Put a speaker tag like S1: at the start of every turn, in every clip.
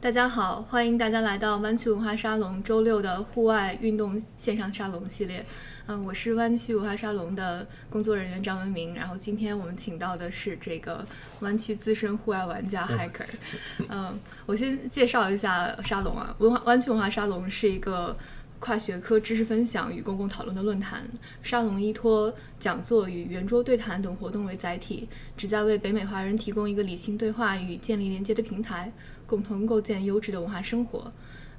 S1: 大家好，欢迎大家来到湾区文化沙龙周六的户外运动线上沙龙系列。嗯，我是湾区文化沙龙的工作人员张文明，然后今天我们请到的是这个湾区资深户外玩家 Hacker。嗯，我先介绍一下沙龙啊，文化湾区文化沙龙是一个跨学科知识分享与公共讨论的论坛。沙龙依托讲座与圆桌对谈等活动为载体，旨在为北美华人提供一个理性对话与建立连接的平台，共同构建优质的文化生活。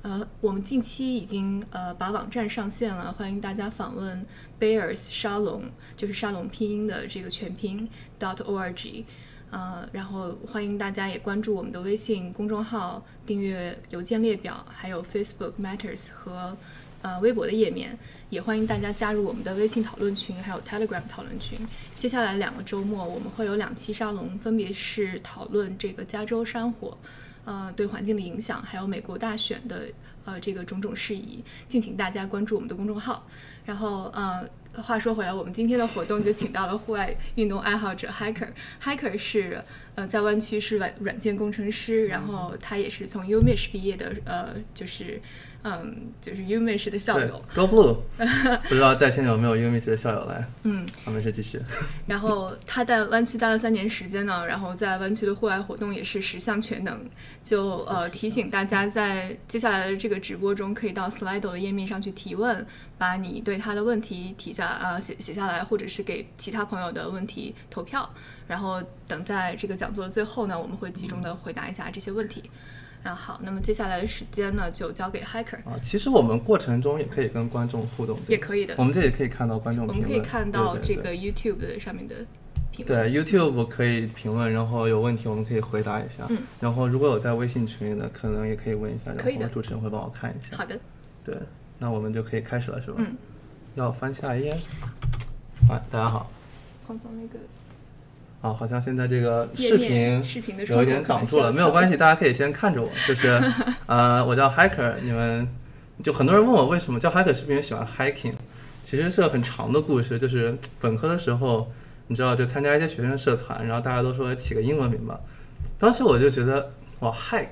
S1: 呃，我们近期已经呃把网站上线了，欢迎大家访问 Bears 沙龙，就是沙龙拼音的这个全拼 dot org，呃，然后欢迎大家也关注我们的微信公众号，订阅邮件列表，还有 Facebook Matters 和呃微博的页面，也欢迎大家加入我们的微信讨论群，还有 Telegram 讨论群。接下来两个周末我们会有两期沙龙，分别是讨论这个加州山火。呃对环境的影响，还有美国大选的呃这个种种事宜，敬请大家关注我们的公众号。然后呃，话说回来，我们今天的活动就请到了户外运动爱好者 Hacker。Hacker 是呃在湾区是软软件工程师，然后他也是从 UMich 毕业的，呃就是嗯就是 UMich 的校
S2: 对
S1: 友。
S2: ，Go Blue，不知道在线有没有 UMich 的校友来？
S1: 嗯，
S2: 他们是继续。
S1: 然后他在湾区待了三年时间呢，然后在湾区的户外活动也是十项全能。就呃提醒大家，在接下来的这个直播中，可以到 Slido 的页面上去提问，把你对他的问题提下呃写写下来，或者是给其他朋友的问题投票。然后等在这个讲座的最后呢，我们会集中的回答一下这些问题。然后好，那么接下来的时间呢，就交给 Hacker，
S2: 啊，其实我们过程中也可以跟观众互动，
S1: 也
S2: 对吧
S1: 可以的
S2: 我。们这也可以看到观众
S1: 我
S2: 评
S1: 们
S2: 论，
S1: 可以看到
S2: 对对
S1: 这个 YouTube 的上面的评论。
S2: 对对 YouTube 可以评论，然后有问题我们可以回答一下。
S1: 嗯
S2: 然后如果有在微信群里的，可能也可以问一下，
S1: 可以
S2: 然
S1: 的
S2: 后主持人会帮我看一下
S1: 好。的，
S2: 对，那我们就可以开始了，是吧？
S1: 嗯。
S2: 要翻下一页。啊，大家好。
S1: 放到那个。
S2: 啊，好像现在这个
S1: 页
S2: 视
S1: 面
S2: 频
S1: 视频的窗
S2: 有
S1: 口
S2: 一点
S1: 可能
S2: 挡
S1: 需
S2: 住
S1: 要
S2: 了，没
S1: 调
S2: 有关
S1: 整
S2: 系，大家可以先看着我，就是， 呃，我叫 Hiker，你们就很多人问我为什么叫 Hiker，是不是因为喜欢 hiking？其实是个很长的故事，就是本科的时候，你知道就参加一些学生社团，然后大家都说起个英文名吧，当时我就觉得哇，hike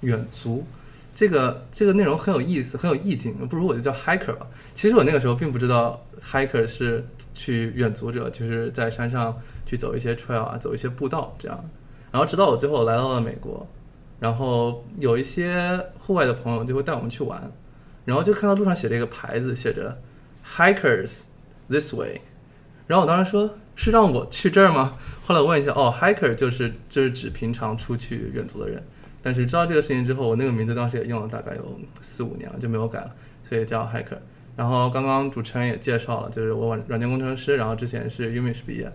S2: 远足。这个这个内容很有意思，很有意境，不如我就叫 hiker 吧。其实我那个时候并不知道 hiker 是去远足者，就是在山上去走一些 trail 啊，走一些步道这样。然后直到我最后来到了美国，然后有一些户外的朋友就会带我们去玩，然后就看到路上写着一个牌子，写着 hikers this way，然后我当时说，是让我去这儿吗？后来我问一下，哦，hiker 就是就是指平常出去远足的人。但是知道这个事情之后，我那个名字当时也用了大概有四五年了，就没有改了，所以叫 hiker。然后刚刚主持人也介绍了，就是我软软件工程师，然后之前是 Umish 毕业，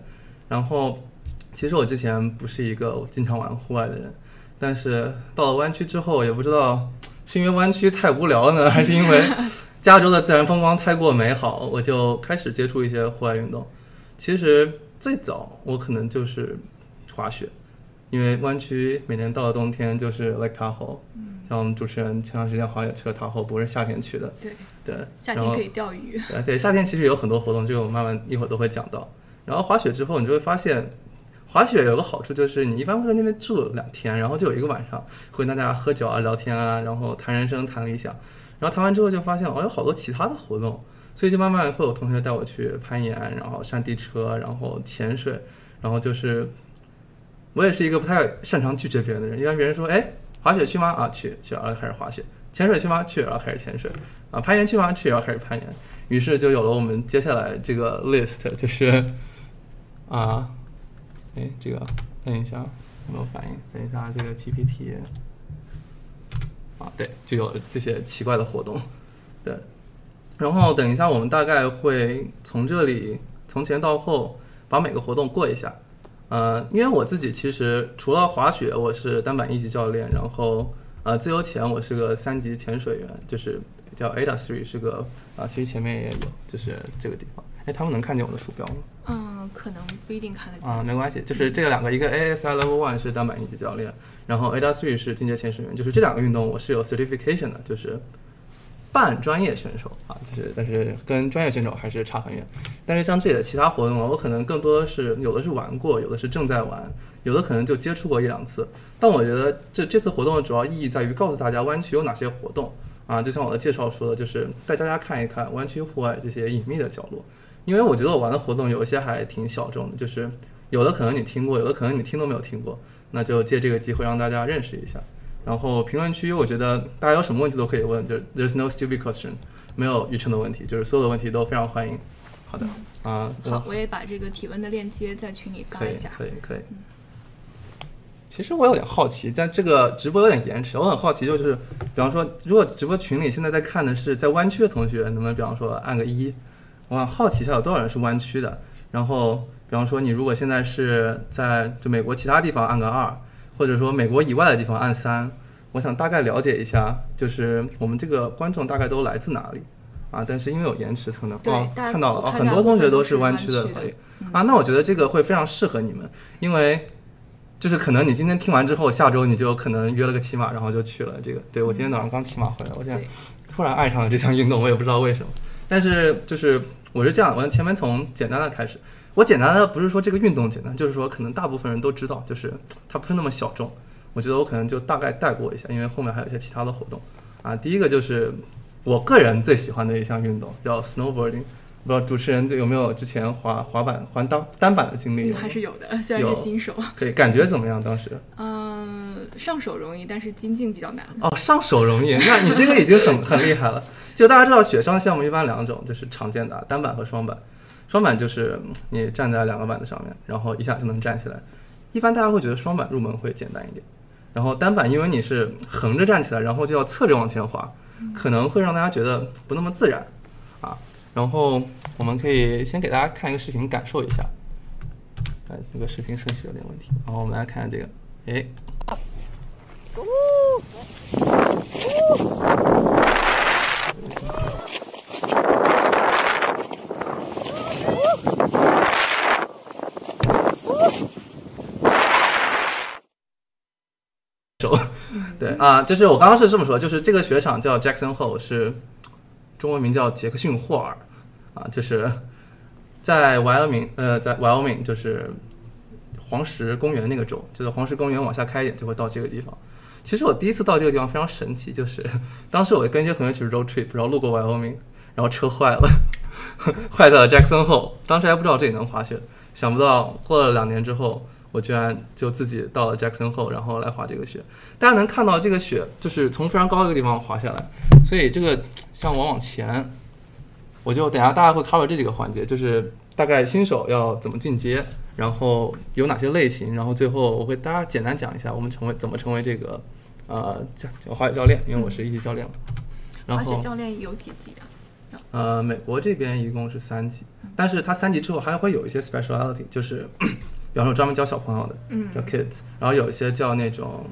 S2: 然后 其实我之前不是一个经常玩户外的人，但是到了湾区之后，也不知道是因为湾区太无聊了呢，还是因为加州的自然风光太过美好，我就开始接触一些户外运动。其实最早我可能就是滑雪，因为湾区每年到了冬天就是 Lake Tahoe，、像我
S1: 嗯
S2: 们主持人前段时间好像也去了 Tahoe，不是夏天去的，
S1: 对，
S2: 对，
S1: 夏
S2: 然
S1: 天
S2: 后
S1: 可以钓鱼。
S2: 对呃对，夏天其实有很多活动，这个我慢慢一会儿都会讲到。然后滑雪之后，你就会发现，滑雪有个好处就是你一般会在那边住两天，然后就有一个晚上会跟大家喝酒啊、聊天啊，然后谈人生、谈理想。然后谈完之后就发现，哦，有好多其他的活动，所以就慢慢会有同学带我去攀岩，然后山地车，然后潜水，然后就是我也是一个不太擅长拒绝别人的人，一般别人说，哎，滑雪去吗？啊，去，去，然后开始滑雪；潜水去吗？去，然后开始潜水；啊，攀岩去吗？去，然后开始攀岩。于是就有了我们接下来这个 list，就是啊，哎，这个摁一下有没有反应？等一下这个 PPT，啊，对，就有这些奇怪的活动，对。然后等一下，我们大概会从这里从前到后把每个活动过一下。呃，因为我自己其实除了滑雪，我是单板一级教练，然后呃自由潜我是个三级潜水员，就是叫 ADA Three，是个啊、呃其实前面也有，就是这个地方。哎，他们能看见我的鼠标吗？
S1: 嗯，可能不一定看得见。
S2: 啊，没关系，就是这两个，一个 ASI Level One 是单板一级教练，然后 ADA Three 是进阶潜水员，就是这两个运动我是有 certification 的，就是半专业选手啊，就是但是跟专业选手还是差很远。但是像这里的其他活动啊，我可能更多是有的是玩过，有的是正在玩，有的可能就接触过一两次。但我觉得这这次活动的主要意义在于告诉大家湾区有哪些活动啊，就像我的介绍说的，就是带大家看一看湾区户外这些隐秘的角落。因为我觉得我玩的活动有一些还挺小众的，就是有的可能你听过，有的可能你听都没有听过，那就借这个机会让大家认识一下。然后评论区，我觉得大家有什么问题都可以问，就是 there's no stupid question，没有愚蠢的问题，就是所有的问题都非常欢迎。好的，啊，
S1: 嗯好，我也把这个提问的链接在群里发
S2: 可以
S1: 一下，。嗯
S2: 可以，可以。其实我有点好奇，但这个直播有点延迟。我很好奇，就是比方说，如果直播群里现在在看的是在湾区的同学，能不能比方说按个一？我很好奇一下有多少人是湾区的。然后，比方说你如果现在是在就美国其他地方按个二，或者说美国以外的地方按三。我想大概了解一下，就是我们这个观众大概都来自哪里啊？但是因为有延迟，可能
S1: 对
S2: 哦
S1: 大
S2: 看到了
S1: 我
S2: 哦，
S1: 看
S2: 很
S1: 大
S2: 多
S1: 部
S2: 同学
S1: 分
S2: 都
S1: 都
S2: 是
S1: 是
S2: 湾
S1: 湾
S2: 区的
S1: 区的
S2: 可以。啊，那我觉得这个会非常适合你们，因为就是可能你今天听完之后，下周你就可能约了个骑马，然后就去了。这个，对我
S1: 嗯
S2: 今天早上刚骑马回来，我想
S1: 对
S2: 突然爱上了这项运动，我也不知道为什么。但是就是我是这样，我前面从简单的开始，我简单的不是说这个运动简单，就是说可能大部分人都知道，就是它不是那么小众。我觉得我可能就大概带过一下，因为后面还有一些其他的活动啊。第一个就是我个人最喜欢的一项运动叫 snowboarding，不知道主持人有没有之前滑滑板、滑单单板的经历
S1: 嗯
S2: 有吗？
S1: 还是有的，虽然
S2: 有
S1: 是新手，
S2: 对，感觉怎么样？当时
S1: 嗯、上手容易，但是精进比较难。
S2: 哦，上手容易，那你这个已经很很厉害了。就大家知道，雪上项目一般两种，就是常见的啊单板和双板。双板就是嗯你站在两个板子上面，然后一下就能站起来。一般大家会觉得双板入门会简单一点，然后单板因为你是横着站起来，然后就要侧着往前滑，可能会让大家觉得不那么自然啊。然后我们可以先给大家看一个视频，感受一下。哎，这个视频顺序有点问题。然后我们来看这个，哎，手。对啊，就是我刚刚是这么说，就是这个雪场叫 Jackson Hole，是中文名叫杰克逊霍尔啊，就是在怀俄明，呃，在怀俄明就是黄石公园那个州，就是黄石公园往下开一点就会到这个地方。其实我第一次到这个地方非常神奇，就是当时我跟一些同学去 road trip，然后路过 Wyoming，然后车坏了， 坏在了 Jackson Hole，当时还不知道这里能滑雪，想不到过了两年之后，我居然就自己到了 Jackson Hole，然后来滑这个雪。大家能看到这个雪就是从非常高的一个地方滑下来，所以这个像我往前，我就等一下大概会 cover 这几个环节，就是大概新手要怎么进阶，然后有哪些类型，然后最后我会大家简单讲一下我们成为怎么成为这个呃教滑雪教练，因为我是一级教练嘛。然
S1: 滑
S2: 后
S1: 雪教练有几级的？啊
S2: 呃，美国这边一共是三级，但是它三级之后还会有一些 speciality，就是比方说专门教小朋友的，
S1: 嗯
S2: 叫 kids，然后有一些叫那种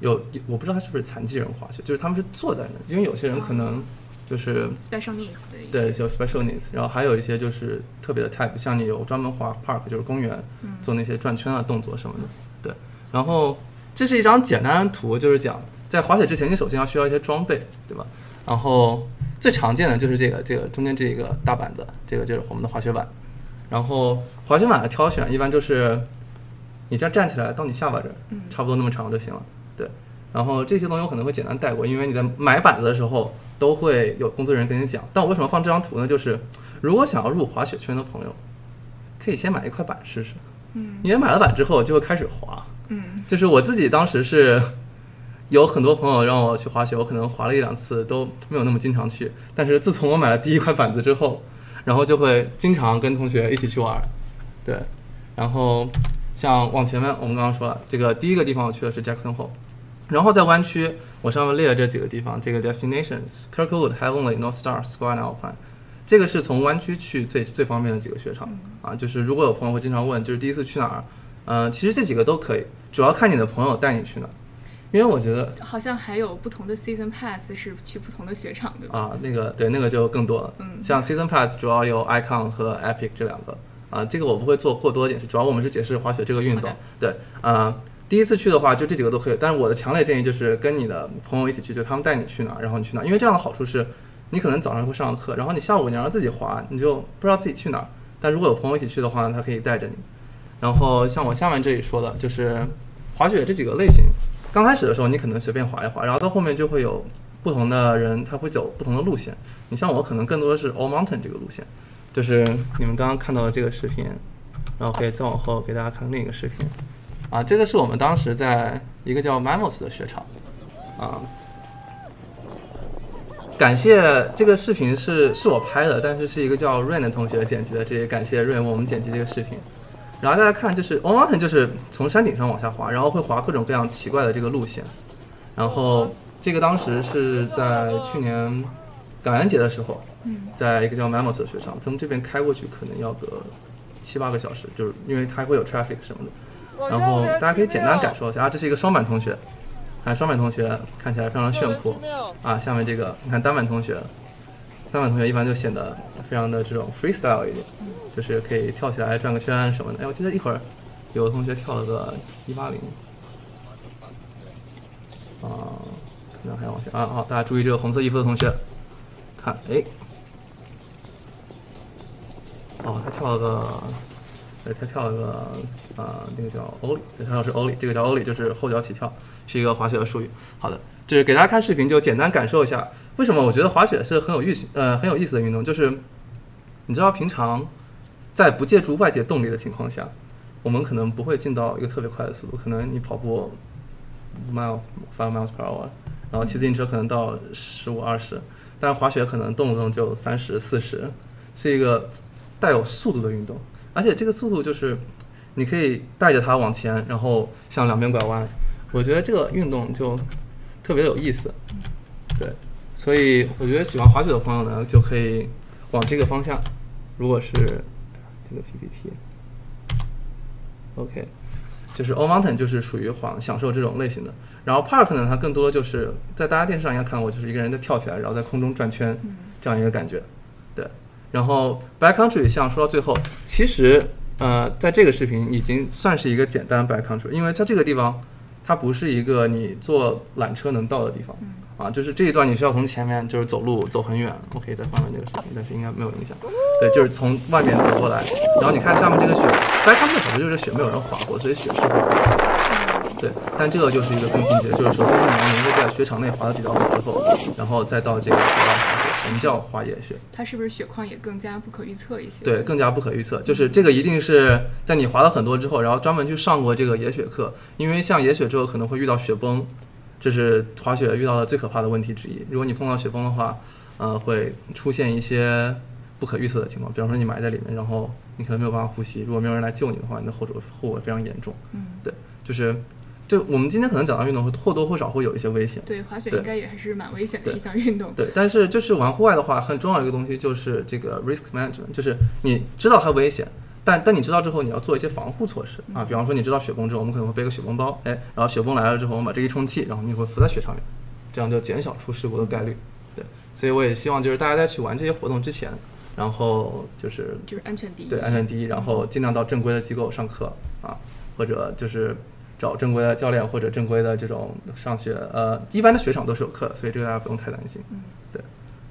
S2: 有我不知道他是不是残疾人滑雪，就是他们是坐在那，因为有些人可能就是
S1: ，special needs 的一些
S2: 对，叫 special needs，然后还有一些就是特别的 type，像你有专门滑 park，就是公园做那些转圈啊动作什么的，对。然后这是一张简单的图，就是讲在滑雪之前，你首先要需要一些装备，对吧？然后最常见的就是这个这个中间这个大板子，这个就是我们的滑雪板。然后滑雪板的挑选一般就是你这样站起来到你下巴这儿，差不多那么长就行了。对，然后这些东西我可能会简单带过，因为你在买板子的时候都会有工作人员跟你讲。但我为什么放这张图呢？就是如果想要入滑雪圈的朋友，可以先买一块板试试。
S1: 嗯
S2: 因为买了板之后就会开始滑。
S1: 嗯，
S2: 就是我自己当时是有很多朋友让我去滑雪，我可能滑了一两次都没有那么经常去。但是自从我买了第一块板子之后，然后就会经常跟同学一起去玩儿。对，然后像往前面，我们刚刚说了，这个第一个地方我去的是 Jackson Hole，然后在湾区，我上面列了这几个地方，这个 destinations Kirkwood、Heavenly、North Star、Square and Alpine，这个是从湾区去最最方便的几个雪场啊。就是如果有朋友会经常问，就是第一次去哪儿，嗯、其实这几个都可以，主要看你的朋友带你去哪儿。因为我觉得
S1: 好像还有不同的 season pass 是去不同的雪场，对吧？
S2: 啊，那个对那个就更多了。
S1: 嗯
S2: 像 Season Pass 主要有 Icon 和 Epic 这两个啊，这个我不会做过多的解释，主要我们是解释滑雪这个运
S1: 好
S2: 动
S1: 的。
S2: 对，啊，第一次去的话，就这几个都可以。但是我的强烈建议就是跟你的朋友一起去，就他们带你去哪儿，然后你去哪儿。因为这样的好处是，你可能早上会上课，然后你下午你让自己滑，你就不知道自己去哪儿。但如果有朋友一起去的话呢，他可以带着你。然后像我下面这里说的，就是滑雪这几个类型。刚开始的时候，你可能随便滑一滑，然后到后面就会有不同的人，他会走不同的路线。你像我，可能更多的是 All Mountain 这个路线，就是你们刚刚看到的这个视频，然后可以再往后给大家看另一个视频。啊，这个是我们当时在一个叫 Mamos 的雪场，啊，感谢这个视频是是我拍的，但是是一个叫 Rain 的同学剪辑的，这也感谢 Rain 为我们剪辑这个视频。然后大家看，就是 On Mountain 就是从山顶上往下滑，然后会滑各种各样奇怪的这个路线。然后这个当时是在去年感恩节的时候，在一个叫 Mamos 的雪场，从这边开过去可能要个七八个小时，就是因为它会有 traffic 什么的。然后大家可以简单感受一下啊，这是一个双板同学，啊，双板同学看起来非常炫酷啊。下面这个你看单板同学，单板同学一般就显得非常的这种 freestyle 一点，就是可以跳起来转个圈什么的。哎，我记得一会儿有的同学跳了个一八零，啊，可能还要往下啊，好，大家注意这个红色衣服的同学，看，哎，哦，他跳了个。对，他跳了个啊、呃，那个叫欧里，对，他叫是欧里，这个叫欧里，就是后脚起跳，是一个滑雪的术语。好的，就是给大家看视频，就简单感受一下为什么我觉得滑雪是很有意呃很有意思的运动，就是你知道平常在不借助外界动力的情况下，我们可能不会进到一个特别快的速度，可能你跑步 mile five miles per hour，然后骑自行车可能到十五二十，但是滑雪可能动不动就三十四十，是一个带有速度的运动。而且这个速度就是，你可以带着它往前，然后向两边拐弯。我觉得这个运动就特别有意思，对。所以我觉得喜欢滑雪的朋友呢，就可以往这个方向。如果是这个 PPT，OK，、okay, 就是 All Mountain 就是属于滑享受这种类型的。然后 Park 呢，它更多的就是在大家电视上应该看过，就是一个人在跳起来，然后在空中转圈这样一个感觉，对。然后 backcountry 项说到最后，其实呃，在这个视频已经算是一个简单 backcountry，因为它这个地方它不是一个你坐缆车能到的地方啊，就是这一段你需要从前面就是走路走很远。我可以再放上这个视频，但是应该没有影响。对，就是从外面走过来，然后你看下面这个雪，backcountry 好处就是雪没有人滑过，所以雪是会滑。对，但这个就是一个更进阶，就是首先你要能够在雪场内滑的比较好之后，然后再到这个雪道滑雪，我们叫滑野雪。
S1: 它是不是雪况也更加不可预测一些？
S2: 对，更加不可预测。就是这个一定是在你滑了很多之后，然后专门去上过这个野雪课，因为像野雪之后可能会遇到雪崩，这是滑雪遇到的最可怕的问题之一。如果你碰到雪崩的话，呃，会出现一些不可预测的情况，比方说你埋在里面，然后你可能没有办法呼吸，如果没有人来救你的话，你的后果后果非常严重。
S1: 嗯，
S2: 对，就是。就我们今天可能讲到运动，或多或少会有一些危险。
S1: 对，滑雪应该也还是蛮危险的一项运动
S2: 对。对，但是就是玩户外的话，很重要一个东西就是这个 risk management，就是你知道它危险，但但你知道之后，你要做一些防护措施啊。比方说，你知道雪崩之后，我们可能会背个雪崩包，哎，然后雪崩来了之后，我们把这一充气，然后你会浮在雪上面，这样就减小出事故的概率。对，所以我也希望就是大家在去玩这些活动之前，然后就是
S1: 就是安全第一，
S2: 对，安全第一，然后尽量到正规的机构上课啊，或者就是。找正规的教练或者正规的这种上学，呃，一般的雪场都是有课的，所以这个大家不用太担心。
S1: 嗯，
S2: 对。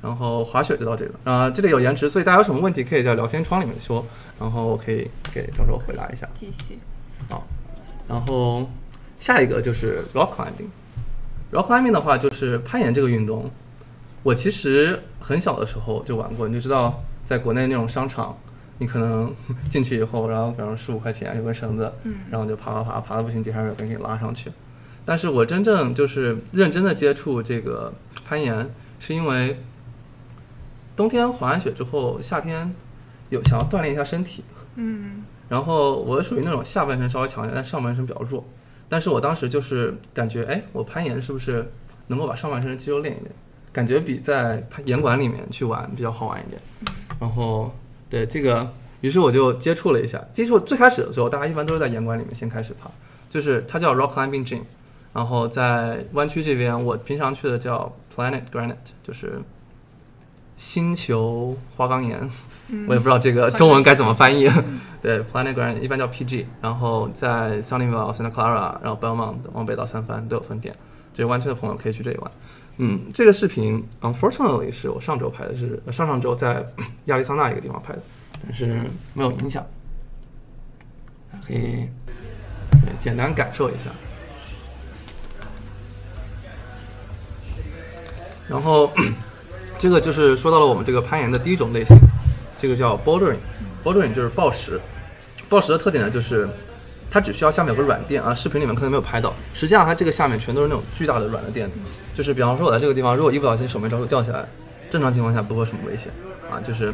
S2: 然后滑雪就到这里了，啊、呃，这里有延迟，所以大家有什么问题可以在聊天窗里面说，然后我可以给到时候回答一下。
S1: 继续。
S2: 好，啊然后下一个就是 rock climbing。rock climbing 的话就是攀岩这个运动，我其实很小的时候就玩过，你就知道在国内那种商场。你可能进去以后，然后比方十五块钱有根绳子，
S1: 嗯，
S2: 然后就爬爬爬，爬的不行，底下有人给你拉上去。但是我真正就是认真的接触这个攀岩，是因为冬天滑完雪之后，夏天有想要锻炼一下身体，
S1: 嗯，
S2: 然后我属于那种下半身稍微强一点，但上半身比较弱。但是我当时就是感觉，哎，我攀岩是不是能够把上半身的肌肉练一练？感觉比在岩馆里面去玩比较好玩一点。然后。对这个，于是我就接触了一下。接触最开始的时候，大家一般都是在岩馆里面先开始爬，就是它叫 Rock Climbing Gym，然后在湾区这边，我平常去的叫 Planet Granite，就是星球花岗岩，我也不知道这个中文该怎么翻译。 对，Planet Grand 一般叫 PG，然后在 Sunnyvale、Santa Clara，然后 Belmont 往北到三藩都有分店，就是湾区的朋友可以去这里玩。嗯，这个视频 unfortunately 是我上周拍的是，呃上上周在亚利桑那一个地方拍的，但是没有影响，大家可以对简单感受一下。然后 这个就是说到了我们这个攀岩的第一种类型，这个叫 bouldering，bouldering 就是暴石。暴石的特点呢，就是它只需要下面有个软垫啊，视频里面可能没有拍到，实际上它这个下面全都是那种巨大的软的垫子，就是比方说我在这个地方，如果一不小心手没抓住掉下来，正常情况下不会有什么危险啊，就是。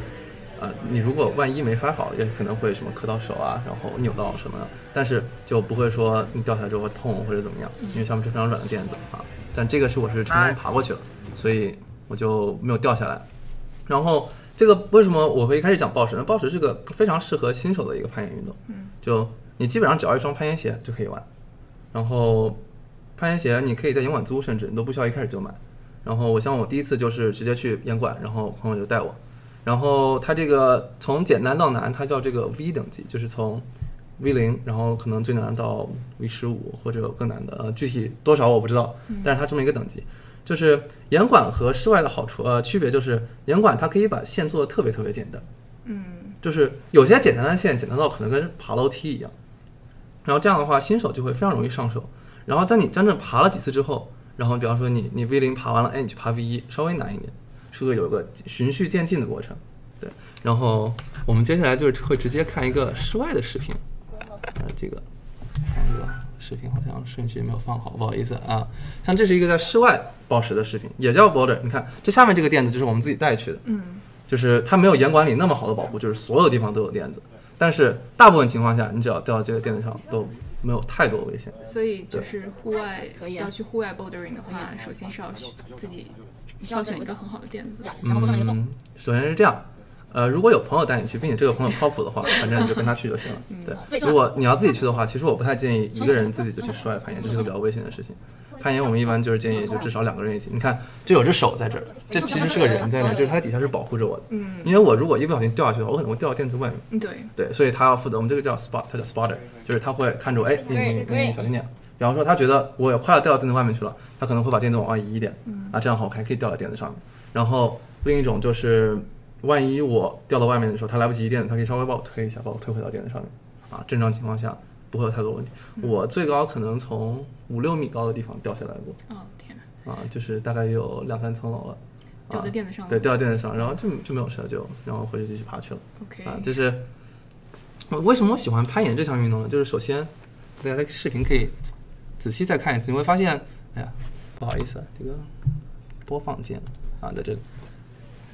S2: 呃，你如果万一没摔好，也可能会什么磕到手啊，然后扭到什么的，但是就不会说你掉下来之后会痛或者怎么样，因为上面是非常软的垫子啊。但这个是我是成功爬过去了，所以我就没有掉下来。然后这个为什么我会一开始讲暴石呢？暴石是个非常适合新手的一个攀岩运动，就你基本上只要一双攀岩鞋就可以玩。然后攀岩鞋你可以在岩馆租，甚至你都不需要一开始就买。然后我像我第一次就是直接去岩馆，然后朋友就带我。然后它这个从简单到难，它叫这个 V 等级，就是从 V 零，然后可能最难到 V 十五或者更难的，呃，具体多少我不知道，但是它这么一个等级。就是岩馆和室外的好处，呃，区别就是岩馆它可以把线做的特别特别简单，
S1: 嗯
S2: 就是有些简单的线简单到可能跟爬楼梯一样，然后这样的话新手就会非常容易上手。然后在你真正爬了几次之后，然后比方说你你 V 零爬完了，哎，你去爬 V 一稍微难一点，是个有个循序渐进的过程。对，然后我们接下来就是会直接看一个室外的视频，呃，这个这个视频好像顺序没有放好，不好意思啊。像这是一个在室外暴食的视频，也叫 boulder。你看这下面这个垫子就是我们自己带去的，
S1: 嗯
S2: 就是它没有严管理那么好的保护，就是所有地方都有垫子，但是大部分情况下，你只要掉到这个垫子上都没有太多危险。
S1: 所以就是户外
S3: 可以啊啊
S1: 要去户外 bouldering 的话，首先是要去自己挑选一个很好的垫子。
S3: 然后做成一个洞，
S2: 嗯，首先是这样，呃，如果有朋友带你去，并且这个朋友靠谱的话，反正你就跟他去就行了。对，如果你要自己去的话，其实我不太建议一个人自己就去 室外攀岩，这是个比较危险的事情。攀岩我们一般就是建议就至少两个人一起。你看，这有只手在这儿，这其实是个人在那儿，就是它底下是保护着我的。
S1: 嗯，
S2: 因为我如果一不小心掉下去的话，我可能会掉到垫子外面。
S1: 嗯对，
S2: 对，所以他要负责我们这个叫 spot，他叫 spotter，就是他会看着我，哎，你你你小心点。比方说他觉得我也快要掉到垫子外面去了，他可能会把垫子往外移一点，
S1: 嗯
S2: 啊，这样好，我还可以掉到垫子上面。然后另一种就是，万一我掉到外面的时候，他来不及移垫子，他可以稍微把我推一下，把我推回到垫子上面。啊，正常情况下不会有太多问题。
S1: 嗯
S2: 我最高可能从五六米高的地方掉下来过，
S1: 哦天哪，
S2: 啊，就是大概有两三层楼了。
S1: 掉在
S2: 啊
S1: 垫子上了
S2: 对，掉在垫子上，然后就就没有事了，就然后回去继续爬去了。
S1: OK
S2: 啊，就是呃为什么我喜欢攀岩这项运动呢？就是首先，大家的视频可以仔细再看一次，你会发现，哎呀，不好意思，啊，这个播放键啊，在这里。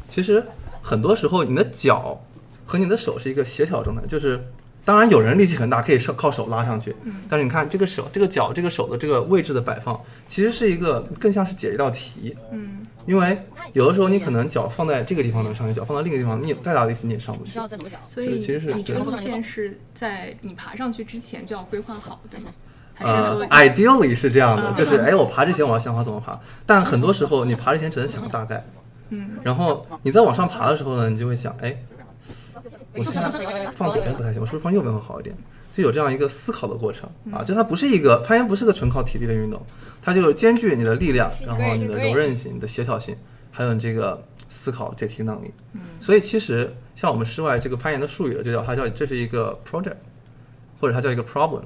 S2: 其实很多时候，你的脚和你的手是一个协调状态，就是当然有人力气很大，可以手靠手拉上去，
S3: 嗯
S2: 但是你看这个手、这个脚、这个手的这个位置的摆放，其实是一个更像是解一道题，
S1: 嗯
S2: 因为有的时候你可能脚放在这个地方能上去，脚放到另一个地方，你有再大的力气你也上不
S3: 你
S2: 去
S3: 知。道在怎么脚。
S1: 所
S2: 是
S1: 以
S2: 其实是
S1: 你这个
S3: 对
S1: 路线是在你爬上去之前就要规划好，对吗？还是
S2: 呃
S1: 说
S2: ，ideally 是这样的，
S1: 嗯
S2: 就是哎，我爬之前我要想好怎么爬，但很多时候你爬之前只能想个大概，
S1: 嗯
S2: 然后你在往上爬的时候呢，你就会想，哎，我现在放左边不太行，我是不是放右边会好一点？就有这样一个思考的过程啊，就它不是一个攀岩，不是个纯靠体力的运动，它就兼具你的力量，然后你的柔韧性、你的协调性，还有你这个思考解题能力。所以其实像我们室外这个攀岩的术语，就叫它叫这是一个 project，或者它叫一个 problem。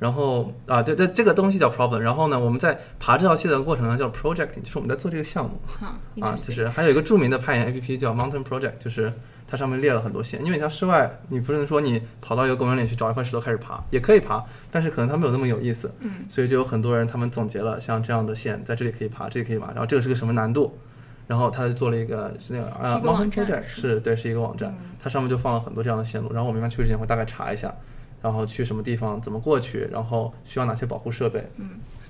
S2: 然后啊，对对，这个东西叫 problem。然后呢，我们在爬这条线的过程呢叫 projecting，就是我们在做这个项目。
S1: 好
S2: 啊，就是还有一个著名的攀岩 APP 叫 Mountain Project，就是它上面列了很多线，因为你像室外，你不能说你跑到一个公园里去找一块石头开始爬，也可以爬，但是可能它没有那么有意思，
S1: 嗯，
S2: 所以就有很多人他们总结了像这样的线，在这里可以爬，这里可以爬，然后这个是个什么难度，然后他就做了一个是那个
S1: 是嗯
S2: 呃
S1: 一个网
S2: Mountain
S1: 站
S2: Project 是对，是一个网站，它上面就放了很多这样的线路，然后我们一般去之前会大概查一下。然后去什么地方，怎么过去，然后需要哪些保护设备？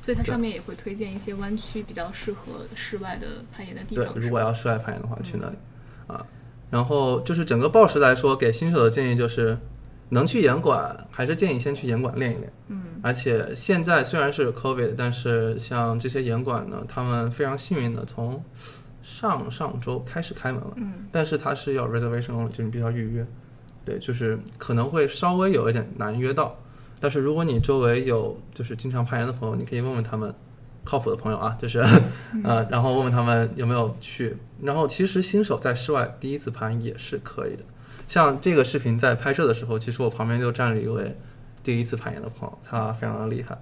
S1: 所以它上面也会推荐一些湾区比较适合室外的攀岩的地
S2: 对，
S1: 方。嗯
S2: 如果要室外攀岩的话，去那里、啊。然后就是整个暴食来说，给新手的建议就是，能去岩馆还是建议先去岩馆练一练。嗯，而且现在虽然是 COVID，但是像这些岩馆呢，他们非常幸运的从上上周开始开门了，
S1: 嗯
S2: 但是它是要 reservation only，就是你必须要预约。对，就是可能会稍微有一点难约到，但是如果你周围有就是经常攀岩的朋友，你可以问问他们，靠谱的朋友啊，就是呃，然后问问他们有没有去。然后其实新手在室外第一次攀也是可以的，像这个视频在拍摄的时候，其实我旁边就站了一位第一次攀岩的朋友，他非常的厉害。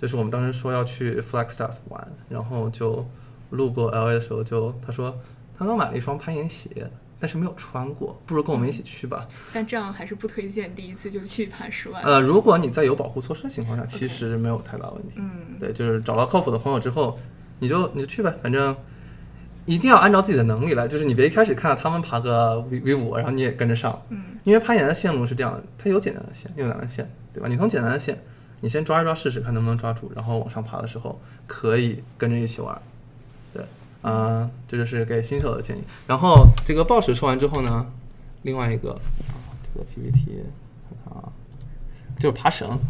S2: 就是我们当时说要去 Flagstaff 玩，然后就路过 LA 的时候就，他说他刚买了一双攀岩鞋，但是没有穿过，不如跟我们一起去吧。
S1: 但这样还是不推荐第一次就去爬室外。
S2: 呃，如果你在有保护措施的情况下，其实没有太大问题。
S1: 嗯
S2: 对，就是找到靠谱的朋友之后，你就你就去呗，反正一定要按照自己的能力来，就是你别一开始看到他们爬个 V V 五，然后你也跟着上，
S1: 嗯
S2: 因为攀岩的线路是这样的，它有简单的线，也有难的线，对吧？你从简单的线，你先抓一抓试试，看能不能抓住，然后往上爬的时候可以跟着一起玩儿。对，嗯、这就是给新手的建议。然后这个报时说完之后呢，另外一个啊这个 PPT 看看啊，就是爬绳。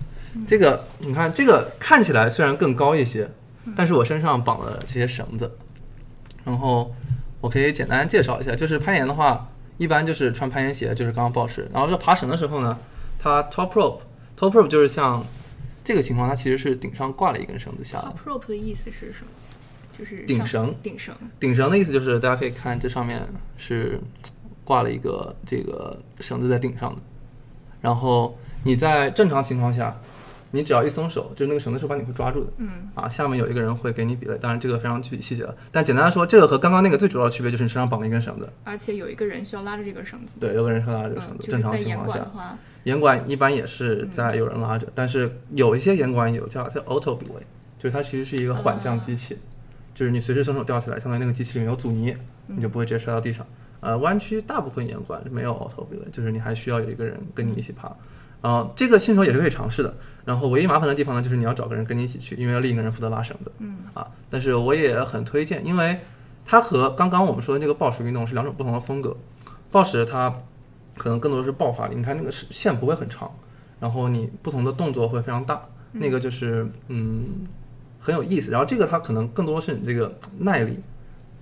S2: 这个你看，这个看起来虽然更高一些，但是我身上绑了这些绳子，然后我可以简单介绍一下，就是攀岩的话，一般就是穿攀岩鞋，就是刚刚报时。然后在爬绳的时候呢，它 top rope，top rope 就是像这个情况，它其实是顶上挂了一根绳子下来
S1: u。p r o p 的意思是什么？就是
S2: 顶
S1: 上
S2: 绳
S1: 顶绳。
S2: 顶绳的意思就是大家可以看这上面是挂了一个这个绳子在顶上的，然后你在正常情况下，你只要一松手，就是那个绳子是把你会抓住的。
S1: 嗯
S2: 啊，下面有一个人会给你比类，当然这个非常具体细节了。但简单的说，这个和刚刚那个最主要的区别就是你身上绑了一根绳子，
S1: 而且有一个人需要拉着这个绳子。
S2: 对，有个人会拉着这个绳
S1: 嗯，
S2: 子。
S1: 就
S2: 正
S1: 是
S2: 常
S1: 在
S2: 情
S1: 严
S2: 况
S1: 管
S2: 下
S1: 的，话，
S2: 严管一般也是在有人拉着，但是有一些严管有叫它 auto belay，就是它其实是一个缓降机器，就是你随时松手吊起来，相当于那个机器里面有阻尼，你就不会直接摔到地上。呃，湾区大部分严管没有 auto belay，就是你还需要有一个人跟你一起爬。呃，这个新手也是可以尝试的。然后唯一麻烦的地方呢，就是你要找个人跟你一起去，因为要另一个人负责拉绳子。
S1: 嗯
S2: 啊，但是我也很推荐，因为它和刚刚我们说的那个暴食运动是两种不同的风格。暴食它可能更多的是爆发力，你看那个是线不会很长，然后你不同的动作会非常大，那个就是嗯很有意思。然后这个它可能更多是你这个耐力，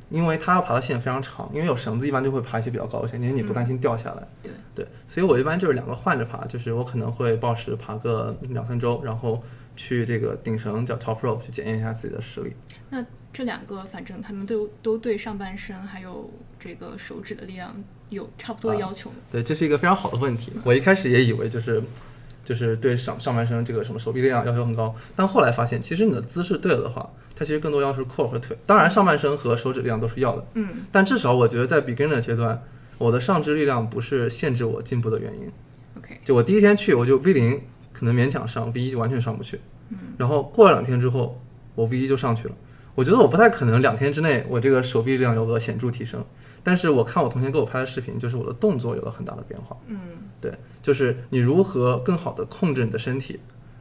S2: 因为它要爬的线非常长，因为有绳子一般就会爬一些比较高的线，因为你不担心掉下来。
S1: 对，
S2: 对，所以我一般就是两个换着爬，就是我可能会暴食爬个两三周，然后去这个顶绳叫 top rope 去检验一下自己的实力。
S1: 那这两个反正他们都都对上半身还有这个手指的力量有差不多的要求。
S2: 对，这是一个非常好的问题。我一开始也以为就是就是对上上半身这个什么手臂力量要求很高，但后来发现，其实你的姿势对了的话，它其实更多要是 core 和腿。当然，上半身和手指力量都是要的，
S1: 嗯，
S2: 但至少我觉得在 beginner 阶段，我的上肢力量不是限制我进步的原因。
S1: OK，
S2: 就我第一天去，我就 V 零可能勉强上，V 一就完全上不去。然后过了两天之后，我 V 一就上去了。我觉得我不太可能两天之内我这个手臂力量有个显著提升，但是我看我同学给我拍的视频，就是我的动作有了很大的变化。
S1: 嗯
S2: 对，就是你如何更好的控制你的身体，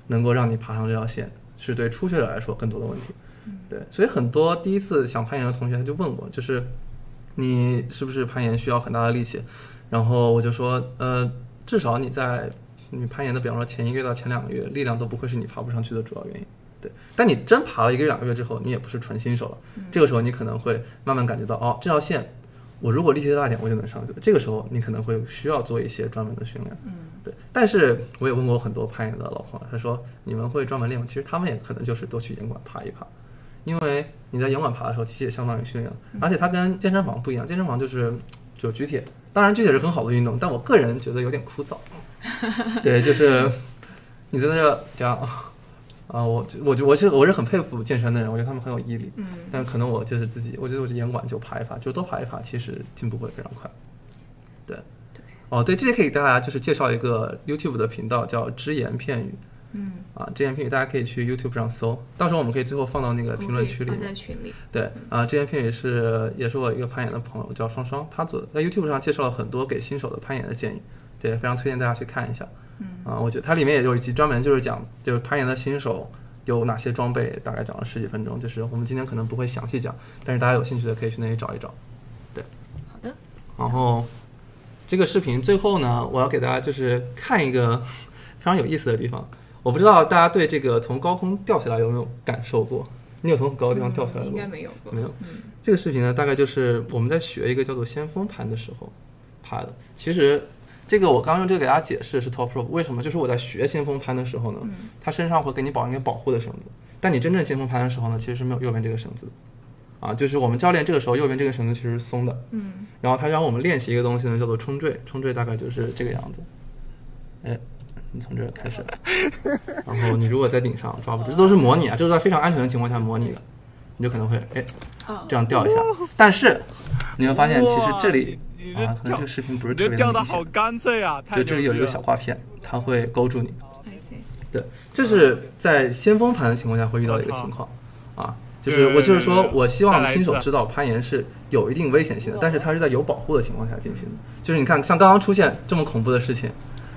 S2: 能够让你爬上这条线，是对初学者来说更多的问题。对，所以很多第一次想攀岩的同学他就问我，就是你是不是攀岩需要很大的力气？然后我就说，呃，至少你在你攀岩的，比方说前一个月到前两个月，力量都不会是你爬不上去的主要原因。对，但你真爬了一个月两个月之后，你也不是纯新手了。这个时候你可能会慢慢感觉到，哦，这条线我如果力气大一点，我就能上去了。这个时候你可能会需要做一些专门的训练。
S1: 嗯，
S2: 对，但是我也问过很多攀岩的老朋友，他说你们会专门练吗？其实他们也可能就是多去岩馆爬一爬，因为你在岩馆爬的时候，其实也相当于训练了，而且它跟健身房不一样，健身房就是就举铁，当然举铁是很好的运动，但我个人觉得有点枯燥。对，就是你在那儿这样啊，我就我就我是我是很佩服健身的人，我觉得他们很有毅力，
S1: 嗯，
S2: 但可能我就是自己，我觉得我去岩馆就爬一爬，就多爬一爬，其实进步会非常快。对。
S1: 对，
S2: 哦，对，这里可以给大家就是介绍一个 YouTube 的频道，叫“只言片语
S1: 嗯，”
S2: 啊，“只言片语”大家可以去 YouTube 上搜，到时候我们可以最后放到那个评论区里
S1: 发
S2: 面。
S1: 在群里。
S2: 对啊，“只言片语是”也是我一个攀岩的朋友叫双双，他做的在 YouTube 上介绍了很多给新手的攀岩的建议，对，非常推荐大家去看一下。
S1: 嗯
S2: 啊，我觉得它里面也有一集专门就是讲就是攀岩的新手。有哪些装备？大概讲了十几分钟，就是我们今天可能不会详细讲，但是大家有兴趣的可以去那里找一找。
S1: 好的，
S2: 然后这个视频最后呢，我要给大家就是看一个非常有意思的地方。我不知道大家对这个从高空掉下来有没有感受过？你有从高的地方掉下
S1: 嗯
S2: 来过
S1: 应
S2: 吗？
S1: 该没有过，
S2: 没有
S1: 嗯
S2: 这个视频呢，大概就是我们在学一个叫做先锋盘的时候爬的。其实这个我刚用这个给大家解释是 top rope，为什么？就是我在学先锋盘的时候呢，它身上会给你绑一个保护的绳子，但你真正先锋盘的时候呢，其实是没有右边这个绳子的。啊，就是我们教练这个时候右边这个绳子其实是松的，
S1: 嗯，
S2: 然后他让我们练习一个东西呢，叫做冲坠。冲坠大概就是这个样子。哎，你从这儿开始，然后你如果在顶上抓不住，这都是模拟啊，这都在非常安全的情况下模拟的，你就可能会哎
S1: 好
S2: 这，样掉一下。但是你会发现，其实
S3: 哇
S2: 这里
S3: 你你这
S2: 啊，可能
S3: 跳
S2: 这个视频不是
S3: 你
S2: 特
S3: 这
S2: 别
S3: 掉
S2: 的
S3: 的
S2: 明
S3: 好
S2: 显，
S3: 干脆啊！太
S2: 就这里有一
S3: 牛
S2: 个
S3: 逼
S2: 小
S3: 了
S2: 挂片，它会勾住你。
S1: I see，
S2: 对，这是在先锋盘的情况下会遇到的一个情况啊。就是我就是
S3: 对对
S2: 说
S3: 对
S2: 我希望
S3: 再来一
S2: 新手
S3: 次
S2: 知道攀岩是有一定危险性的，但是它是在有保护的情况下进行的。就是你看，像刚刚出现这么恐怖的事情，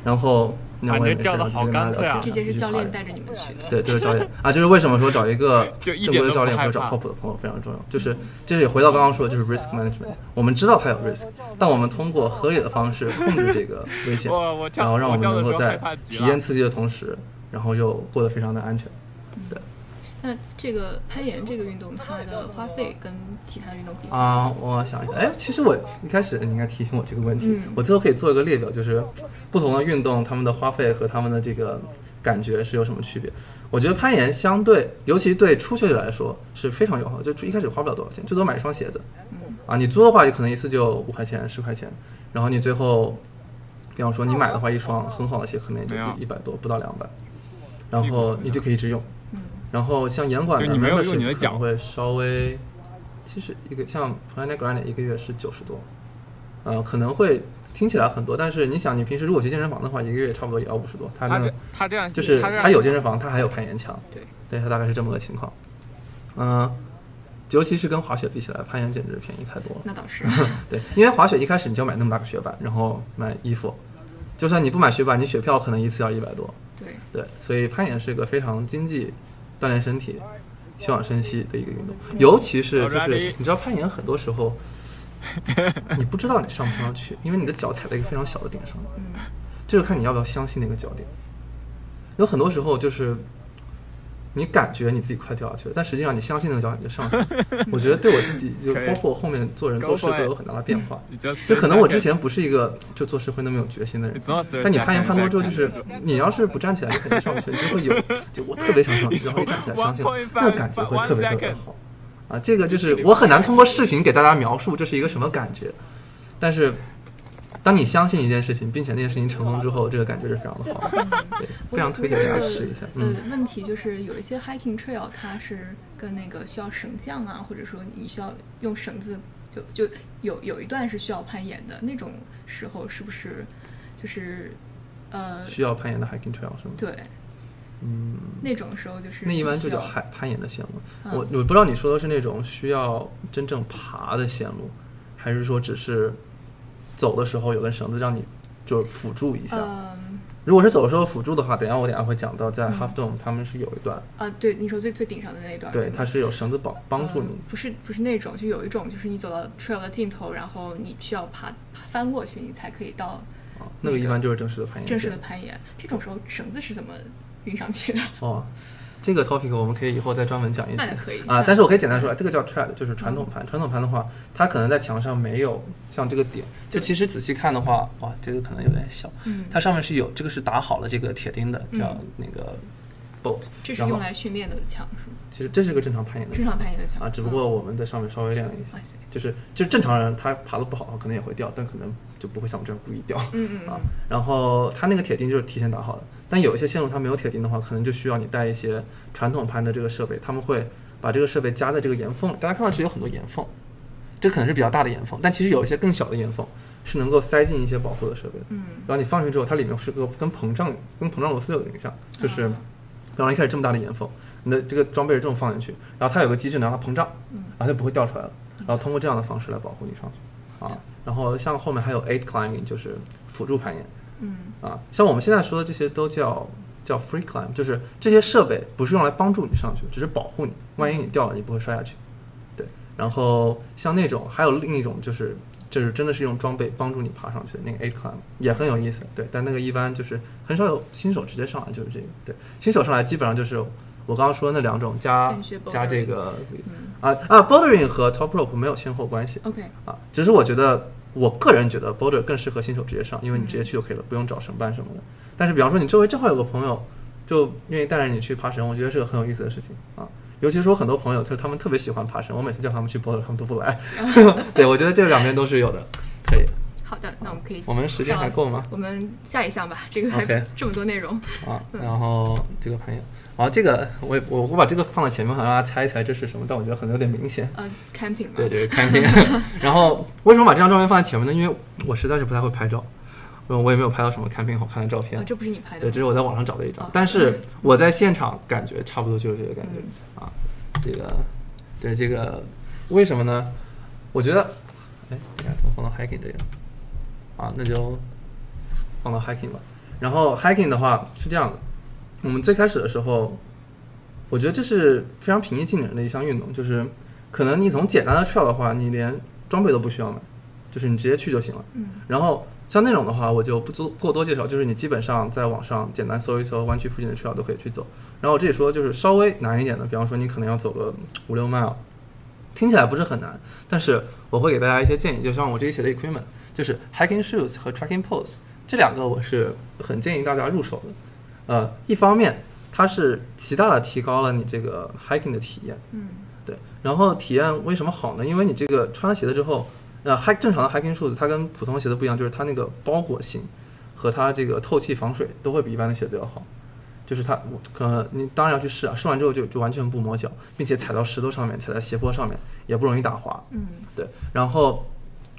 S2: 然后那
S3: 感
S2: 我也
S3: 觉
S2: 没事，
S3: 掉
S2: 然
S3: 得
S2: 后继
S3: 好
S2: 续跟大家
S3: 干脆啊
S2: 聊
S1: 这
S2: 天，
S1: 些是
S2: 继续
S1: 教
S2: 爬
S1: 练
S2: 人
S1: 带着你们去的，
S2: 对，这是教练啊，这是为什么说找一个
S3: 就一
S2: 正
S3: 点
S2: 规
S3: 都
S2: 的教练
S3: 不
S2: 或
S3: 害
S2: 者找
S3: 怕
S2: 靠谱的朋友非常重要。就是，这也回到刚刚说的，就是 risk management。我们知道它有 risk，但我们通过合理的方式控制这个危险
S3: 我我，跳
S2: 然后让
S3: 我
S2: 我们
S3: 跳的
S2: 能够
S3: 时候害
S2: 在
S3: 怕极
S2: 体
S3: 了
S2: 验刺激的同时，然后又过得非常的安全。对
S1: 那这个攀岩这个运动，它的花费跟其他运动比起来，
S2: 啊，我想一下，哎，其实我一开始你应该提醒我这个问题
S1: 嗯，
S2: 我最后可以做一个列表，就是不同的运动他们的花费和他们的这个感觉是有什么区别。我觉得攀岩相对，尤其对初学者来说是非常友好，就一开始花不了多少钱，最多买一双鞋子，啊，你租的话就可能一次就五块钱、十块钱，然后你最后，比方说你买的话，一双很好的鞋可能也就
S3: 没有
S2: 一一百多，不到两百，然后你就可以一直用。然后像严管
S3: 就
S2: 的
S3: 你没有用
S2: membership
S3: 你的
S2: 可
S3: 脚
S2: 能会稍微，其实一个像 Planet Grand 一个月是九十多，呃，可能会听起来很多，但是你想，你平时如果去健身房的话，一个月差不多也要五十多，它
S3: 他
S2: 能
S3: 这他这样
S2: 就是
S3: 他这样
S2: 它有健身房，它还有攀岩墙，
S1: 对，
S2: 对，它大概是这么个情况。嗯、尤其是跟滑雪比起来，攀岩简直便宜太多了。
S1: 那倒 是，
S2: 对，因为滑雪一开始你就买那么大个雪板，然后买衣服，就算你不买雪板，你雪票可能一次要一百多。
S1: 对，
S2: 对，所以攀岩是一个非常经济、锻炼身体、休养生息的一个运动，尤其是就
S3: 嗯好的
S2: 是你知道攀岩很多时 候你不知道你上不上去，因为你的脚踩在一个非常小的点上，
S1: 嗯
S2: 这就看你要不要相信那个脚点。有很多时候就是你感觉你自己快掉下去了，但实际上你相信那个脚点就上去 了。我觉得对我自己，就
S3: 可以哎
S2: 包括我后面做人
S3: Go
S2: 做事
S3: for it
S2: 都有很大的变 化。
S3: 你就
S2: 就可能我之前不是一个就做事会那么有决心的人
S3: It's not，serious
S2: 但你攀岩攀多之后，就是你要是不站起来，你肯定上不去，你就会有就我特别想上去，然后一站起来，相信我
S3: 1.5
S2: 那个感觉会特别特别好啊！这个就是我很难通过视频给大家描述这是一个什么感觉，但是当你相信一件事情，并且那件事情成功之后，这个感觉是非常的好的，对，非常推荐大家试一下。
S1: 呃
S2: 嗯，，
S1: 问题就是有一些 hiking trail 它是跟那个需要绳降啊，或者说你需要用绳子，就就有有一段是需要攀岩的那种时候，是不是就是呃，
S2: 需要攀岩的 hiking trail 是吗？
S1: 对，
S2: 嗯，
S1: 那种时候就是
S2: 那一般就
S1: 需
S2: 叫
S1: 要
S2: 攀攀岩的线路。
S1: 嗯
S2: 我我不知道你说的是那种需要真正爬的线路，还是说只是走的时候有根绳子让你就是辅助一下？
S1: 嗯
S2: 如果是走的时候辅助的话，等一下我等一下会讲到，在 Half Dome 他们是有一段，
S1: 啊，对，你说最最顶上的那一段，
S2: 对，
S1: 吗
S2: 它是有绳子帮帮助你
S1: 呃。不是不是那种，就有一种就是你走到 trail 的尽头，然后你需要爬爬翻过去，你才可以到
S2: 啊，那个一
S1: 那个
S2: 般就是正式的攀岩
S1: 正式
S2: 线。
S1: 的攀岩。这种时候绳子是怎么运上去的？
S2: 哦，这个 topic 我们可以以后再专门讲一
S1: 那
S2: 讲
S1: 也可以嗯
S2: 啊。但是我可以简单说，这个叫 trad，就是传统盘。传统盘的话，它可能在墙上没有像这个点。就其实仔细看的话，哇，这个可能有点小。
S1: 嗯
S2: 它上面是有这个是打好了这个铁钉的，叫
S1: 嗯
S2: 那个 bolt。
S1: 这是
S2: 然后
S1: 用来训练的墙是吗？
S2: 其实这是一个正常攀岩的
S1: 正
S2: 墙
S1: 常攀岩的墙
S2: 啊，只不过我们在上面稍微练了一下
S1: 嗯。
S2: 就是就正常人他爬的不好的话，可能也会掉，但可能就不会像我这样故意掉。
S1: 嗯嗯
S2: 啊，然后它那个铁钉就是提前打好的，但有一些线路它没有铁钉的话，可能就需要你带一些传统攀的这个设备，他们会把这个设备夹在这个岩缝里。大家看到这里有很多岩缝，这可能是比较大的岩缝，但其实有一些更小的岩缝是能够塞进一些保护的设备的。
S1: 嗯
S2: 然后你放进去之后，它里面是个跟膨胀跟膨胀螺丝有点像，就是，然后一开始这么大的岩缝，你的这个装备是这么放进去，然后它有个机制能让它膨胀，然后它不会掉出来了，然后通过这样的方式来保护你上去，啊，然后像后面还有 eight climbing 就是辅助攀岩，
S1: 嗯
S2: 啊，像我们现在说的这些都叫叫 free climb，就是这些设备不是用来帮助你上去，只是保护你，万一你掉了你不会摔下去。对，然后像那种还有另一种就是就是真的是用装备帮助你爬上去的那个 A climb 也很有意思，对，但那个一般就是很少有新手直接上来就是这个，对，新手上来基本上就是我刚刚说的那两种加
S1: 顺序 bouldering
S2: 加这个啊啊 bouldering 和 top rope 没有先后关系
S1: OK，
S2: 啊，只是我觉得我个人觉得 boulder 更适合新手直接上，因为你直接去就可以了，不用找绳伴什么的。但是比方说你周围正好有个朋友就愿意带着你去爬山，我觉得是个很有意思的事情啊。尤其是我很多朋友，就他们特别喜欢爬山，我每次叫他们去 boulder，他们都不来。对，我觉得这两边都是有的，可以。
S1: 好的，那我们可以
S2: 我们时间还够吗？
S1: 我们下一项吧，这个还
S2: OK
S1: 这么多内容，
S2: 啊，然后这个朋友，啊，这个我也我我把这个放在前面，好像大家猜一猜这是什么，但我觉得可能有点明显。
S1: 呃，camping 嘛，
S2: 对，这是 camping。然后为什么把这张照片放在前面呢？因为我实在是不太会拍照，嗯，我也没有拍到什么 camping 好看的照片
S1: 啊，。这不是你拍的
S2: 对，
S1: 吗，
S2: 这是我在网上找的一张
S1: 哦，
S2: 但是我在现场感觉差不多就是这个感觉、
S1: 嗯
S2: 啊。这个，对这个，为什么呢？我觉得，哎，你看怎么放到 hiking 这个？啊，那就放到 hiking 吧。然后 hiking 的话是这样的，我们最开始的时候，我觉得这是非常平易近人的一项运动，就是可能你从简单的 trail 的话，你连装备都不需要买，就是你直接去就行了。
S1: 嗯。
S2: 然后像那种的话，我就不做过多介绍，就是你基本上在网上简单搜一搜湾区附近的 trail 都可以去走。然后我这里说就是稍微难一点的，比方说你可能要走个五六 mile，听起来不是很难，但是我会给大家一些建议，就像我这里写的 equipment，就是 hiking shoes 和 trekking poles 这两个我是很建议大家入手的。呃，一方面它是极大的提高了你这个 hiking 的体验，
S1: 嗯，
S2: 对，然后体验为什么好呢？因为你这个穿了鞋子之后，呃，hike 正常的 hiking shoes 它跟普通的鞋子不一样，就是它那个包裹性和它这个透气防水都会比一般的鞋子要好。就是它，我可能你当然要去试啊，试完之后就就完全不磨脚，并且踩到石头上面，踩在斜坡上面也不容易打滑。
S1: 嗯
S2: 对，然后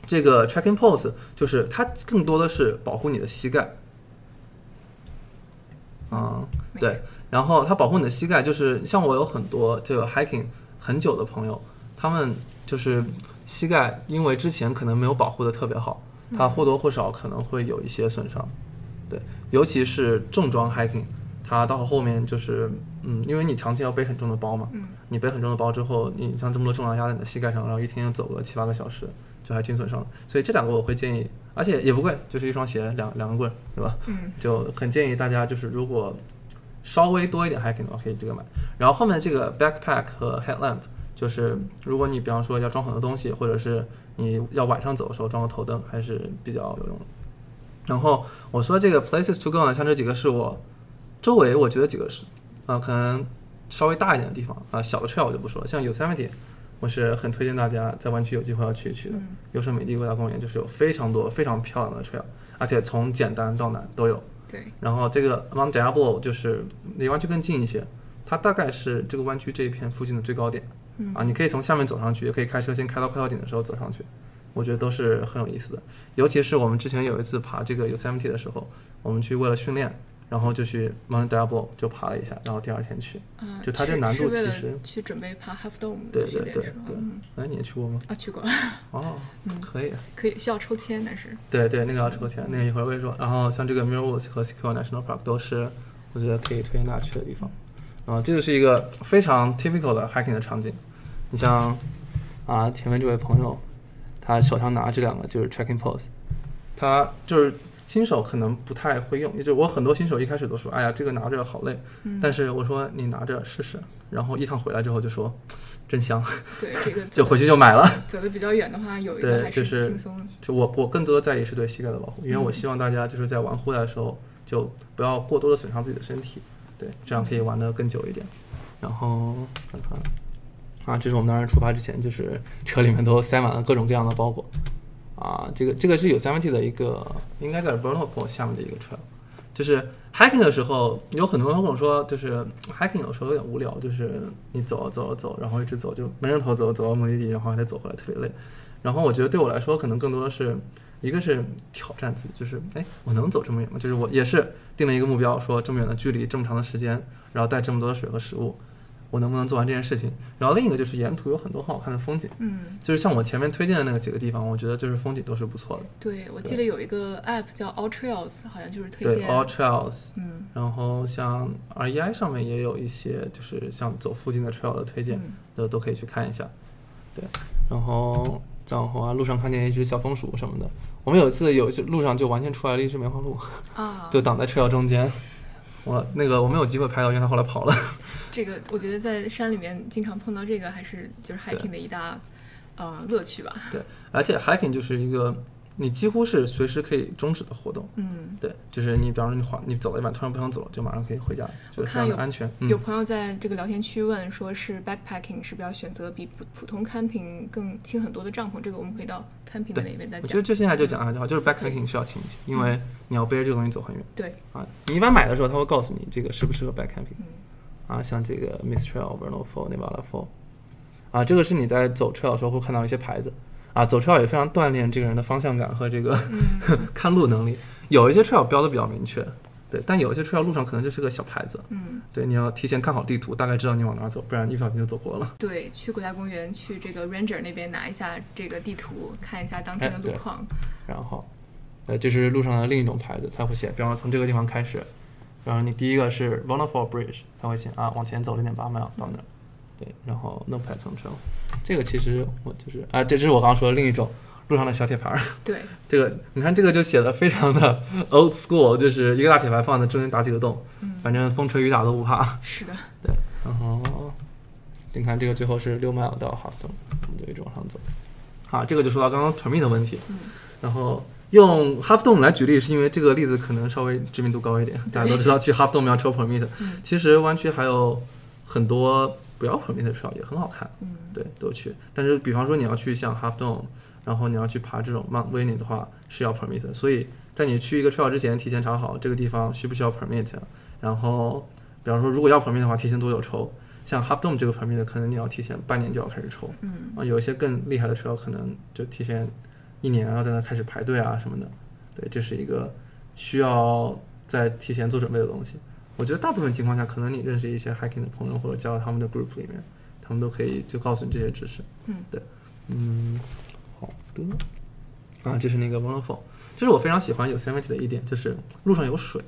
S2: 这个 tracking pose 就是它更多的是保护你的膝盖，嗯，
S1: 没
S2: 对，然后它保护你的膝盖，就是像我有很多这个 hiking 很久的朋友，他们就是膝盖因为之前可能没有保护的特别好，它或多或少可能会有一些损伤，对，尤其是重装 hiking。它到后面就是，嗯，因为你长期要背很重的包嘛，
S1: 嗯
S2: 你背很重的包之后，你像这么多重量压在你的膝盖上，然后一天要走个七八个小时，就还挺损伤的。所以这两个我会建议，而且也不贵，就是一双鞋，两两个棍儿，对吧？
S1: 嗯
S2: 就很建议大家就是如果稍微多一点 hiking 的话，可以这个买。然后后面这个 backpack 和 headlamp，就是如果你比方说要装很多东西，或者是你要晚上走的时候装个头灯，还是比较有用的。然后我说这个 places to go 呢，像这几个是我周围我觉得几个是，啊、可能稍微大一点的地方啊、小的 trail 我就不说了，像 Yosemite，我是很推荐大家在湾区有机会要去一去的。
S1: 嗯
S2: 优胜美地国家公园就是有非常多非常漂亮的 trail，而且从简单到难都有。
S1: 对，
S2: 然后这个 Mount Diablo 就是离湾区更近一些，它大概是这个湾区这一片附近的最高点。
S1: 嗯
S2: 啊，你可以从下面走上去，也可以开车先开到快到顶的时候走上去，我觉得都是很有意思的。尤其是我们之前有一次爬这个 Yosemite 的时候，我们去为了训练，然后就去 Mount Diablo 就爬了一下，然后第二天去。
S1: 啊，
S2: 就它这
S1: 是
S2: 难
S1: 是
S2: 度
S1: 为
S2: 其
S1: 了
S2: 实
S1: 去准备爬 Half Dome
S2: 对
S1: 去
S2: 对
S1: 练
S2: 对
S1: 是吗
S2: 对
S1: 嗯，
S2: 哎，你也去过吗？
S1: 啊，去过，
S2: 哦，可以。
S1: 可以需要抽签，但是
S2: 对对，那个要抽签，那个一会儿会说。然后像这个 Mirror Woods 和 Sequoia National Park 都是我觉得可以推荐大家去的地方。啊、这就是一个非常 typical 的 hiking 的场景。你像啊，前面这位朋友，他手上拿这两个就是 tracking pose，他就是新手可能不太会用，也就我很多新手一开始都说，哎呀，这个拿着好累。但是我说你拿着试试，然后一趟回来之后就说，真香，
S1: 对这个
S2: 就回去就买了。
S1: 走的比较远的话，有一个
S2: 对
S1: 还
S2: 就是是
S1: 轻松，
S2: 就我我更多在意是对膝盖的保护，因为我希望大家就是在玩户外的时候，就不要过多的损伤自己的身体，对，这样可以玩得更久一点。然后看看啊，这是我们当时出发之前，就是车里面都塞满了各种各样的包裹啊。这个这个是 Yosemite 的一个，应该在 b u r n o p o 下面的一个 trail，就是 hiking 的时候，有很多人跟我说，就是 hiking 有时候有点无聊，就是你走啊走啊走，然后一直走就没人头走，走到目的地，然后还得走回来，特别累。然后我觉得对我来说，可能更多的是一个是挑战自己，就是哎，我能走这么远吗？就是我也是定了一个目标，说这么远的距离，这么长的时间，然后带这么多的水和食物，我能不能做完这件事情？然后另一个就是沿途有很多很好看的风景，
S1: 嗯。
S2: 就是像我前面推荐的那个几个地方，我觉得就是风景都是不错的。
S1: 对，我记
S2: 对
S1: 得有一个 app 叫 All Trails，好像就是推
S2: 对
S1: 荐，
S2: ，All Trails，
S1: 嗯
S2: 然后像 REI 上面也有一些，就是像走附近的 trail 的推荐
S1: 嗯，
S2: 都、都可以去看一下。对，然后然后啊，路上看见一只小松鼠什么的，我们有一次有就路上就完全出来了一只梅花鹿，
S1: 啊，
S2: 就挡在 trail 中间。我那个我没有机会拍到，因为它后来跑了。
S1: 这个我觉得在山里面经常碰到这个，还是就是 hiking 的一大呃乐趣吧。
S2: 对，而且 hiking 就是一个你几乎是随时可以终止的活动。
S1: 嗯，
S2: 对，就是你比方说你滑，你走了一半，突然不想走了，就马上可以回家，就
S1: 我
S2: 是非
S1: 看
S2: 常
S1: 有
S2: 的安全。
S1: 有
S2: 嗯，
S1: 朋友在这个聊天区问，说是 backpacking 是不是要选择比普普通 camping 更轻很多的帐篷？这个我们可以到 camping 的
S2: 对
S1: 那边再
S2: 我觉得
S1: 讲。
S2: 就现在就讲一下就好，就是 backpacking 是要轻一些，因为你要背着这个东西走很远
S1: 嗯对，
S2: 啊。你一般买的时候，他会告诉你这个适不适合 backpacking
S1: 嗯。
S2: 啊，像这个 Mistral、Vernal Fall、Nevada Fall，啊，这个是你在走 trail 的时候会看到一些牌子啊，走 trail 也非常锻炼这个人的方向感和这个
S1: 嗯
S2: 看路能力。有一些 trail 标的比较明确，对，但有一些 trail 路上可能就是个小牌子，
S1: 嗯，
S2: 对，你要提前看好地图，大概知道你往哪走，不然一不小心就走过了。
S1: 对，去国家公园，去这个 ranger 那边拿一下这个地图，看一下当天的
S2: 哎
S1: 路
S2: 对
S1: 况。
S2: 然后，呃，这是路上的另一种牌子，它会写，比方说从这个地方开始，然后你第一个是 Wonderful Bridge，它会写啊，往前走零点八 mile 到那儿，对，然后 No Path on Trails，这个其实我就是啊，这就是我刚刚说的另一种路上的小铁牌儿，
S1: 对，
S2: 这个你看这个就写的非常的 old school，就是一个大铁牌放在中间打几个洞，反正风吹雨打都不怕。
S1: 是的，
S2: 对，然后哦你看这个最后是六 mile 到哈登，我们就一直往上走。好，这个就说到刚刚 permit 的问题。
S1: 嗯
S2: 然后用 half dome 来举例，是因为这个例子可能稍微知名度高一点，大家都知道去 half dome 要抽 permit。
S1: 嗯
S2: 其实湾区还有很多不要 permit 的 trail 也很好看，
S1: 嗯，
S2: 对，都去。但是比方说你要去像 half dome，然后你要去爬这种 Mount Whitney 的话是要 permit 的，所以在你去一个 trail 之前，提前查好这个地方需不需要 permit，然啊后比方说如果要 permit 的话，提前多久抽？像 half dome 这个 permit 可能你要提前半年就要开始抽，
S1: 嗯，
S2: 啊，有一些更厉害的 trail 可能就提前一年，然后在那开始排队啊什么的。对，这是一个需要在提前做准备的东西。我觉得大部分情况下，可能你认识一些 hiking 的朋友，或者加到他们的 group 里面，他们都可以就告诉你这些知识。
S1: 嗯，
S2: 对，嗯，好的。啊，这是那个 Wonderful，这是我非常喜欢 Yosemite 的一点，就是路上有水。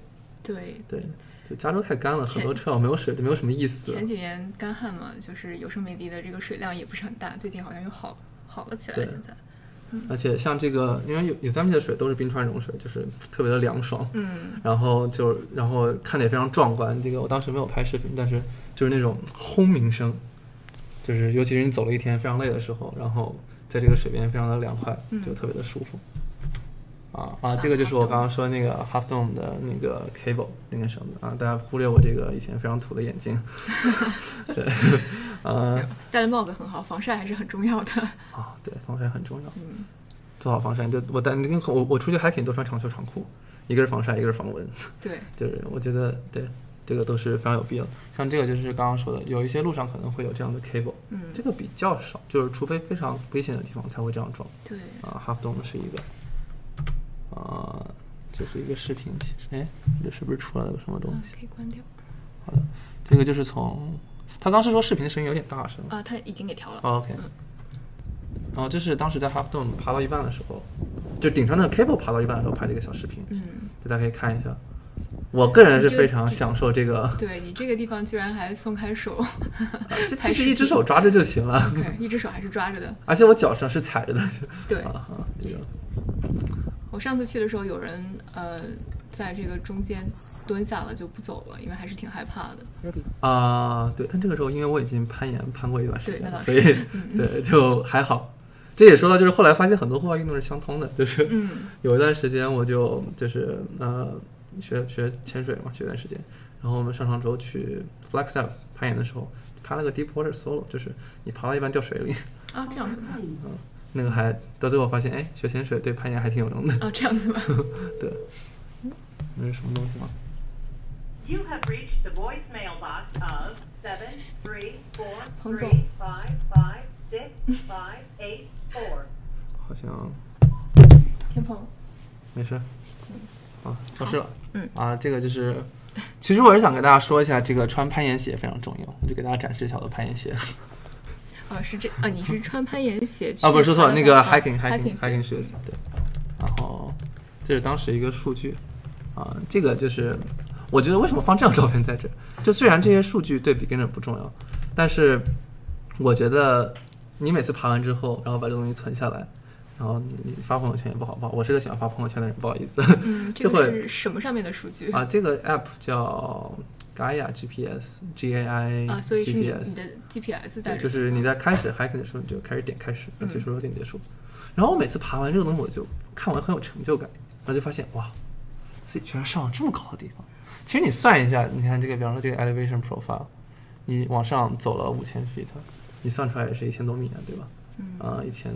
S1: 对。
S2: 对，就加州太干了，很
S1: 前
S2: 多 trail 没有水就没有什么意思。
S1: 前几年干旱嘛，就是优胜美地的这个水量也不是很大，最近好像又好好了起来。
S2: 对
S1: 现在，
S2: 而且像这个，因为有有三 e 的水都是冰川融水，就是特别的凉爽，
S1: 嗯，
S2: 然后就然后看着也非常壮观。这个我当时没有拍视频，但是就是那种轰鸣声，就是尤其是你走了一天非常累的时候，然后在这个水边非常的凉快
S1: 嗯，
S2: 就特别的舒服。啊啊，这个就是我刚刚说那个 Half Dome 的那个 cable 那个什么啊，大家忽略我这个以前非常土的眼睛。 对， 呃
S1: 戴着帽子很好，防晒还是很重要的。
S2: 啊，对，防晒很重要。
S1: 嗯，
S2: 做好防晒，就我但跟我我出去 hiking 都穿长袖长裤，一个是防晒，一个是防蚊，
S1: 对，
S2: 就是我觉得对这个都是非常有必要的。像这个就是刚刚说的，有一些路上可能会有这样的 cable，
S1: 嗯，
S2: 这个比较少，就是除非非常危险的地方才会这样装。
S1: 对，
S2: 啊、h a l f dome 是一个，啊、这是一个视频，其实哎，这是不是出来了个什么东
S1: 啊
S2: 西？
S1: 可以关掉
S2: 好的，这个就是从他刚是说视频的声音有点大声，
S1: 啊，它已经给调了。
S2: 哦 OK。然后这是当时在 Half Dome 爬到一半的时候，就顶上那个 cable 爬到一半的时候拍的一个小视频，
S1: 嗯，
S2: 就大家可以看一下。我个人是非常享受这个，
S1: 对你这个地方居然还松开手
S2: 这
S1: 拍
S2: 其实
S1: 视
S2: 一只
S1: 频
S2: 手抓着就行了，
S1: ，OK，一只手还是抓着的。
S2: 而且我脚上是踩着的。
S1: 对
S2: 啊，啊这个
S1: 我上次去的时候，有人呃在这个中间蹲下了就不走了，因为还是挺害怕的。
S2: 啊，对，但这个时候因为我已经攀岩攀过一段时间
S1: 对那
S2: 了，
S1: 倒是嗯
S2: 所以 对就还好。这也说到，就是后来发现很多户外运动是相通的，就是
S1: 嗯
S2: 有一段时间我就就是呃学学潜水嘛，学一段时间，然后我们上上周去 Flagstaff 攀岩的时候，爬了个 Deep Water Solo，就是你爬到一半掉水里，
S1: 啊，这样子吗？
S2: 那个还到最后发现，哎，学潜水对攀岩还挺有用的。
S1: 啊，这样子吗？
S2: 对，那是什么东西吗？
S3: You have reached the voicemail box of seven three four
S1: Hong
S3: three
S1: Kong.
S3: five five six five eight four.
S2: 好像
S1: 天鹏，
S2: 没事。啊，合适了。
S1: 嗯
S2: 啊，这个就是，其实我是想跟大家说一下，这个穿攀岩鞋非常重要，我就给大家展示一下我的攀岩鞋。
S1: 啊，是这啊，你是穿攀岩鞋去
S2: 啊，不是说错了，
S1: 爬的
S2: 那个
S1: 话
S2: hiking hiking
S1: 鞋
S2: hiking shoes 对。然后这是当时一个数据啊，这个就是我觉得为什么放这张照片在这儿，就虽然这些数据对比跟着不重要，但是我觉得你每次爬完之后，然后把这个东西存下来。然后你你发朋友圈也不好不好，我是个喜欢发朋友圈的人，不好意思。
S1: 嗯，这
S2: 就
S1: 个
S2: 会啊
S1: 是什么上面的数据？
S2: 啊，这个 app 叫 Gaia GPS G A I
S1: 啊，所以是你你
S2: GPS，
S1: 的 GPS 在
S2: 对，
S1: 这，
S2: 就是你在开始 hiking 的时候，你就开始点开始，
S1: 嗯
S2: 结束时候点结束。然后我每次爬完这个东西，我就看完很有成就感，然后就发现哇，自己居然上了这么高的地方。其实你算一下，你看这个，比方说这个 elevation profile，你往上走了五千 feet，你算出来也是一千多米啊，对吧？
S1: 嗯
S2: 啊，一千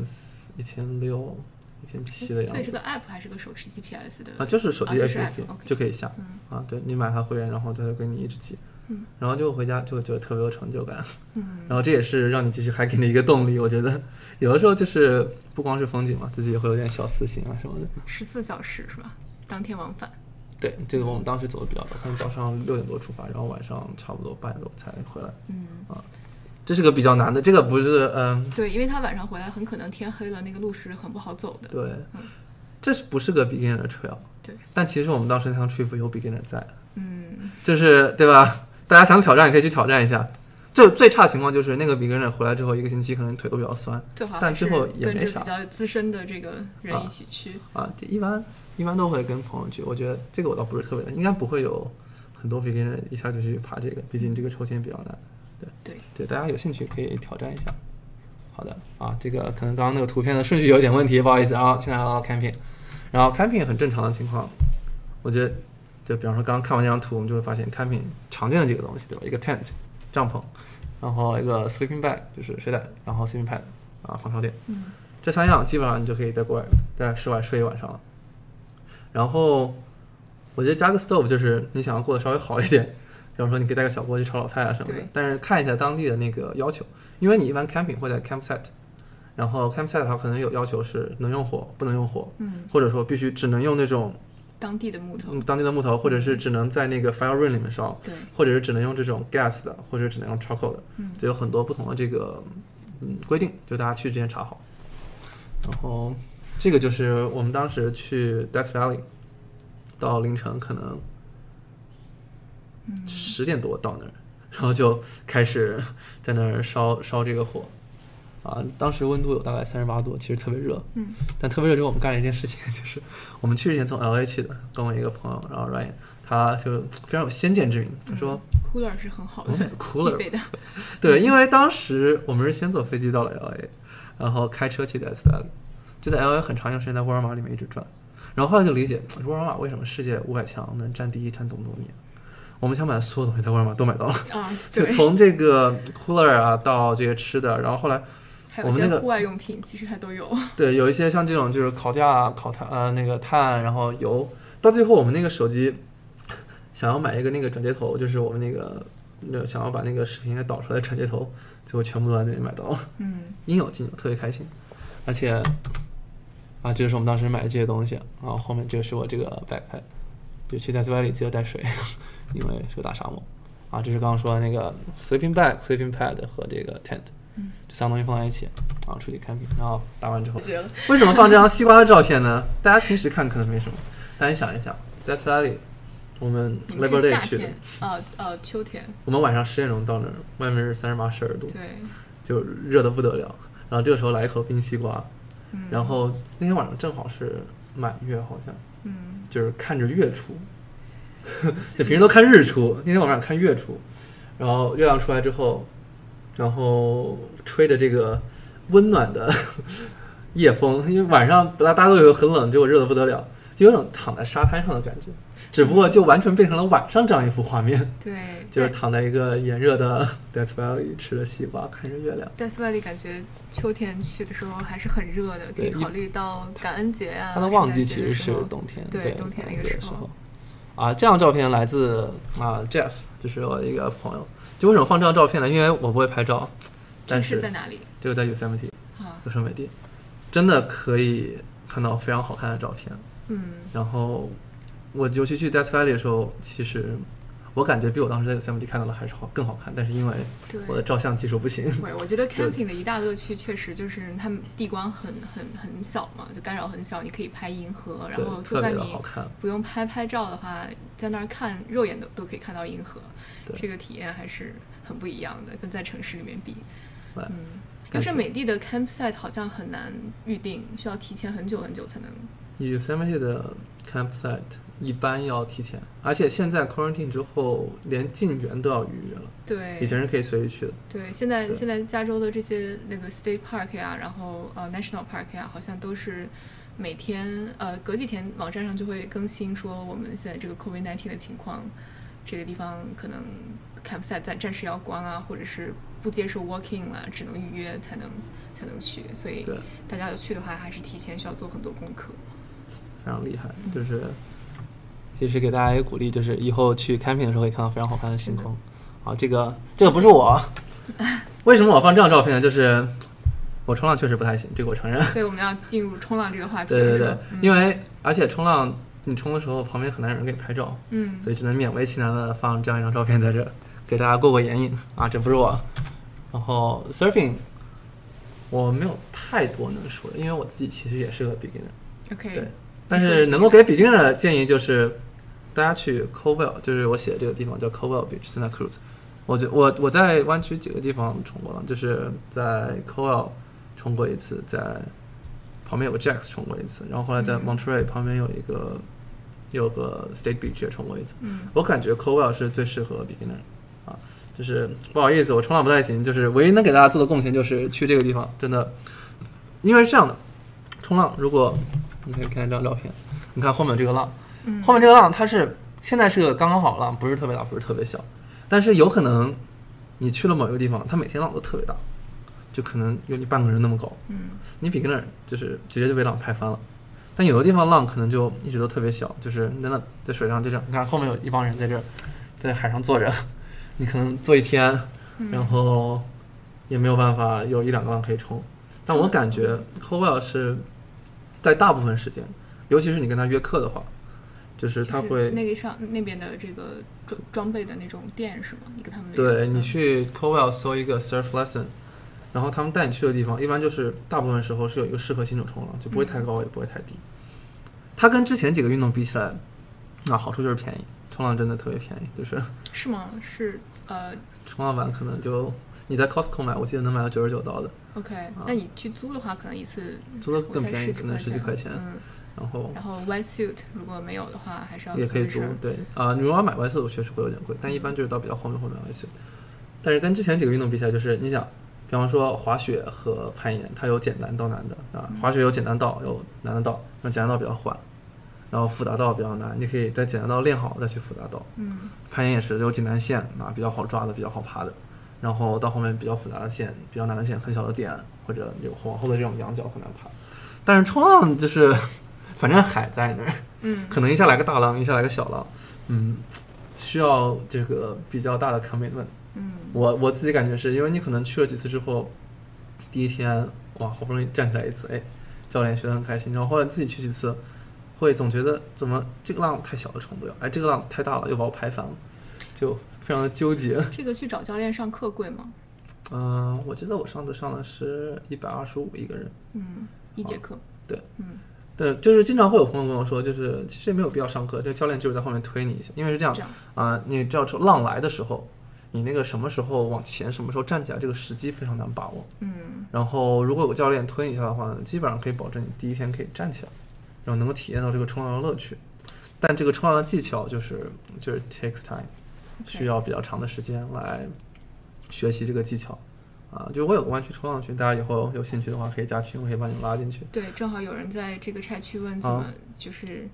S2: 一千六、一千七的样
S1: 所以是。
S2: 子
S1: 个 app 还是个手持 GPS 的
S2: 啊，就是手机
S1: 啊就是
S2: APP
S1: app，OK
S2: 就可以下、啊，对你买它会员，然后它就给你一直记，
S1: 嗯
S2: 然后就回家就觉得特别有成就感，
S1: 嗯
S2: 然后这也是让你继续 hiking 的一个动力。我觉得有的时候就是不光是风景嘛，自己也会有点小私心啊什么的。
S1: 十四小时是吧？当天往返。
S2: 对，这个我们当时走的比较早，可能早上六点多出发，然后晚上差不多八点多才回来。啊
S1: 嗯，
S2: 这是个比较难的，这个不是嗯、
S1: 对，因为他晚上回来很可能天黑了，那个路是很不好走的。
S2: 对
S1: 嗯，
S2: 这是不是个 beginner trail？
S1: 对，
S2: 但其实我们当时那趟 trip 有 beginner 在，
S1: 嗯，
S2: 就是对吧？大家想挑战也可以去挑战一下。就最差情况就是那个 beginner 回来之后一个星期可能腿都比较酸
S1: 最好
S2: 但
S1: 还是
S2: 最后也
S1: 跟
S2: 没
S1: 着
S2: 啥
S1: 比较资深的这个人
S2: 啊
S1: 一起去。
S2: 啊，这一般一般都会跟朋友去。我觉得这个我倒不是特别的，应该不会有很多 beginner 一下就去爬这个，毕竟这个抽签比较难。对
S1: 对
S2: 对，大家有兴趣可以挑战一下。好的啊，这个可能刚刚那个图片的顺序有点问题，不好意思啊。现在聊到 camping，然后 camping 很正常的情况，我觉得就比方说刚刚看完这张图，我们就会发现 camping 常见的几个东西，对吧？一个 tent 帐篷，然后一个 sleeping bag 就是睡袋，然后 sleeping pad 啊防潮垫，
S1: 嗯
S2: 这三样基本上你就可以在国外在室外睡一晚上了。然后我觉得加个 stove 就是你想要过得稍微好一点，比方说你可以带个小锅去炒炒菜啊什么的
S1: 对，
S2: 但是看一下当地的那个要求，因为你一般 camping 会在 campsite，然后 campsite 的话可能有要求是能用火不能用火，
S1: 嗯，
S2: 或者说必须只能用那种
S1: 当地的木头。
S2: 嗯当地的木头，或者是只能在那个 fire room 里面烧，
S1: 对，
S2: 或者是只能用这种 gas 的，或者只能用 charcoal 的，
S1: 嗯
S2: 就有很多不同的这个嗯规定，就大家去之前查好。然后这个就是我们当时去 Death Valley，到凌晨可能
S1: 嗯
S2: 十点多到那儿，然后就开始在那儿烧烧这个火，啊，当时温度有大概三十八度，其实特别热，
S1: 嗯，
S2: 但特别热之后，我们干了一件事情， 就是我们去之前从 LA 去的，跟我一个朋友，然后 Ryan，他就非常有先见之明，他说。
S1: ，cooler 是很好
S2: 我
S1: 的
S2: 买了 cooler
S1: 必备的。
S2: 对，因为当时我们是先坐飞机到了 LA，然后开车去 Death Valley，就在 LA 很长一段时间在沃尔玛里面一直转，然后后来就理解嗯沃尔玛为什么世界五百强能占第一占这么多年，我们想买的所有东西在沃尔玛都买到了，
S1: 啊，
S2: 就
S1: 对，
S2: 从这个 cooler 啊到这些吃的，然后后来
S1: 还有
S2: 我
S1: 一
S2: 们
S1: 些
S2: 那个
S1: 户外用品，其实它都有。
S2: 对有一些像这种就是烤架啊、烤炭呃那个炭，然后油，到最后我们那个手机想要买一个那个转接头，就是我们那个那想要把那个视频给导出来的转接头，最后全部都在那里买到了。
S1: 嗯，
S2: 应有尽有，特别开心。而且，啊，这就是我们当时买的这些东西。然后后面这个是我这个 backpack，就去 Death Valley 记得带水， 因为是个大沙漠。啊，这是刚刚说的那个 sleeping bag、sleeping pad 和这个 tent，
S1: 嗯
S2: 这三个东西放在一起，然后出去 camping，然后打完之后，
S1: 绝了。
S2: 为什么放这张西瓜的照片呢？大家平时看可能没什么，但你想一想，Death Valley，我们
S1: 你们
S2: Labor
S1: 是
S2: Day
S1: 夏
S2: 去的
S1: 天，，呃呃，秋天，
S2: 我们晚上十点钟到那儿，外面是三十八摄氏度，
S1: 对，
S2: 就热得不得了。然后这个时候来一口冰西瓜，
S1: 嗯，
S2: 然后那天晚上正好是满月，好像
S1: 嗯，
S2: 就是看着月 出，就平时都看日出，那天晚上看月出，然后月亮出来之后，然后吹着这个温暖的 夜风，因为晚上本来大家都以为很冷，结果热得不得了，就有种躺在沙滩上的感觉，只不过就完全变成了晚上这样一幅画面，
S1: 对，
S2: 就是躺在一个炎热的 Death Valley 吃着西瓜，看着月亮。
S1: 但 Death Valley 感觉秋天去的时候还是很热的，可以
S2: 对因
S1: 考虑到感恩节啊。
S2: 它的旺季其
S1: 圣
S2: 实
S1: 诞节
S2: 是
S1: 的时候
S2: 冬天，
S1: 呃对冬天那个
S2: 对
S1: 时
S2: 时
S1: 候
S2: 候。啊，这张照片来自啊 Jeff，就是我一个朋友。就为什么放这张照片呢？因为我不会拍照，
S1: 这
S2: 但是
S1: 是在哪里
S2: 这个在 Yosemite
S1: 啊？
S2: 优胜美地，真的可以看到非常好看的照片。
S1: 嗯
S2: 然后我尤其去 Death Valley 的时候，其实我感觉比我当时在 Yosemite 看到的还是好更好看，但是因为
S1: 对
S2: 我的照相技术不行，
S1: 对，我觉得 camping 的一大乐趣确实就是它们地光很很很小嘛，就干扰很小，你可以拍银河，然
S2: 对
S1: 后就
S2: 特别
S1: 算
S2: 的
S1: 你
S2: 好看。
S1: 不用拍拍照的话，在那儿看肉眼都都可以看到银河
S2: 对，
S1: 这个体验还是很不一样的，跟在城市里面比。
S2: 对
S1: 嗯，就
S2: 但
S1: 是
S2: 是
S1: 美的的 campsite 好像很难预定，需要提前很久很久才能。
S2: Yosemite 的 campsite 一般要提前，而且现在 quarantine 之后，连进园都要预约了。
S1: 对，
S2: 以前是可以随意去的，
S1: 对，现在
S2: 对
S1: 现在加州的这些那个 state park 呀，然后呃 national park 呀，好像都是每天呃隔几天网站上就会更新说我们现在这个 COVID 1 9的情况，这个地方可能 campsite 暂暂时要关啊，或者是不接受 walking 啦、只能预约才能才能去，所以
S2: 对
S1: 大家有去的话，还是提前需要做很多功课。
S2: 非常厉害。就是，其实给大家也鼓励，就是以后去 camping 的时候，会看到非常好看的星空。
S1: 嗯
S2: 啊，这个这个不是 我，为什么我放这张照片呢？就是我冲浪确实不太行，这个我承认。
S1: 所以我们要进入冲浪这个话题了，
S2: 对
S1: 是
S2: 对对
S1: 吧，
S2: 因为而且冲浪你冲的时候，旁边很难有人给你拍照，
S1: 嗯，
S2: 所以只能勉为其难的放这样一张照片在这儿，给大家过过眼瘾啊，这不是我。然后 surfing，我没有太多能说的，因为我自己其实也是个 beginner，
S1: OK，
S2: 对，但是能够给 beginner 的建议就是，大家去 Covell，就是我写的这个地方叫 Covell Beach Santa Cruz，我就我我在湾区几个地方冲过浪，就是在 Covell 冲过一次，在旁边有个 Jacks 冲过一次，然后后来在 Monterey 旁边有一个有个 State Beach 也冲过一次，
S1: 嗯
S2: 我感觉 Covell 是最适合 beginner 啊，就是不好意思，我冲浪不太行，就是唯一能给大家做的贡献就是去这个地方，真的，因为是这样的，冲浪如果你可以看这张照片，你看后面这个浪，
S1: 嗯
S2: 后面这个浪它是现在是个刚刚好浪，不是特别大，不是特别小，但是有可能你去了某一个地方，它每天浪都特别大，就可能有你半个人那么高，
S1: 嗯
S2: 你比 e g 就是直接就被浪拍翻了。但有的地方浪可能就一直都特别小，就是你在那在水上就这样，你看后面有一帮人在这儿，在海上坐着，你可能坐一天，
S1: 嗯
S2: 然后也没有办法有一两个浪可以冲。但我感觉 Cowell 是在大部分时间，尤其是你跟他约课的话，就是他
S1: 就是
S2: 会
S1: 那个上那边的这个装装备的那种店是吗？你跟他们那个
S2: 对你
S1: 嗯
S2: 去 Cowell 搜一个 surf lesson，然后他们带你去的地方，一般就是大部分时候是有一个适合新手冲浪，就不会太高，也不会太低。它跟之前几个运动比起来，那好处就是便宜，冲浪真的特别便宜，就是
S1: 是吗？是呃
S2: 冲浪板可能就你在 Costco 买，我记得能买到九十九刀的，
S1: ，OK，、那你去租的话，可能一次
S2: 租的更
S1: 我才
S2: 啊便宜，可嗯能十
S1: 十几
S2: 几块
S1: 块
S2: 钱，
S1: 嗯，
S2: 然后
S1: 然后 wetsuit 如果没有的话，还是要
S2: 也可以
S1: 一
S2: 租
S1: 身儿。
S2: 对啊、你如果要买外宿，确实会有点贵，但一般就是到比较后面会买外宿。但是跟之前几个运动比起来，就是你想，比方说滑雪和攀岩，它有简单到难的啊，滑雪有简单道，有难的道，那简单道比较缓，然后复杂道比较难，你可以在简单道练好再去复杂道。
S1: 嗯
S2: 攀岩也是有简单线啊，比较好抓的，比较好爬的，然后到后面比较复杂的线，比较难的线，很小的点或者有往后的这种仰角很难爬。但是冲浪就是， 反正海在那儿，
S1: 嗯
S2: 可能一下来个大浪，一下来个小浪，嗯，需要这个比较大的 commitment。
S1: 嗯
S2: 我我自己感觉是因为你可能去了几次之后，第一天哇好不容易站起来一次，哎，教练学得很开心，然后后来自己去几次，会总觉得怎么这个浪太小了冲不了，哎这个浪太大了又把我拍翻了，就非常的纠结。
S1: 这个去找教练上课贵吗？
S2: 嗯、我记得我上次上的是一百二十五一个人，
S1: 嗯，一节课。
S2: 对，
S1: 嗯，
S2: 对，就是经常会有朋友跟我说，就是其实也没有必要上课，这教练就是在后面推你一下，因为是这样
S1: 这样
S2: 啊、你知道浪来的时候，你那个什么时候往前，什么时候站起来，这个时机非常难把握。
S1: 嗯
S2: 然后如果有教练推你一下的话呢，基本上可以保证你第一天可以站起来，然后能够体验到这个冲浪的乐趣。但这个冲浪的技巧就是就是 takes time，需要比较长的时间来学习这个技巧。啊，就我有个湾区冲浪群，大家以后有兴趣的话可以加群，我可以把你们拉进去。
S1: 对，正好有人在这个拆区问怎么
S2: 啊
S1: 就是，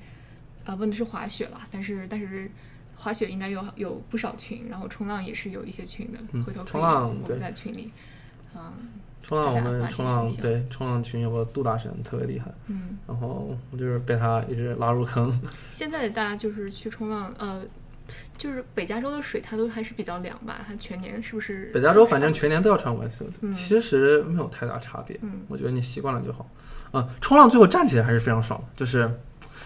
S1: 呃，问的是滑雪啦，但是但是滑雪应该有有不少群，然后冲浪也是有一些群的，
S2: 嗯
S1: 回头可
S2: 冲
S1: 以
S2: 浪
S1: 我
S2: 对
S1: 们在群里，嗯
S2: 冲浪，我
S1: 大家
S2: 们
S1: 发这
S2: 冲
S1: 个
S2: 浪
S1: 信息
S2: 对冲浪群有个杜大神特别厉害，
S1: 嗯，
S2: 然后我就是被他一直拉入坑。
S1: 现在大家就是去冲浪，呃，就是北加州的水它都还是比较凉吧，它全年是不是？
S2: 北加州反正全年都要穿 wetsuit，、
S1: 嗯
S2: 其实没有太大差别。
S1: 嗯
S2: 我觉得你习惯了就好。嗯，冲浪最后站起来还是非常爽的，就是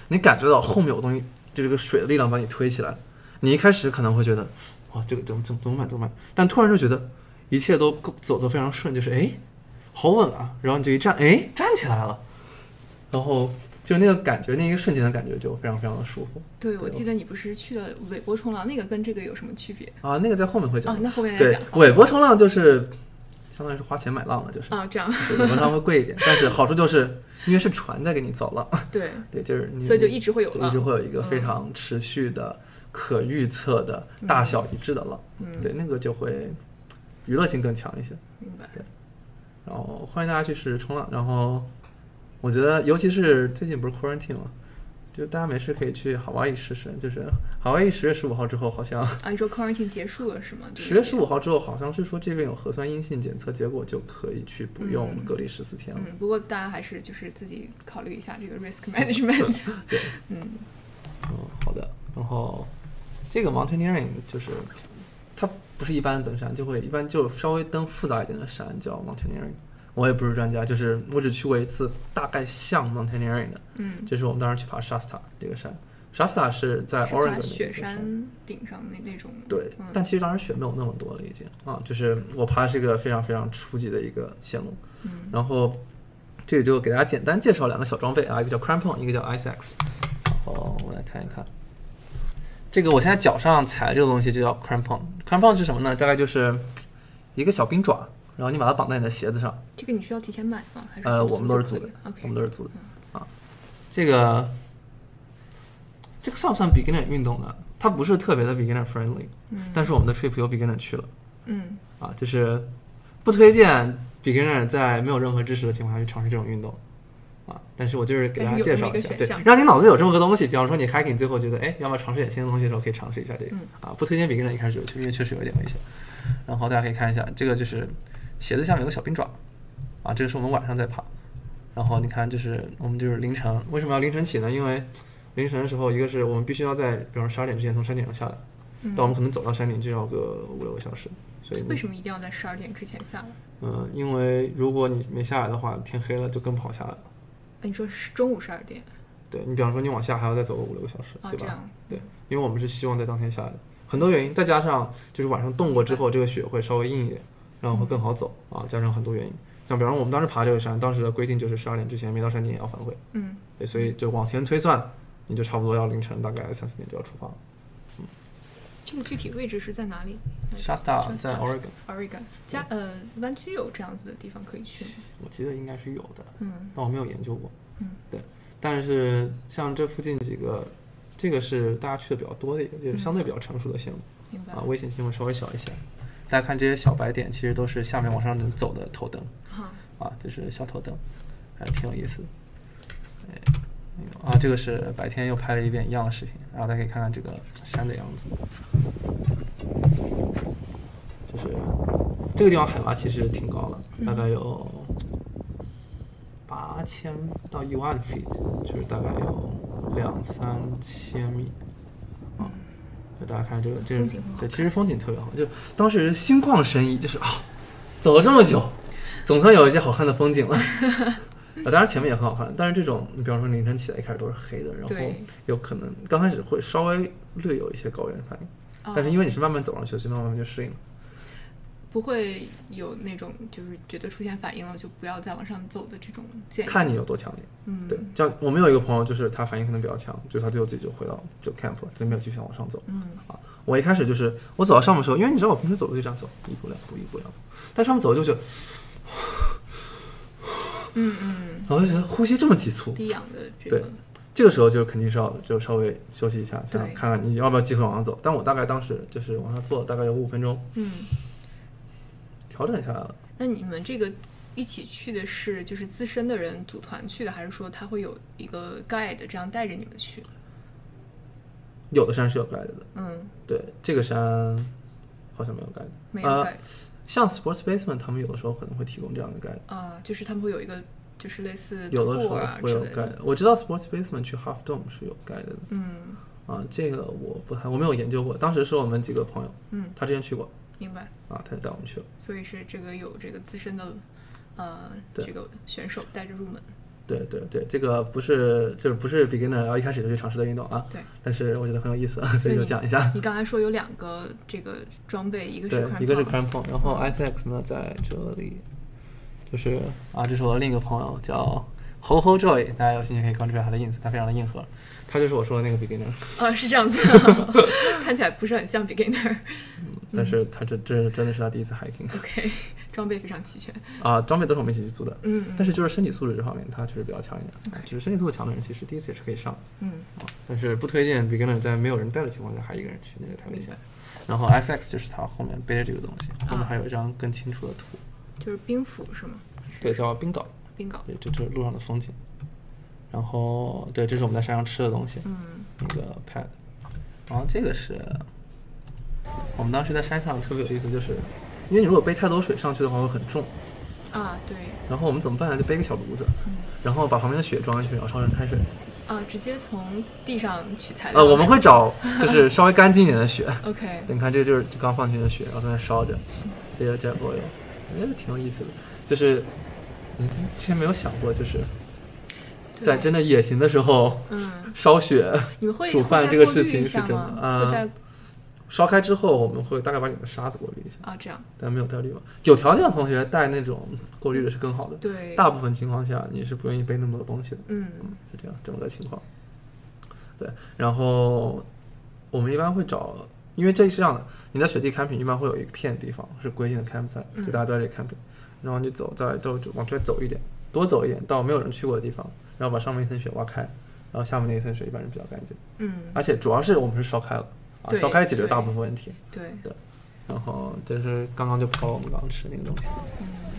S2: 你感觉到后面有东西，就这个水的力量把你推起来。你一开始可能会觉得，哇，这个怎么怎么怎么办怎么办？但突然就觉得一切都够走得非常顺，就是哎，好稳啊！然后你就一站，哎，站起来了，然后就那个感觉，那一个瞬间的感觉就非常非常的舒服
S1: 对，我记得你不是去了尾波冲浪，那个跟这个有什么区别？
S2: 啊。那个在后面会讲
S1: 哦，，那后面再
S2: 对
S1: 讲，。
S2: 尾波冲浪就是相当于是花钱买浪了，就是
S1: 哦， 这样
S2: 是理论上会贵一点，但是好处就是因为是船在给你造浪，
S1: 对，
S2: 对，就是你
S1: 所以就一直会有嗯
S2: 嗯对一直
S1: 浪。
S2: 会有一个非常持续的、可预测的、大小一致的浪，
S1: 嗯
S2: 对，那个就会娱乐性更强一些。
S1: 明白。
S2: 然后欢迎大家去试试冲浪。然后我觉得，尤其是最近不是 quarantine 嘛，就大家没事可以去海外试试。就是海外十月十五号之后，好像
S1: 啊，你说 quarantine 结束了是吗？对
S2: 十月十五号之后，好像是说这边有核酸阴性检测结果就可以去不用隔离十四天了。
S1: 嗯，不过大家还是就是自己考虑一下 这个 risk management。
S2: 对，
S1: 嗯，
S2: 嗯，好的。然后这个 mountaineering 就是它不是一般登山，就会一般就稍微登复杂一点的山叫 mountaineering。我也不是专家，就是我只去过一次，大概像 mountaineering 的。
S1: 嗯，
S2: 就是我们当时去爬沙斯塔这个山，沙斯塔是在
S1: 是
S2: Oregon 的
S1: 爬
S2: 一个
S1: 雪
S2: 山。
S1: 山顶上那那种。
S2: 对，
S1: 嗯
S2: 但其实当时雪没有那么多了，已经啊，就是我爬的是一个非常非常初级的一个线路，
S1: 嗯
S2: 然后这里就给大家简单介绍两个小装备啊，一个叫 Crampon，一个叫 IceX，然后哦我们来看一看，这个我现在脚上踩的这个东西就叫 Crampon，Crampon 是什么呢？大概就是一个小冰爪，然后你把它绑在你的鞋子上，
S1: 这个你需要提前买吗？还是
S2: 呃，
S1: 自己
S2: 我们都是租
S1: 就
S2: 的
S1: 可以了，？OK，
S2: 我们都是租的啊。这个这个算不算 beginner 运动呢？它不是特别的 beginner friendly，
S1: 嗯
S2: 但是我们的 trip 有 beginner 去了
S1: 嗯
S2: 啊，就是不推荐 beginner 在没有任何知识的情况下去尝试这种运动啊。但是我就是给大
S1: 但
S2: 家
S1: 是
S2: 介
S1: 有
S2: 绍
S1: 这么
S2: 一
S1: 一
S2: 下
S1: 个，选
S2: 对
S1: 项，
S2: 让你脑子有这么个东西。比方说你 hiking 最后觉得，哎，要不要尝试点新的东西的时候，可以尝试一下这个、
S1: 嗯
S2: 啊。不推荐 beginner 一开始就去，因为确实有一点危险。然后大家可以看一下，这个就是鞋子下面有个小冰爪，啊，这个是我们晚上在爬。然后你看，就是我们就是凌晨，为什么要凌晨起呢？因为凌晨的时候，一个是我们必须要在，比方十二点之前从山顶上下来，
S1: 嗯
S2: 但我们可能走到山顶就要个五六个小时，所以你
S1: 为什么一定要在十二点之前下来？
S2: 嗯，因为如果你没下来的话，天黑了就更不好下来了。
S1: 哎你说是中午十二点
S2: 对你，比方说你往下还要再走个五六个小时，
S1: 啊？
S2: 对
S1: 这
S2: 吧？
S1: 样，
S2: 对，因为我们是希望在当天下来的，很多原因，再加上就是晚上冻过之后，这个雪会稍微硬一点，然后会更好走啊，加上很多原因，像比方说我们当时爬这个山，当时的规定就是十二点之前没到山顶也要返回，
S1: 嗯，
S2: 对，所以就往前推算，你就差不多要凌晨大概三四点就要出发了。
S1: 这个具体位置是在哪里嗯
S2: Shasta 在 Oregon，
S1: ？Oregon 加呃湾区有这样子的地方可以去吗？
S2: 我记得应该是有的，
S1: 嗯
S2: 但我没有研究过。
S1: 嗯，
S2: 对。但是像这附近几个，这个是大家去的比较多的一个，就是相对比较成熟的项目、
S1: 明白
S2: 啊，。危险性会稍微小一些。大家看这些小白点，其实都是下面往上走的头灯
S1: 好，
S2: 啊，就是小头灯，还挺有意思的。哎，啊，这个是白天又拍了一遍一样的视频，然后大家可以看看这个山的样子。就是这个地方海拔其实挺高的，大概有八千到一万 feet，就是大概有两三千米。嗯，就大家看这个，这个
S1: 风景很好
S2: 对，其实风景特别好，就当时心旷神怡，就是啊，走了这么久，总算有一些好看的风景了。 啊，当然前面也很好看，但是这种，你比方说凌晨起来一开始都是黑的，然后
S1: 对
S2: 有可能刚开始会稍微略有一些高原反应，但是因
S1: 为
S2: 为你是慢慢走上去的，所以慢慢就适应了。
S1: 不会有那种就是觉得出现反应了就不要再往上走的这种建议。
S2: 看你有多强烈。
S1: 哎嗯，
S2: 对，像我们有一个朋友，就是他反应可能比较强，就他最后自己就回到就 camp 了，就没有继续往上走。
S1: 嗯
S2: 啊，我一开始就是我走到上面的时候，因为你知道我平时走路就这样走，一步两步，一步两步，但上面走就觉得，
S1: 嗯嗯，
S2: 然后就觉得呼吸这么急促，
S1: 低氧的这个
S2: 对这个时候就肯定是要就稍微休息一下，这样
S1: 对
S2: 看看你要不要继续往上走。但我大概当时就是往上坐了大概有五分钟，
S1: 嗯。
S2: 调整下来了。
S1: 那你们这个一起去的是就是资深的人组团去的，还是说他会有一个 guide 这样带着你们去？
S2: 嗯有的山是有 guide 的，
S1: 嗯，
S2: 对，这个山好像没有 guide。
S1: 没有
S2: 呃
S1: guide
S2: 像 Sports Basement 他们有的时候可能会提供这样的 guide。
S1: 啊、就是他们会有一个就是类似
S2: 有的时
S1: tour
S2: 候
S1: 啊
S2: 会
S1: 之
S2: 有
S1: 类
S2: guide，
S1: 的。
S2: 我知道 Sports Basement 去 Half Dome 是有 guide 的
S1: 嗯，
S2: 啊，这个我不太我没有研究过，当时是我们几个朋友，
S1: 嗯，
S2: 他之前去过
S1: 明白。
S2: 啊，他就带我们去了，
S1: 所以是这个有这个资深的呃
S2: 对
S1: 这个选手带着入门。
S2: 对对对，这个不是就是不是 beginner 然后一开始就去尝试的运动啊，
S1: 对，
S2: 但是我觉得很有意思，所
S1: 所
S2: 以
S1: 以
S2: 就
S1: 你
S2: 讲一 下，
S1: 你刚才说有两个这个装备，一个是嗯
S2: 对，
S1: crampon，
S2: 一个是 Crampon，然后 ISX 呢在这里，就是啊，这是我的另一个朋友叫 Ho Ho Joy，大家有兴趣可以关注一下他的 ins，他非常的硬核，他就是我说的那个 beginner，
S1: 呃，是这 样子，看起来不是很像 beginner。
S2: 但是他这这真的是他第一次 hiking。
S1: OK，装备非常齐全。
S2: 啊，装备都是我们一起去租的。
S1: 嗯嗯
S2: 但是就是身体素质这方面，它确实比较强一点。啊就是身体素质强的人，其实第一次也是可以上的。
S1: 嗯，
S2: 啊但是不推荐 beginner 在没有人带的情况下还一个人去，那个太危险了。然后 S X 就是它后面背着这个东西，后
S1: 啊
S2: 面还有一张更清楚的图，
S1: 就是冰斧是吗？
S2: 对，叫冰岛，
S1: 冰镐。
S2: 对，这就是路上的风景。然后对，这是我们在山上吃的东西，
S1: 嗯
S2: 那个 pad。然后这个是我们当时在山上特别有意思，就是因为你如果背太多水上去的话会很重，
S1: 啊，对
S2: 然后我们怎么办呢？就背一个小炉子，
S1: 嗯
S2: 然后把旁边的雪装进去，然后烧成开水。
S1: 啊，直接从地上取材料。
S2: 呃，我们会找就是稍微干净一点的雪。
S1: OK
S2: 你看，这就是刚放进去的雪，然后在那烧着，
S1: 嗯
S2: 这个 jet boil，我觉得挺有意思的。就是你之前没有想过，就是
S1: 对。
S2: 在真的野行的时候，
S1: 嗯，
S2: 烧雪
S1: 你们会
S2: 煮饭
S1: 会再
S2: 这个
S1: 过滤
S2: 事情
S1: 一
S2: 是
S1: 下
S2: 真的
S1: 吗
S2: 啊
S1: 会在
S2: 烧开之后，我们会大概把里面的沙子过滤一下，
S1: 啊这样
S2: 但没有带滤网。有条件的同学带那种过滤的是更好的。
S1: 对。
S2: 大部分情况下，你是不愿意背那么多东西的。
S1: 嗯
S2: 是这样整个情况。对，然后我们一般会找，因为这是这样的，你在雪地 camping 一般会有一片地方是规定的 campsite，就
S1: 嗯
S2: 大家都在这里 camping，、然后你走在就就往这走一点，多走一点到没有人去过的地方，然后把上面一层雪挖开，然后下面那一层雪一般是比较干净，
S1: 嗯
S2: 而且主要是我们是烧开了，啊，
S1: 对
S2: 烧开解决
S1: 对
S2: 大部分问题。
S1: 对
S2: 对，然后这是刚刚就抛了我们刚刚吃的那个东西。嗯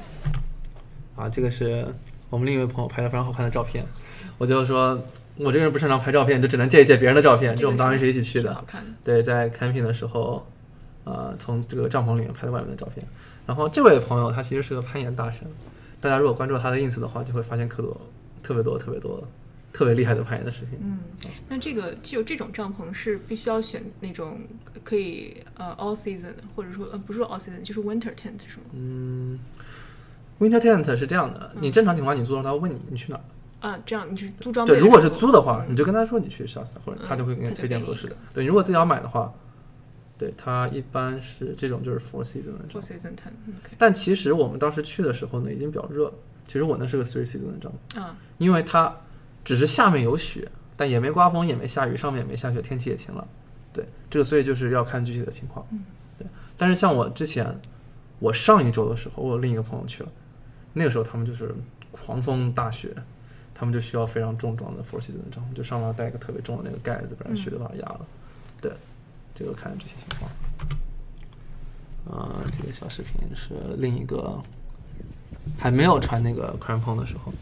S2: 啊，这个是我们另一位朋友拍的非常好看的照片，我就说我这个人不擅长拍照片，就只能借一借别人的照片。
S1: 这
S2: 这
S1: 个
S2: 我们当时
S1: 是
S2: 是一起去的
S1: 好，看的
S2: 对，在 camping 的时候，呃，从这个帐篷里面拍到外面的照片。然后这位朋友他其实是个攀岩大神，大家如果关注他的 ins 的话，就会发现可多特别多特别多特别厉害的攀岩的视频。
S1: 嗯，那这个只有这种帐篷是必须要选那种可以呃 all season，或者说呃不是说 all season，就是 winter tent 是吗？
S2: 嗯，winter tent 是这样的，你正常情况下你租的时候他会问你你去哪儿。
S1: 啊，这样你是租装备
S2: 对，
S1: 的时候。
S2: 如果是租的话，你就跟他说你去 Shasta，或者他就会
S1: 嗯
S2: 给
S1: 他
S2: 你
S1: 就
S2: 推荐
S1: 给你
S2: 合适
S1: 一
S2: 的
S1: 个。
S2: 对，如果自己要买的话，对他一般是这种就是 Four Season 的帐
S1: ，all
S2: 篷。
S1: season tent，OK，嗯
S2: 但其实我们当时去的时候呢，已经比较热了。其实我那是个 Three Season 的帐篷，
S1: 啊，
S2: 因为它只是下面有雪，但也没刮风，也没下雨，上面也没下雪，天气也晴了。对，这个所以就是要看具体的情况。
S1: 嗯，
S2: 对。但是像我之前，我上一周的时候，我有另一个朋友去了，那个时候他们就是狂风大雪，他们就需要非常重装的 Four Seasons 的帐篷，就上面要带一个特别重的那个盖子，不然雪就把它压了。对，这个看这些情况。呃，这个小视频是另一个还没有穿那个 crampon 的时候，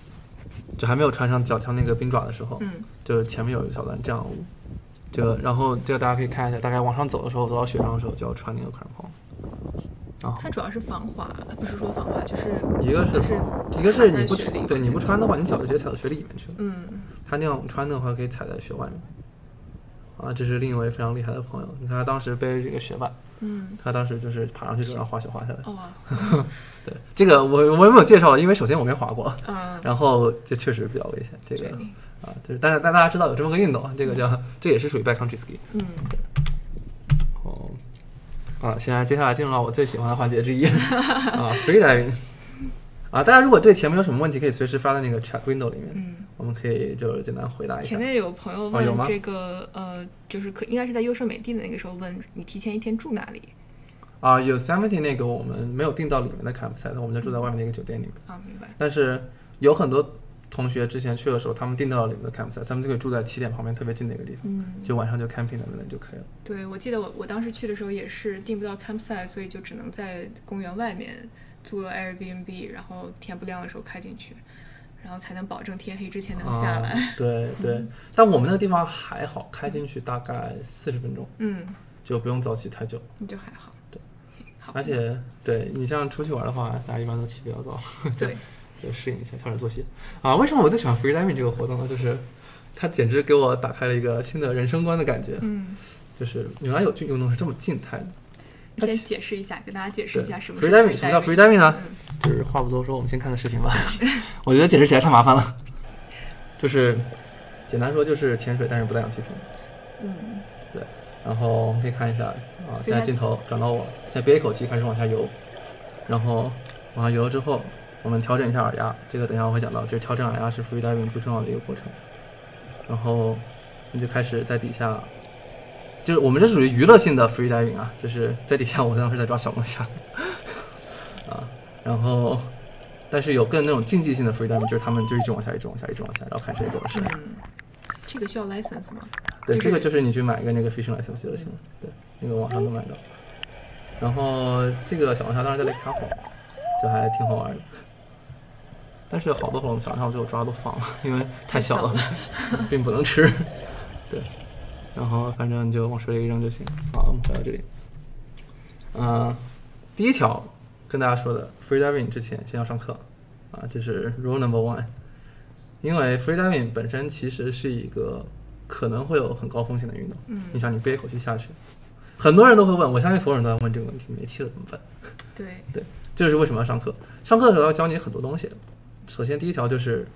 S2: 就还没有穿上脚上那个冰爪的时候，
S1: 嗯，
S2: 就是前面有一小段这样的雾，这个然后这个大家可以看一下，大概往上走的时候，走到雪上的时候就要穿那个 crampon，然后
S1: 它主要是防滑，呃不是说防滑，就是
S2: 一个是
S1: 就是
S2: 一个
S1: 卡
S2: 是
S1: 在
S2: 你不
S1: 雪里
S2: 对你不穿的话，你脚就直接踩到雪里面去了。
S1: 嗯
S2: 他那样穿的话，可以踩在雪外面。啊，这是另一位非常厉害的朋友，你看他当时背着这个雪板，
S1: 嗯，
S2: 他当时就是爬上去就让滑雪滑下来。
S1: 哦啊，
S2: 对，这个我我也没有介绍了，因为首先我没滑过，
S1: 啊，
S2: 然后这确实比较危险。这个
S1: 对，
S2: 啊，就是但是但大家知道有这么个运动，啊这个叫这也是属于 backcountry ski。
S1: 嗯，
S2: 哦，啊，现在接下来进入到我最喜欢的环节 之一啊，freediving。啊，大家如果对前面有什么问题，可以随时发到那个 chat window 里面，
S1: 嗯
S2: 我们可以就是简单回答一下
S1: 前。面有朋友
S2: 哎哦有
S1: 问
S2: 吗
S1: 这个呃，就是可应该是在优胜美地的那个时候问你提前一天住哪里
S2: 啊，Yosemite 那个我们没有订到里面的 campsite，我们就住在外面的一个酒店里面。
S1: 啊？明白，
S2: 但是有很多同学之前去的时候，他们订到了里面的 campsite，他们就可以住在起点旁边特别近的一个地方，
S1: 嗯。
S2: 就晚上就 camping 在那里就可以了。
S1: 对，我记得我我当时去的时候也是订不到 campsite，所以就只能在公园外面租了 Airbnb，然后天不亮的时候开进去，然后才能保证天黑之前能下来。
S2: 啊、对对，但我们那个地方还好，开进去大概四十分钟，
S1: 嗯，
S2: 就不用早起太久。
S1: 那就还好。
S2: 对，
S1: 好。
S2: 而且对你像出去玩的话，大家一般都起比较早，
S1: 对，
S2: 就适应一下调整作息。啊，为什么我最喜欢 freediving 这个活动呢？就是它简直给我打开了一个新的人生观的感觉。
S1: 嗯，
S2: 就是原来有这运动是这么静态的。
S1: 你
S2: 它
S1: 先
S2: 其
S1: 解释一下，跟大家解释
S2: 对
S1: 一下什么是
S2: freediving，什么叫
S1: freediving
S2: freediving 呢？
S1: 嗯
S2: 就是话不多说，我们先看个视频吧。 我觉得解释起来太麻烦了。就是简单说，就是潜水，但是不带氧气瓶。
S1: 嗯，
S2: 然后我们可以看一下啊，
S1: 所以
S2: 现
S1: 它
S2: 在镜头转到我，现在憋一口气，开始往下游，然后往下游了之后，我们调整一下耳压，这个等一下我会讲到，就是调整耳压是 freediving 最重要的一个过程。然后你就开始在底下，就是我们这属于娱乐性的 freediving 啊，就是在底下我当时在抓小龙虾，啊，然后但是有更那种竞技性的 freediving，就是他们就一直往下，一直往下，一直往下，然后看谁走得深。
S1: 嗯这个需要 license 吗？
S2: 对，
S1: 就
S2: 这个
S1: 是
S2: 就是你去买一个那个 fishing license 就行了，对，那个网上能买到。然后这个小龙虾当然在 Lake Tahoe，就还挺好玩的。但是好多小龙虾上最后抓都放了，因为太小了， 并不能吃。对，然后反正就往水里一扔就行。好，我们回到这里。呃，第一条跟大家说的，free diving 之前先要上课啊，这是 rule number one。因为 free diving 本身其实是一个可能会有很高风险的运动。
S1: 嗯
S2: 你想你憋一口气下去，很多人都会问，我相信所有人都在问这个问题：没气了怎么办？
S1: 对，
S2: 对，这就是为什么要上课。上课的时候要教你很多东西。首先第一条就是，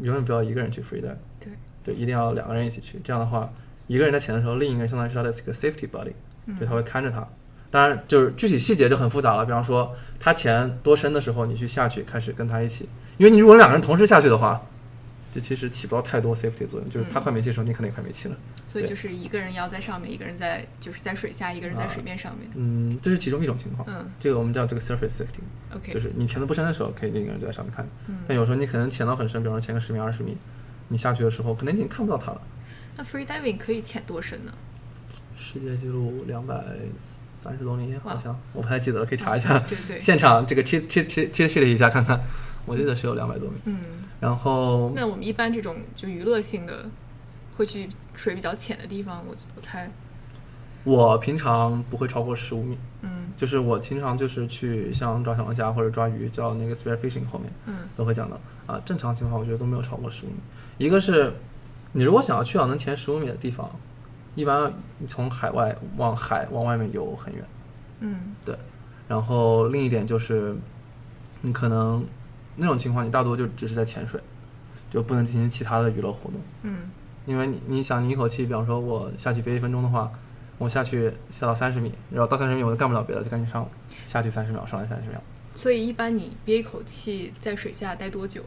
S2: 永远不要一个人去 free dive，
S1: 对，
S2: 对，一定要两个人一起去。这样的话，一个人在潜的时候，另一个人相当于是他的这个 safety buddy，就
S1: 嗯
S2: 他会看着他。当然，就是具体细节就很复杂了。比方说，他潜多深的时候，你去下去开始跟他一起，因为你如果两个人同时下去的话，就其实起不到太多 safety 作用。就是
S1: 嗯
S2: 他快没气的时候，你可能也快没气了。
S1: 所以
S2: 对
S1: 就是一个人要在上面，一个人在就是在水下，一个人在水面上面。
S2: 嗯，这是其中一种情况。
S1: 嗯
S2: 这个我们叫这个 surface safety，
S1: OK，嗯
S2: 就是你潜的不深的时候，可以另一个人就在上面看。但有时候你可能潜到很深，比方说潜个十米、二十米，你下去的时候可能已经看不到他了。
S1: 那 free diving 可以潜多深呢？
S2: 世界纪录两百三十多米，
S1: 哇啊
S2: 好像我不太记得了，可以查一下。
S1: 对对
S2: 现场这个 cheat cheat cheat cheat sheet 一下看看，我记得是有两百多米。
S1: 嗯，
S2: 然后
S1: 那我们一般这种就娱乐性的，会去水比较浅的地方，我我猜，
S2: 我平常不会超过十五米，
S1: 嗯
S2: 就是我经常就是去像抓小龙虾或者抓鱼，叫那个 spear fishing 后面
S1: 嗯
S2: 都会讲到啊。正常情况我觉得都没有超过十五米。一个是你如果想要去到能潜十五米的地方，一般你从海外往海往外面游很远，
S1: 嗯
S2: 对。然后另一点就是，你可能那种情况你大多就只是在潜水，就不能进行其他的娱乐活动。
S1: 嗯
S2: 因为你你想，你一口气，比方说我下去憋一分钟的话，我下去下到三十米，然后到三十米我就干不了别的，就赶紧上下去三十秒，上来三十秒。
S1: 所以一般你憋一口气在水下待多久？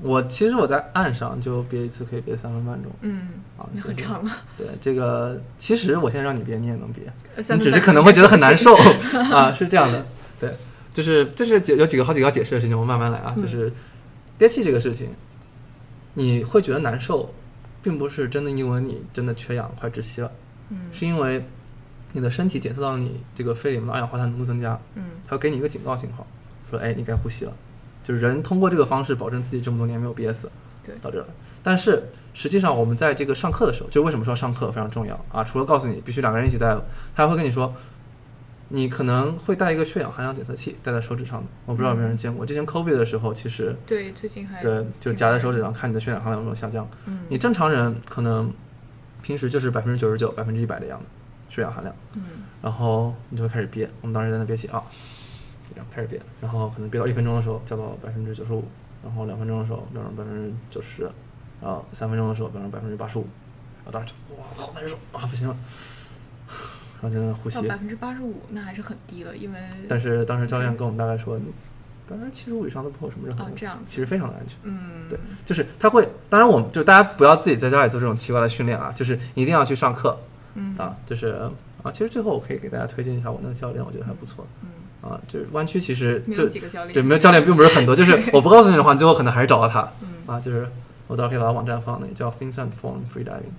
S2: 我其实我在岸上就憋一次可以憋三分半钟，
S1: 嗯
S2: 啊，
S1: 那
S2: 就
S1: 很
S2: 是
S1: 长了。
S2: 对这个，其实我现在让你憋，你也能憋，
S1: 呃三
S2: 嗯你
S1: 分
S2: 只是
S1: 半
S2: 可能
S1: 应
S2: 会
S1: 该
S2: 觉得
S1: 不
S2: 很 难
S1: 行
S2: 受 啊，是这样的，对，就是这是解有几个好几个要解释的事情，我慢慢来啊，
S1: 嗯
S2: 就是憋气这个事情，你会觉得难受，并不是真的因为你真的缺氧快窒息了，
S1: 嗯
S2: 是因为你的身体检测到你这个肺里面的二氧化碳浓度增加，
S1: 嗯
S2: 它会给你一个警告信号，说哎你该呼吸了，就是人通过这个方式保证自己这么多年没有憋死，
S1: 对
S2: 到这儿了。但是实际上我们在这个上课的时候，就为什么说上课非常重要啊？除了告诉你必须两个人一起带，他还会跟你说，你可能会带一个血氧含量检测器戴在手指上的，我不知道有没有人见过。之前 COVID 的时候，其实
S1: 对，最近还
S2: 对，就
S1: 挺
S2: 夹在
S1: 多
S2: 手指
S1: 人。
S2: 上看你的血氧含量有没有下降。
S1: 嗯
S2: 你正常人可能平时就是百分之九十九、百分之一百的样子，血氧含量。
S1: 嗯
S2: 然后你就会开始憋。我们当时在那憋气啊，然后开始憋，然后可能憋到一分钟的时候降到百分之九十五，然后两分钟的时候变成百分之九十，然后三分钟的时候变成百分之八十五，然后当时就哇好难受啊不行了，然后就在那呼
S1: 到
S2: 吸
S1: 百。分之八十五，那还是很低了，因为
S2: 但是当时教练跟我们大概说，嗯百分之七十五以上都不会有什么任何
S1: 哦
S2: 问
S1: 这
S2: 题
S1: 样，子
S2: 其实非常的安全。
S1: 嗯
S2: 对，就是他会，当然我们就大家不要自己在家里做这种奇怪的训练啊，就是一定要去上课，
S1: 嗯
S2: 啊，就是啊，其实最后我可以给大家推荐一下我那个教练，我觉得还不错，嗯啊，就是湾区其实
S1: 没有
S2: 就
S1: 几个教练
S2: 对，没有教练并不是很多，就是我不告诉你的话，最后可能还是找到他，
S1: 嗯
S2: 啊，就是我到时候可以把网站放那里，叫 Vincent Form Freediving，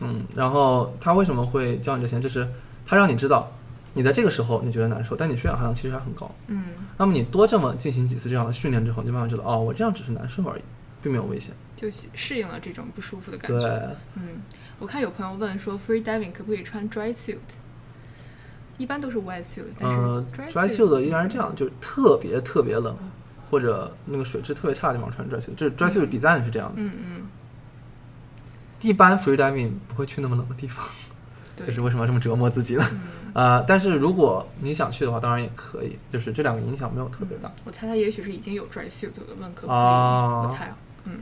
S2: 嗯，然后他为什么会教你这些，就是他让你知道你在这个时候你觉得难受，但你血氧含量其实还很高，
S1: 嗯，
S2: 那么你多这么进行几次这样的训练之后，你就慢慢知道，哦，我这样只是难受而已，并没有危险。
S1: 就习适应了这种不舒服的感
S2: 对，
S1: 觉。嗯，我看有朋友问说，free diving 可不可以穿 dry suit？一般都是 wet suit，但
S2: 呃
S1: 是 dry 嗯
S2: ，dry
S1: suit，
S2: suit 依然是这样，就是特别特别冷，或者那个水质特别差的地方穿 dry suit，这 dry suit design 是这样的。
S1: 嗯嗯，
S2: 一般 free diving 不会去那么冷的地方，
S1: 对，嗯
S2: 这是为什么要这么折磨自己呢？ 呃，但是如果你想去的话，当然也可以，就是这两个影响没有特别大。
S1: 我猜他也许是已经有 dry suit 了，问可不可以？
S2: 哦
S1: 我猜啊，嗯，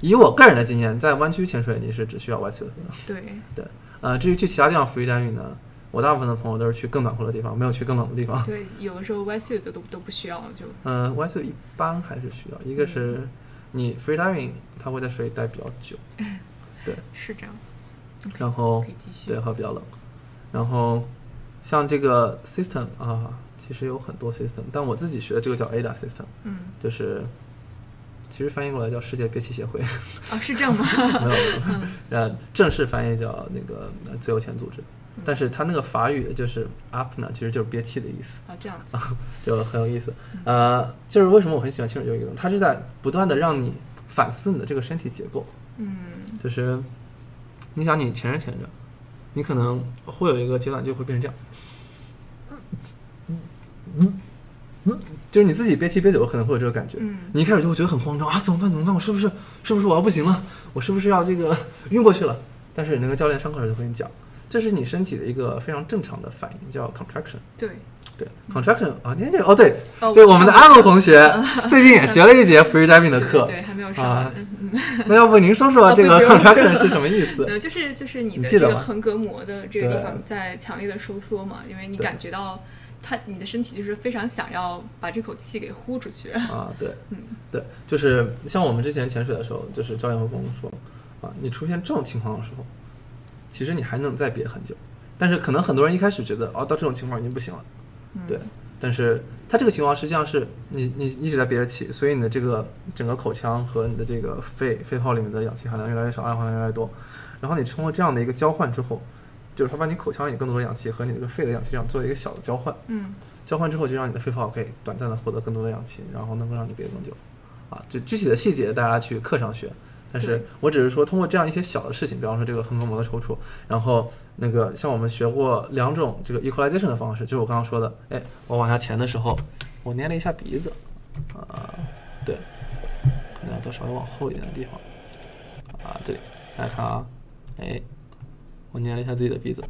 S2: 以我个人的经验，在湾区潜水你是只需要 wet suit 的。
S1: 对，
S2: 对，呃，至于去其他地方 free diving 呢，我大部分的朋友都是去更暖和的地方，没有去更冷的地方。
S1: 对，有的时候 wet suit 都都不需要了，就
S2: 嗯 y 一般还是需要，一个
S1: 嗯
S2: 是你 free diving 它会在水里待比较久，
S1: 是这样。
S2: 然后
S1: 可以继续
S2: 对会比较冷，然后像这个 system 啊，其实有很多 system，但我自己学的这个叫 ADA system，
S1: 嗯，
S2: 就是其实翻译过来叫世界憋气协会，
S1: 哦，是这样吗？
S2: 没有，没有
S1: 嗯
S2: 呃，正式翻译叫那个呃自由潜组织，
S1: 嗯
S2: 但是它那个法语就是 apna，其实就是憋气的意思。
S1: 哦，这样子，
S2: 就很有意思。
S1: 嗯
S2: 呃，就是为什么我很喜欢清水优运动，它是在不断的让你反思你的这个身体结构。
S1: 嗯
S2: 就是你想你潜着潜着，你可能会有一个阶段就会变成这样，嗯就是你自己憋气憋久了可能会有这个感觉。
S1: 嗯
S2: 你一开始就会觉得很慌张啊，怎么办？怎么办？我是不是是不是我要不行了？我是不是要这个 晕过去了？但是那个教练上课的时候就会跟你讲，这是你身体的一个非常正常的反应，叫 contraction。
S1: 对，
S2: 对，contraction 啊，你那个哦，对，
S1: 嗯哦
S2: 对，
S1: 我
S2: 我们的阿诺同学最近也学了一节 free diving 的 课。
S1: 对，还没有上
S2: 啊
S1: 完。，嗯
S2: 那要不您说
S1: 哦
S2: 说
S1: 不
S2: 这个
S1: 不用
S2: contraction 是什么意思？
S1: 呃，就是就是你
S2: 你
S1: 的
S2: 记
S1: 这
S2: 得
S1: 个
S2: 吗
S1: 横膈膜的这个地
S2: 对
S1: 方在强烈的收缩嘛，因为你
S2: 对
S1: 感觉到它，你的身体就是非常想要把这口气给呼出去。
S2: 啊，对，
S1: 嗯
S2: 对，就是像我们之前潜水的时候，就是教练会跟我们说，啊，你出现这种情况的时候，其实你还能再憋很久，但是可能很多人一开始觉得，哦，到这种情况已经不行了，对，但是它这个情况实际上是你你一直在憋着气，所以你的这个整个口腔和你的这个肺肺泡里面的氧气含量越来越少，二氧化碳越来越多，然后你通过这样的一个交换之后，就是它把你口腔里更多的氧气和你这个肺的氧气量做一个小的交换，
S1: 嗯，
S2: 交换之后就让你的肺泡可以短暂的获得更多的氧气，然后能够让你憋得更久。啊，就具体的细节大家去课上学。但是
S1: 对
S2: 我只是说，通过这样一些小的事情，比方说这个横膈膜的抽搐，然后那个像我们学过两种这个 equalization 的方式，就是我刚刚说的，哎，我往下潜的时候，我捏了一下鼻子，啊、对，可能要多稍微往后一点的地方，啊，对，大家看啊，哎，我捏了一下自己的鼻子，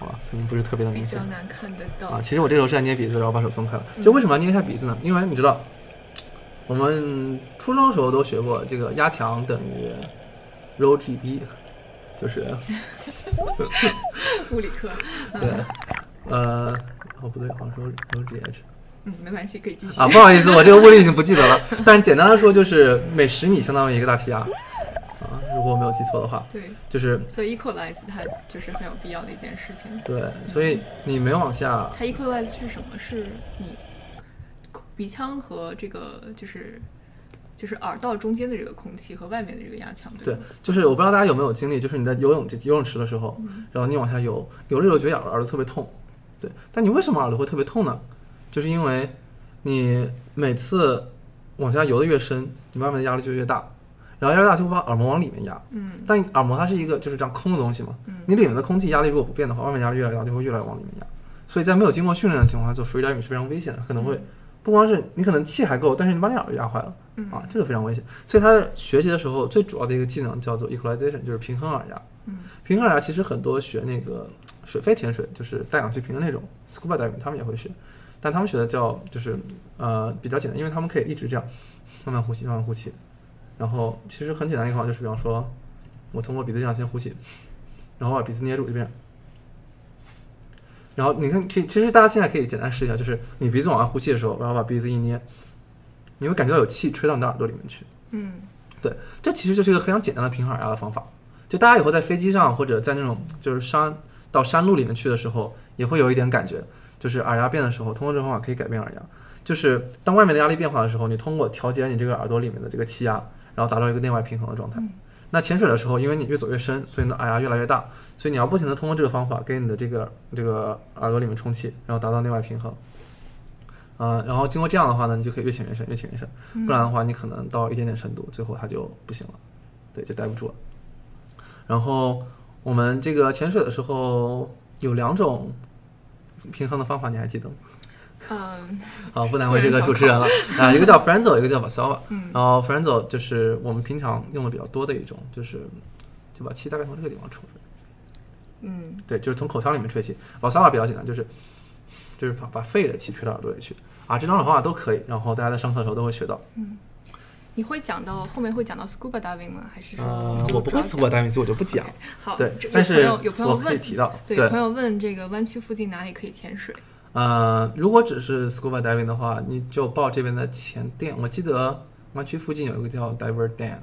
S2: 好吧，可能不是特别 的
S1: 比
S2: 明显
S1: 较，难看得
S2: 啊，
S1: 到。
S2: 其实我这时候是在捏鼻子，然后把手松开了。就为什么要捏一下鼻子呢？因为你知道，我们初中的时候都学过，这个压强等于 rho GB，就是
S1: 物理课，
S2: 对，呃，哦不对，好像是 rho GH
S1: 嗯，没关系，可以继续。
S2: 啊，不好意思，我这个物理已经不记得了。但简单的说，就是每十米相当于一个大气压啊，如果我没有记错的话，
S1: 对，
S2: 就是
S1: 所以 equalize 它就是很有必要的一件事情。
S2: 对，所以你没往下
S1: 它 equalize 是什么？是你鼻腔和这个就是就是耳道中间的这个空气和外面的这个压强，
S2: 对
S1: 吧？，
S2: 就是我不知道大家有没有经历，就是你在游泳游泳池的时候，
S1: 嗯
S2: 然后你往下游，游着游着觉得耳耳朵特别痛，对，但你为什么耳朵会特别痛呢？就是因为你每次往下游的越深，你外面的压力就越大，然后压力大就会把耳膜往里面压，
S1: 嗯，
S2: 但耳膜它是一个就是这样空的东西嘛，
S1: 嗯
S2: 你里面的空气压力如果不变的话，外面压力越来越大，就会越来越往里面压，所以在没有经过训练的情况下做 free diving 是非常危险的，可能会不光是你可能气还够，但是你把你耳朵压坏了。
S1: 嗯
S2: 啊，这个非常危险。所以他在学习的时候最主要的一个技能叫做 equalization，就是平衡耳压。
S1: 嗯，
S2: 平衡耳压其实很多学那个水肺潜水，就是带氧气瓶的那种 scuba diving，他们也会学，但他们学的叫就是呃比较简单，因为他们可以一直这样慢慢呼吸，慢慢呼气。然后其实很简单一个方法就是，比方说我通过鼻子这样先呼气，然后把鼻子捏住这边。然后你看，可以，其实大家现在可以简单试一下，就是你鼻子往外呼气的时候，然后把鼻子一捏，你会感觉到有气吹到你的耳朵里面去。
S1: 嗯，
S2: 对，这其实就是一个非常简单的平衡耳压的方法。就大家以后在飞机上或者在那种就是山到山路里面去的时候，也会有一点感觉，就是耳压变的时候，通过这个方法可以改变耳压。就是当外面的压力变化的时候，你通过调节你这个耳朵里面的这个气压，然后达到一个内外平衡的状态。那潜水的时候，因为你越走越深，所以你的耳压越来越大，所以你要不停的通过这个方法给你的这个这个耳朵里面充气，然后达到内外平衡。呃，然后经过这样的话呢，你就可以越潜越深，越潜越深。不然的话，你可能到一点点深度，最后它就不行了，对，就待不住了。然后我们这个潜水的时候有两种平衡的方法，你还记得吗？
S1: 嗯，
S2: 好，不难为这个主持人了。啊，一个叫 Frenzel，一个叫 Vasava。
S1: 嗯
S2: 然后 Frenzel 就是我们平常用的比较多的一种，就是就把气大概从这个地方抽出来。
S1: 嗯，
S2: 对，就是从口腔里面吹气。Vasava 比较简单，就是就是把把肺的气吹到耳朵里去。啊，这两种方法都可以，然后大家在上课的时候都会学到。
S1: 你会讲到后面会讲到 scuba diving 吗？还是说
S2: 呃，
S1: 就
S2: 我不
S1: 主
S2: 会
S1: 要
S2: scuba
S1: 讲
S2: diving，所以我就不讲。
S1: 好，
S2: 对
S1: 哦这有
S2: 但
S1: 朋
S2: 是
S1: 友有朋友
S2: 我可以
S1: 问
S2: 提到
S1: 对，
S2: 对
S1: 有朋友问这个湾区附近哪里可以潜水？
S2: 呃，如果只是 scuba diving 的话，你就报这边的前店。我记得湾区附近有一个叫 Diver Dan，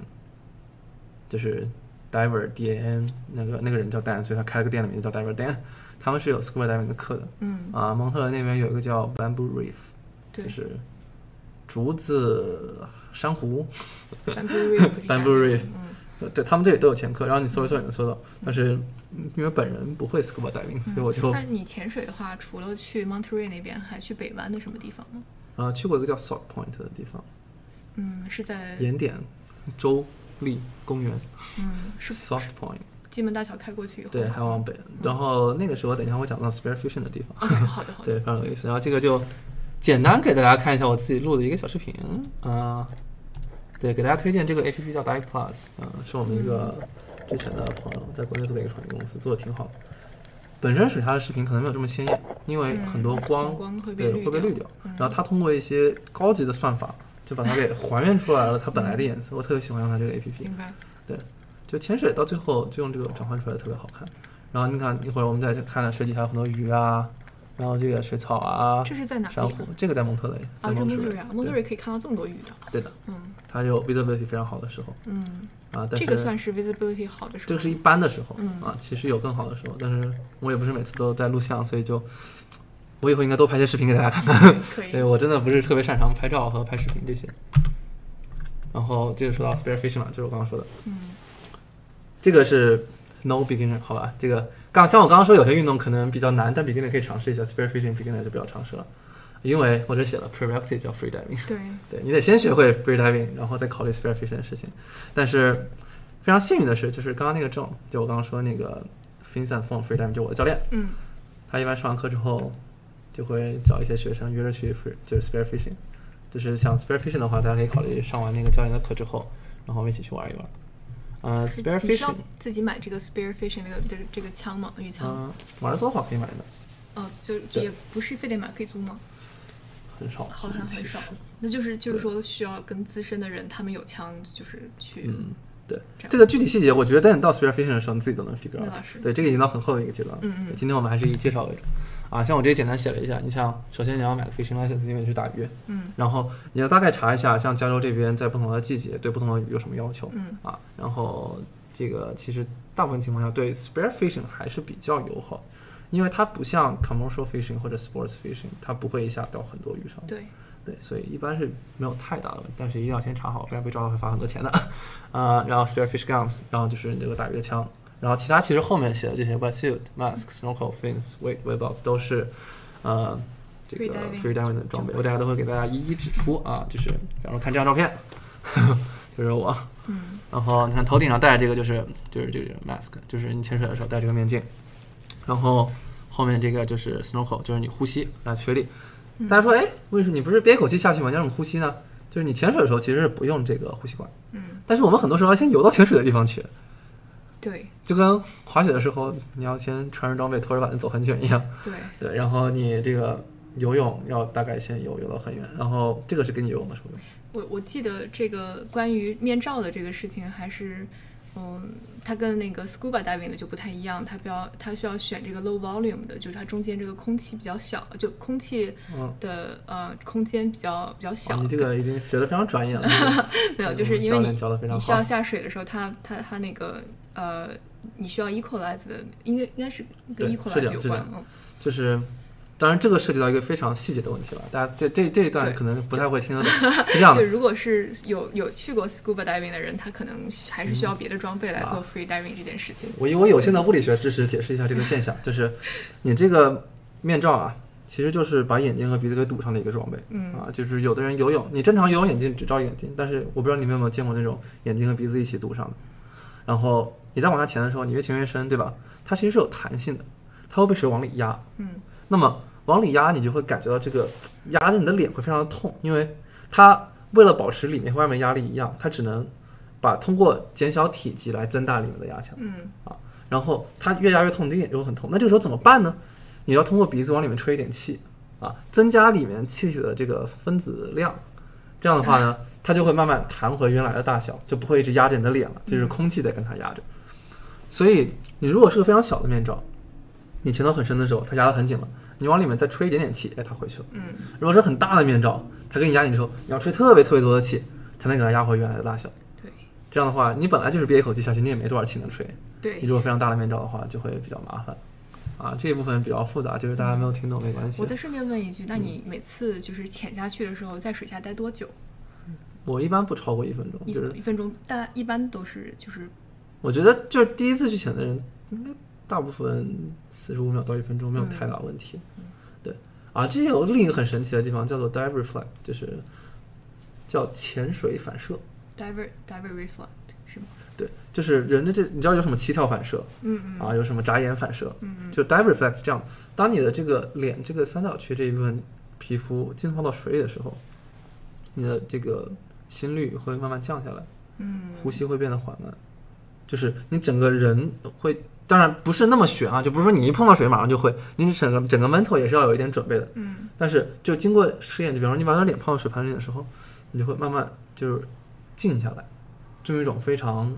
S2: 就是 Diver D A N 那个那个人叫 Dan，所以他开了个店的名字叫 Diver Dan。 他们是有 scuba diving 的课的。
S1: 嗯，
S2: 啊，蒙特勒那边有一个叫 Bamboo Reef，
S1: 对
S2: 就是竹子珊瑚，
S1: ，bamboo reef，
S2: Bamboo reef
S1: 嗯
S2: 对他们这里都有前课，然后你搜一搜也能搜到。但是嗯因为本人不会 scuba diving，所以我就
S1: 那你潜水的话，除了去 Monterey 那边，还去北湾的什么地方呢？
S2: 呃去过一个叫 Salt Point 的地方，
S1: 嗯，是在
S2: 盐点州立公园
S1: 嗯是嗯
S2: Salt Point，
S1: 金门大桥开过去以后，
S2: 对，还往北。然后那个时候，等一下会讲到 spare fusion 的地方，
S1: OK，好的好的，
S2: 对，非常有意思。然后这个就简单给大家看一下我自己录的一个小视频，啊、对，给大家推荐这个 APP 叫 Dive Plus，嗯、是我们一个之前的朋友在国内做的一个创业公司，做的挺好的。本身水下的视频可能没有这么鲜艳，因为很多光、
S1: 嗯光会被
S2: 对
S1: 滤
S2: 会被
S1: 掉嗯
S2: 滤掉。然后它通过一些高级的算法，就把它给还原出来了它本来的颜色。我特别喜欢用它这个 APP。
S1: 明白。
S2: 对，就潜水到最后就用这个转换出来特别好看。然后你看一会儿我们再看了水底下有很多鱼啊，然后这个水草啊，
S1: 这是在哪个
S2: 珊
S1: 地
S2: 瑚
S1: 方？
S2: 这个在蒙特雷，在
S1: 啊，这
S2: 蒙
S1: 蒙
S2: 特
S1: 特
S2: 雷
S1: 瑞啊，，蒙特
S2: 对
S1: 瑞可以看到这么多鱼的，
S2: 对的，
S1: 嗯
S2: 它有 visibility 非常好的时候
S1: 嗯，
S2: 啊，但
S1: 这
S2: 是
S1: 个算是嗯 visibility 好的时候，
S2: 这个是一般的时候、啊，其实有更好的时候，但是我也不是每次都在录像，所以就我以后应该多拍些视频给大家看看。
S1: 可以
S2: 对我真的不是特别擅长拍照和拍视频这些。然后接着说到 spare fishing 了，就是我刚刚说的，嗯，这个是 no beginner 好吧？这个刚像我刚刚说，有些运动可能比较难，但 beginner 可以尝试一下，spare fishing beginner 就不要尝试了，因为我这写了 prerequisite 叫 free diving，
S1: 对，
S2: 对你得先学会 free diving，然后再考虑 spare fishing 的事情。但是非常幸运的是，就是刚刚那个郑，就我刚刚说那个 Vincent f o n free diving 就我的教练，
S1: 嗯
S2: 他一般上完课之后，就会找一些学生约着去 free，就是 spare fishing，就是想 spare fishing 的话，大家可以考虑上完那个教练的课之后，然后我们一起去玩一玩。呃，spare
S1: 你需要
S2: fishing，
S1: 自己买这个 spear fishing 那个这个这个枪吗？鱼
S2: 嗯、
S1: 枪？
S2: 网上做的话可以买的，
S1: 哦，就
S2: 对
S1: 也不是非得买，可以租吗？
S2: 很少，
S1: 好像
S2: 其
S1: 很
S2: 实
S1: 少。，那就是就是说需要跟资深的人，他们有枪，就是去
S2: 嗯，对
S1: 这，样
S2: 这个具体细节，我觉得等你到 spare fishing 的时候，你自己都能 figure
S1: 那
S2: out
S1: 倒是。
S2: 对，这个已经到很后的一个阶段了。
S1: 嗯嗯
S2: 对今天我们还是以介绍为主。啊，像我这里简单写了一下，你像首先你要买个 fishing license，因为你去打鱼。
S1: 嗯。
S2: 然后你要大概查一下，像加州这边在不同的季节对不同的鱼有什么要求。
S1: 嗯。
S2: 啊，然后这个其实大部分情况下对 spare fishing 还是比较友好，因为它不像 commercial fishing 或者 sports fishing，它不会一下钓很多鱼上去。
S1: 对，
S2: 对，所以一般是没有太大的问题，但是一定要先查好，不然被抓到会罚很多钱的。啊、然后 spare fish guns，然后就是你这个打鱼的枪，然后其他其实后面写的这些 wetsuit、mask、snorkel、fins、weight、w e b o u t s 都是呃这个
S1: Free diving
S2: free diving 的装备，我大家都会给大家一一指出啊，就是比方说看这张照片， 就是我，
S1: 嗯，
S2: 然后你看头顶上戴的这个就是就是这个 mask，就是你潜水的时候戴这个面镜，然后后面这个就是 snorkel，就是你呼吸啊水里。大家说，哎，为什么你不是憋一口气下去吗？你要怎么呼吸呢？就是你潜水的时候其实是不用这个呼吸管，
S1: 嗯，
S2: 但是我们很多时候要先游到潜水的地方去，
S1: 对
S2: 就跟滑雪的时候你要先穿着装备拖着板子走很远一样。
S1: 对，
S2: 对，然后你这个游泳要大概先游游到很远，然后这个是跟你游泳的时候用。
S1: 我我记得这个关于面罩的这个事情，还是，嗯，它跟那个 scuba diving 的就不太一样，它比较它需要选这个 low volume 的，就是它中间这个空气比较小，就空气
S2: 嗯
S1: 的、呃空间比较比较小。
S2: 啊，你这个已经学得非常专业了。这个
S1: 没有，
S2: 嗯
S1: 就是因
S2: 教
S1: 为
S2: 练
S1: 你
S2: 教得非常
S1: 你需要
S2: 好
S1: 下水的时候，它它它那个呃，你需要 equalize 的，应该应该是跟
S2: 对是这
S1: equalize
S2: 样
S1: 有
S2: 是这
S1: 关
S2: 样，
S1: 嗯，
S2: 就是，当然这个涉及到一个非常细节的问题了，大家这这这一段
S1: 对
S2: 可能不太 会听得懂。是这样
S1: 嗯就
S2: 的，
S1: 如果是有有去过 scuba diving 的人，他可能还是需要
S2: 嗯
S1: 别的装备来
S2: 啊
S1: 做 free diving 这件事情。
S2: 我以我有限的物理学知识解释一下这个现象，就是你这个面罩啊，其实就是把眼睛和鼻子给堵上的一个装备。
S1: 嗯
S2: 啊，就是有的人游泳，你正常游泳眼睛只罩眼睛，但是我不知道你们有没有见过那种眼睛和鼻子一起堵上的。然后你再往下潜的时候，你越潜越深，对吧？它其实是有弹性的，它会被水往里压。
S1: 嗯，
S2: 那么往里压，你就会感觉到这个压着你的脸会非常的痛，因为它为了保持里面和外面压力一样，它只能把通过减小体积来增大里面的压强。
S1: 嗯，
S2: 啊，然后它越压越痛，你的眼就会很痛。那这个时候怎么办呢？你要通过鼻子往里面吹一点气啊，增加里面气体的这个分子量。这样的话呢，它就会慢慢弹回原来的大小，就不会一直压着你的脸了，就是空气在跟它压着。所以你如果是个非常小的面罩，你潜到很深的时候，它压得很紧了，你往里面再吹一点点气，哎，它回去了。
S1: 嗯，
S2: 如果是很大的面罩，它给你压紧的时候，你要吹特别特别多的气，才能给它压回原来的大小。
S1: 对
S2: 这样的话，你本来就是憋一口气下去，你也没多少气能吹。
S1: 对
S2: 你如果非常大的面罩的话，就会比较麻烦。啊，这一部分比较复杂，就是大家没有听懂没关系
S1: 我。再顺便问一
S2: 嗯
S1: 句，那你每次就是潜下去的时候，在水下待多久？
S2: 我一般不超过一分钟，
S1: 一
S2: 就是
S1: 一分钟，但一般都是就是
S2: 我觉得就是第一次去潜的人，应该大部分四十五秒到一分钟没有太大问题。
S1: 嗯
S2: 对啊，这有另一个很神奇的地方叫做 dive reflect，就是叫潜水反射。
S1: diver diver reflect 是吗？
S2: 对，就是人的这，你知道有什么膝跳反射，
S1: 嗯嗯
S2: 啊，有什么眨眼反射，
S1: 嗯嗯
S2: 就 dive reflect 这样，当你的这个脸这个三角区这一部分皮肤浸泡到水里的时候，你的这个心率会慢慢降下来，
S1: 嗯
S2: 呼吸会变得缓慢，就是你整个人会，当然不是那么悬啊，就不是说你一碰到水马上就会，你整个整个 mental 也是要有一点准备的，
S1: 嗯
S2: 但是就经过试验，就比方说你把你的脸泡到水盆里的时候，你就会慢慢就是静下来，进入一种非常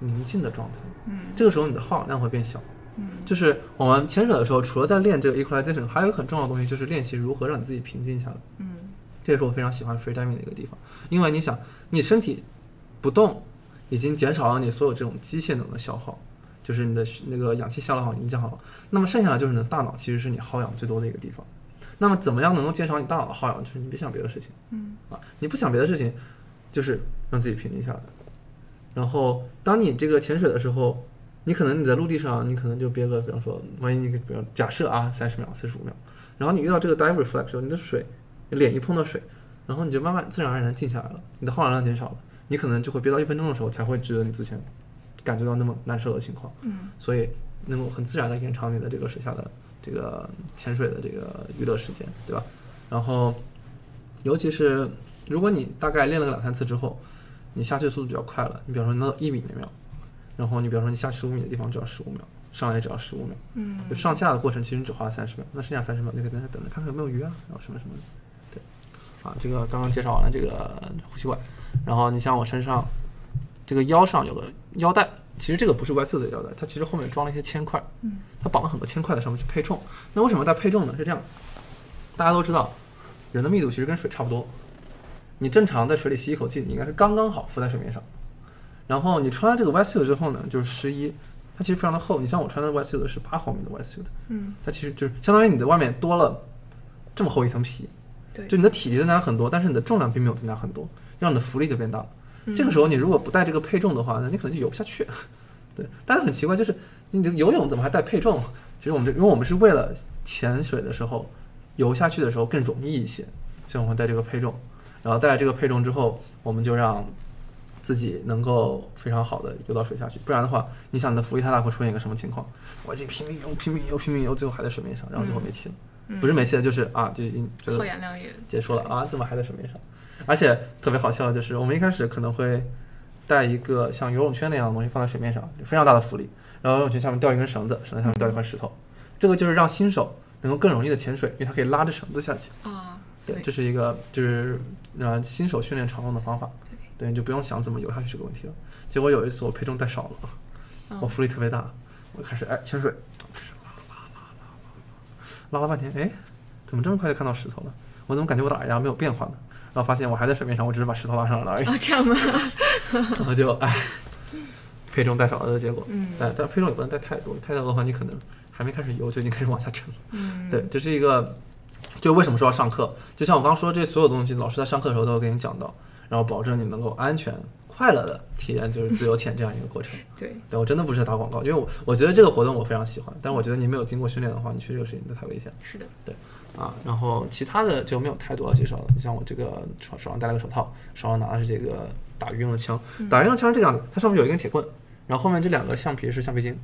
S2: 宁静的状态。
S1: 嗯
S2: 这个时候你的耗氧量会变小。
S1: 嗯
S2: 就是我们潜水的时候，除了在练这个 equalization，还有一个很重要的东西就是练习如何让你自己平静下来。
S1: 嗯
S2: 这也是我非常喜欢 free diving 的一个地方，因为你想，你身体不动，已经减少了你所有这种机械能的消耗，就是你的那个氧气消耗好，已经降好了。那么剩下的就是你的大脑，其实是你耗氧最多的一个地方。那么怎么样能够减少你大脑的耗氧？就是你别想别的事情
S1: 嗯
S2: 啊，你不想别的事情，就是让自己平静下来。然后，当你这个潜水的时候，你可能你在陆地上，你可能就憋个，比方说，万一你比方假设啊，三十秒、四十五秒，然后你遇到这个 dive reflex 的时候，你的水你脸一碰到水，然后你就慢慢自然而然静下来了，你的耗氧量减少了，你可能就会憋到一分钟的时候才会觉得你之前感觉到那么难受的情况，
S1: 嗯
S2: 所以能够很自然的延长你的这个水下的这个潜水的这个娱乐时间，对吧？然后，尤其是如果你大概练了个两三次之后，你下去的速度比较快了，你比方说你能到一米每秒，然后你比方说你下十五米的地方只要十五秒，上来也只要十五秒，
S1: 嗯
S2: 就上下的过程其实只花了三十秒，那剩下三十秒就可以在那等着看看有没有鱼啊，然后什么什么的。对，啊，这个刚刚介绍完了这个呼吸管，然后你像我身上这个腰上有个腰带，其实这个不是 wetsuit 的腰带，它其实后面装了一些铅块，
S1: 嗯，
S2: 它绑了很多铅块在上面去配重。那为什么带配重呢？是这样，大家都知道，人的密度其实跟水差不多，你正常在水里吸一口气，你应该是刚刚好浮在水面上。然后你穿了这个 wetsuit 之后呢，就是湿衣，它其实非常的厚。你像我穿的 wetsuit 是八毫米的 wetsuit，
S1: 嗯
S2: 它其实就是相当于你的外面多了这么厚一层皮，
S1: 对
S2: 就你的体积增加了很多，但是你的重量并没有增加很多，让你的浮力就变大了。这个时候你如果不带这个配重的话，那你可能就游不下去。 对，但是很奇怪，就是你这个游泳怎么还带配重？其实我们这，因为我们是为了潜水的时候游下去的时候更容易一些，所以我们会带这个配重。然后带了这个配重之后，我们就让自己能够非常好的游到水下去，不然的话，你想你的浮力太大会出现一个什么情况？我这拼命游，拼命游，拼命游，最后还在水面上，然后最后没气了，
S1: 嗯
S2: 不是没气了，就是啊，就已经觉得
S1: 耗氧量也
S2: 结束了啊，怎么还在水面上？而且特别好笑的就是，我们一开始可能会带一个像游泳圈那样的东西放在水面上，非常大的浮力，然后游泳圈下面吊一根绳子，绳子下面吊一块石头，这个就是让新手能够更容易的潜水，因为它可以拉着绳子下去。
S1: 啊
S2: 对，这是一个就是呃新手训练常用的方法。对，你就不用想怎么游下去这个问题了。结果有一次我配重带少了，我浮力特别大，我开始哎潜水，拉了半天，哎，怎么这么快就看到石头了？我怎么感觉我的耳压没有变化呢？然后发现我还在水面上，我只是把石头拉上来了而已。
S1: 啊这样吗？
S2: 然后就哎，配重带少了的结果。
S1: 嗯
S2: 但但配重也不能带太多，太多的话你可能还没开始游就已经开始往下沉了。
S1: 嗯
S2: 对，这是一个，就为什么说要上课，就像我刚刚说，这所有东西老师在上课的时候都会给你讲到，然后保证你能够安全快乐的体验就是自由潜这样一个 过程。
S1: 对
S2: 对我真的不是在打广告，因为我我觉得这个活动我非常喜欢，但我觉得你没有经过训练的话，你去这个事情就太危险了。
S1: 是的
S2: 对啊，然后其他的就没有太多的介绍了。像我这个手手上戴了个手套，手上拿的是这个打鱼用的枪，
S1: 嗯
S2: 打鱼用的枪是这样的，它上面有一根铁棍，然后后面这两个橡皮是橡皮筋，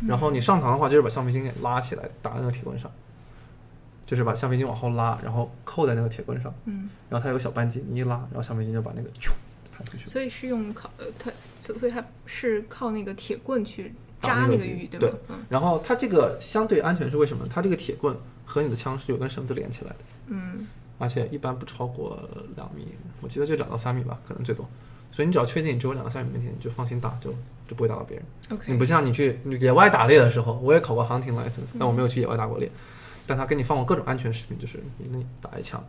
S1: 嗯
S2: 然后你上膛的话就是把橡皮筋给拉起来打在那个铁棍上，就是把橡皮筋往后拉，然后扣在那个铁棍上，
S1: 嗯，
S2: 然后它有个小扳机，你一拉，然后橡皮筋就把那个啾弹出去了。
S1: 所以是用靠呃它所所以它是靠那个铁棍去
S2: 打
S1: 扎
S2: 那
S1: 那
S2: 个
S1: 个
S2: 鱼
S1: 鱼
S2: 对
S1: 吧？嗯
S2: 然后它这个相对安全是为什么？它这个铁棍和你的枪是有根绳子连起来的。
S1: 嗯
S2: 而且一般不超过两米，我记得就两到三米吧，可能最多。所以你只要确定你只有两到三米问题，你就放心打，就就不会打到别人。
S1: OK
S2: 你不像你去你野外打猎的时候，我也考过航艇 license，但我没有去野外打过猎。但他给你放过各种安全视频，就是你那打一枪，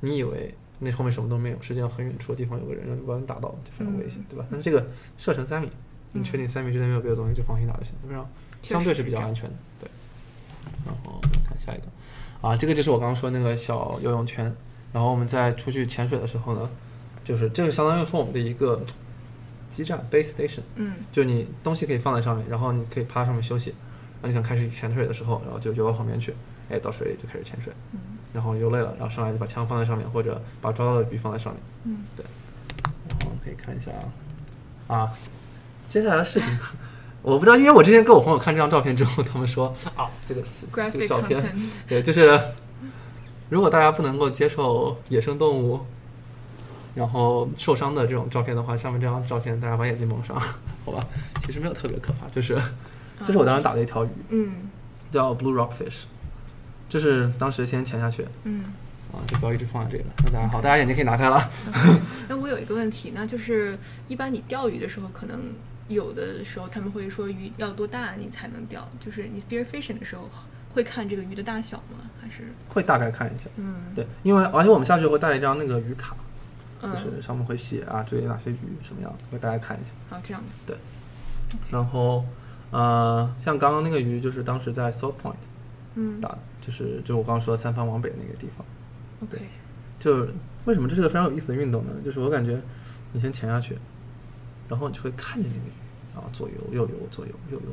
S2: 你以为那后面什么都没有，实际上很远处的地方有个人，把你打到就非常危
S1: 嗯
S2: 险，对吧？但是这个射程三米，你确定三米之内没有别的东西，就放心打就行，非常
S1: 确实
S2: 相对是
S1: 是
S2: 比较
S1: 这样
S2: 安全的。对，然后我看下一个，啊，这个就是我刚刚说那个小游泳圈。然后我们在出去潜水的时候呢，就是这个相当于说我们的一个基站 base station，
S1: 嗯
S2: 就你东西可以放在上面，然后你可以趴上面休息。然后你想开始潜水的时候，然后就游到旁边去，哎，到水里就开始潜水。
S1: 嗯
S2: 然后游累了，然后上来就把枪放在上面，或者把抓到的鱼放在上面。
S1: 嗯，
S2: 对。然后我们可以看一下啊，啊，接下来 的视频，我不知道，因为我之前跟我朋友看这张照片之后，他们说啊，这个是这个
S1: ，graphic
S2: 照片，
S1: content，
S2: 对，就是如果大家不能够接受野生动物，然后受伤的这种照片的话，上面这张照片大家把眼睛蒙上，好吧？其实没有特别可怕，就是就是我当时打了一条鱼，
S1: 嗯
S2: 叫 blue rockfish，就是当时先潜下去，
S1: 嗯。
S2: 啊，就不要一直放在这个。那大家好，大家眼睛可以拿开了。
S1: 那我有一个问题，那就是一般你钓鱼的时候，可能有的时候他们会说鱼要多大你才能钓，就是你 spear fishing 的时候会看这个鱼的大小吗？还是
S2: 会大概看一下，
S1: 嗯
S2: 对，因为而且我们下去会带一张那个鱼卡，就
S1: 嗯，
S2: 是上面会写啊，这里哪些鱼什么样，会大概看一下。
S1: 好这样的，
S2: 然后，呃，像刚刚那个鱼就是当时在 South Point
S1: 嗯
S2: 打的，就是就我刚刚说的三番往北那个地方。
S1: ，OK，
S2: 就是为什么这是个非常有意思的运动呢？就是我感觉你先潜下去，然后你就会看见那个鱼，然后左游右游左游右游，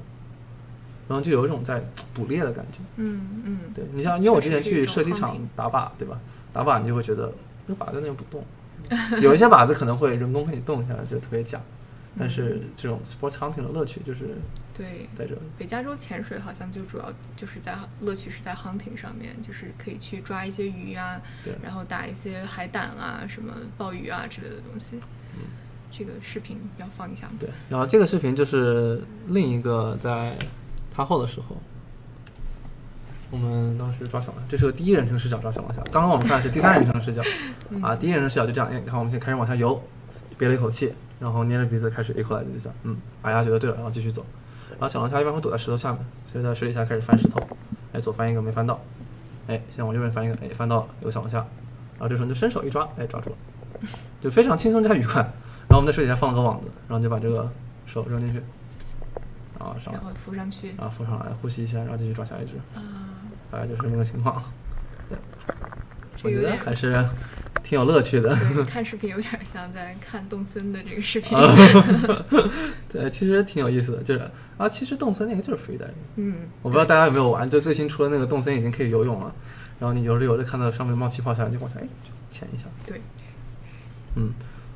S2: 然后就有一种在捕猎的感觉。
S1: 嗯嗯，
S2: 对你像，因为我之前
S1: 确实是一
S2: 去
S1: 种
S2: 射击
S1: 抗
S2: 场
S1: 体
S2: 打靶，对吧？打靶你就会觉得那个靶在那不动，有一些靶子可能会人工给你动一下，就特别假。但是这种 sports hunting 的乐趣就是
S1: 对。
S2: 在这里。
S1: 北加州潜水好像就主要就是在乐趣是在 hunting 上面，就是可以去抓一些鱼啊，
S2: 对
S1: 然后打一些海胆啊、什么鲍鱼啊之类的东西。
S2: 嗯
S1: 这个视频要放一下吗？
S2: 对，然后这个视频就是另一个在他后的时候，我们当时抓小龙虾，这是个第一人称视角抓小龙虾。刚刚我们看的是第三人称视角，啊，第一人称视角就这样，哎，你看我们现在开始往下游，憋了一口气，然后捏着鼻子开始 A 口来一下，嗯，把牙觉得对了，然后继续走。然后小龙虾一般会躲在石头下面，所以在水底下开始翻石头，哎，左翻一个没翻到，哎，先往右边翻一个，哎，翻到了，有小龙虾，然后这时候你就伸手一抓，哎，抓住了。就非常轻松加愉快。然后我们在水底下放了个网子，然后就把这个手扔进去，然后上来
S1: 然，后浮上去
S2: 然后浮上来，呼吸一下，然后继续抓下一只，
S1: 哦啊，
S2: 大概就是这么个情况。对，
S1: 这
S2: 我觉
S1: 有
S2: 得
S1: 点
S2: 还是挺有乐趣的。
S1: 对，看视频有点像在看动森的这个视
S2: 啊
S1: 频。
S2: 对，其实挺有意思的，就是啊，其实动森那个就是 free diving，
S1: 嗯，
S2: 我不知道大家有没有玩，就最新出的那个动森已经可以游泳了，然后你游着游着看到上面冒气泡下来，你就往下哎就潜一下。
S1: 对，
S2: 嗯，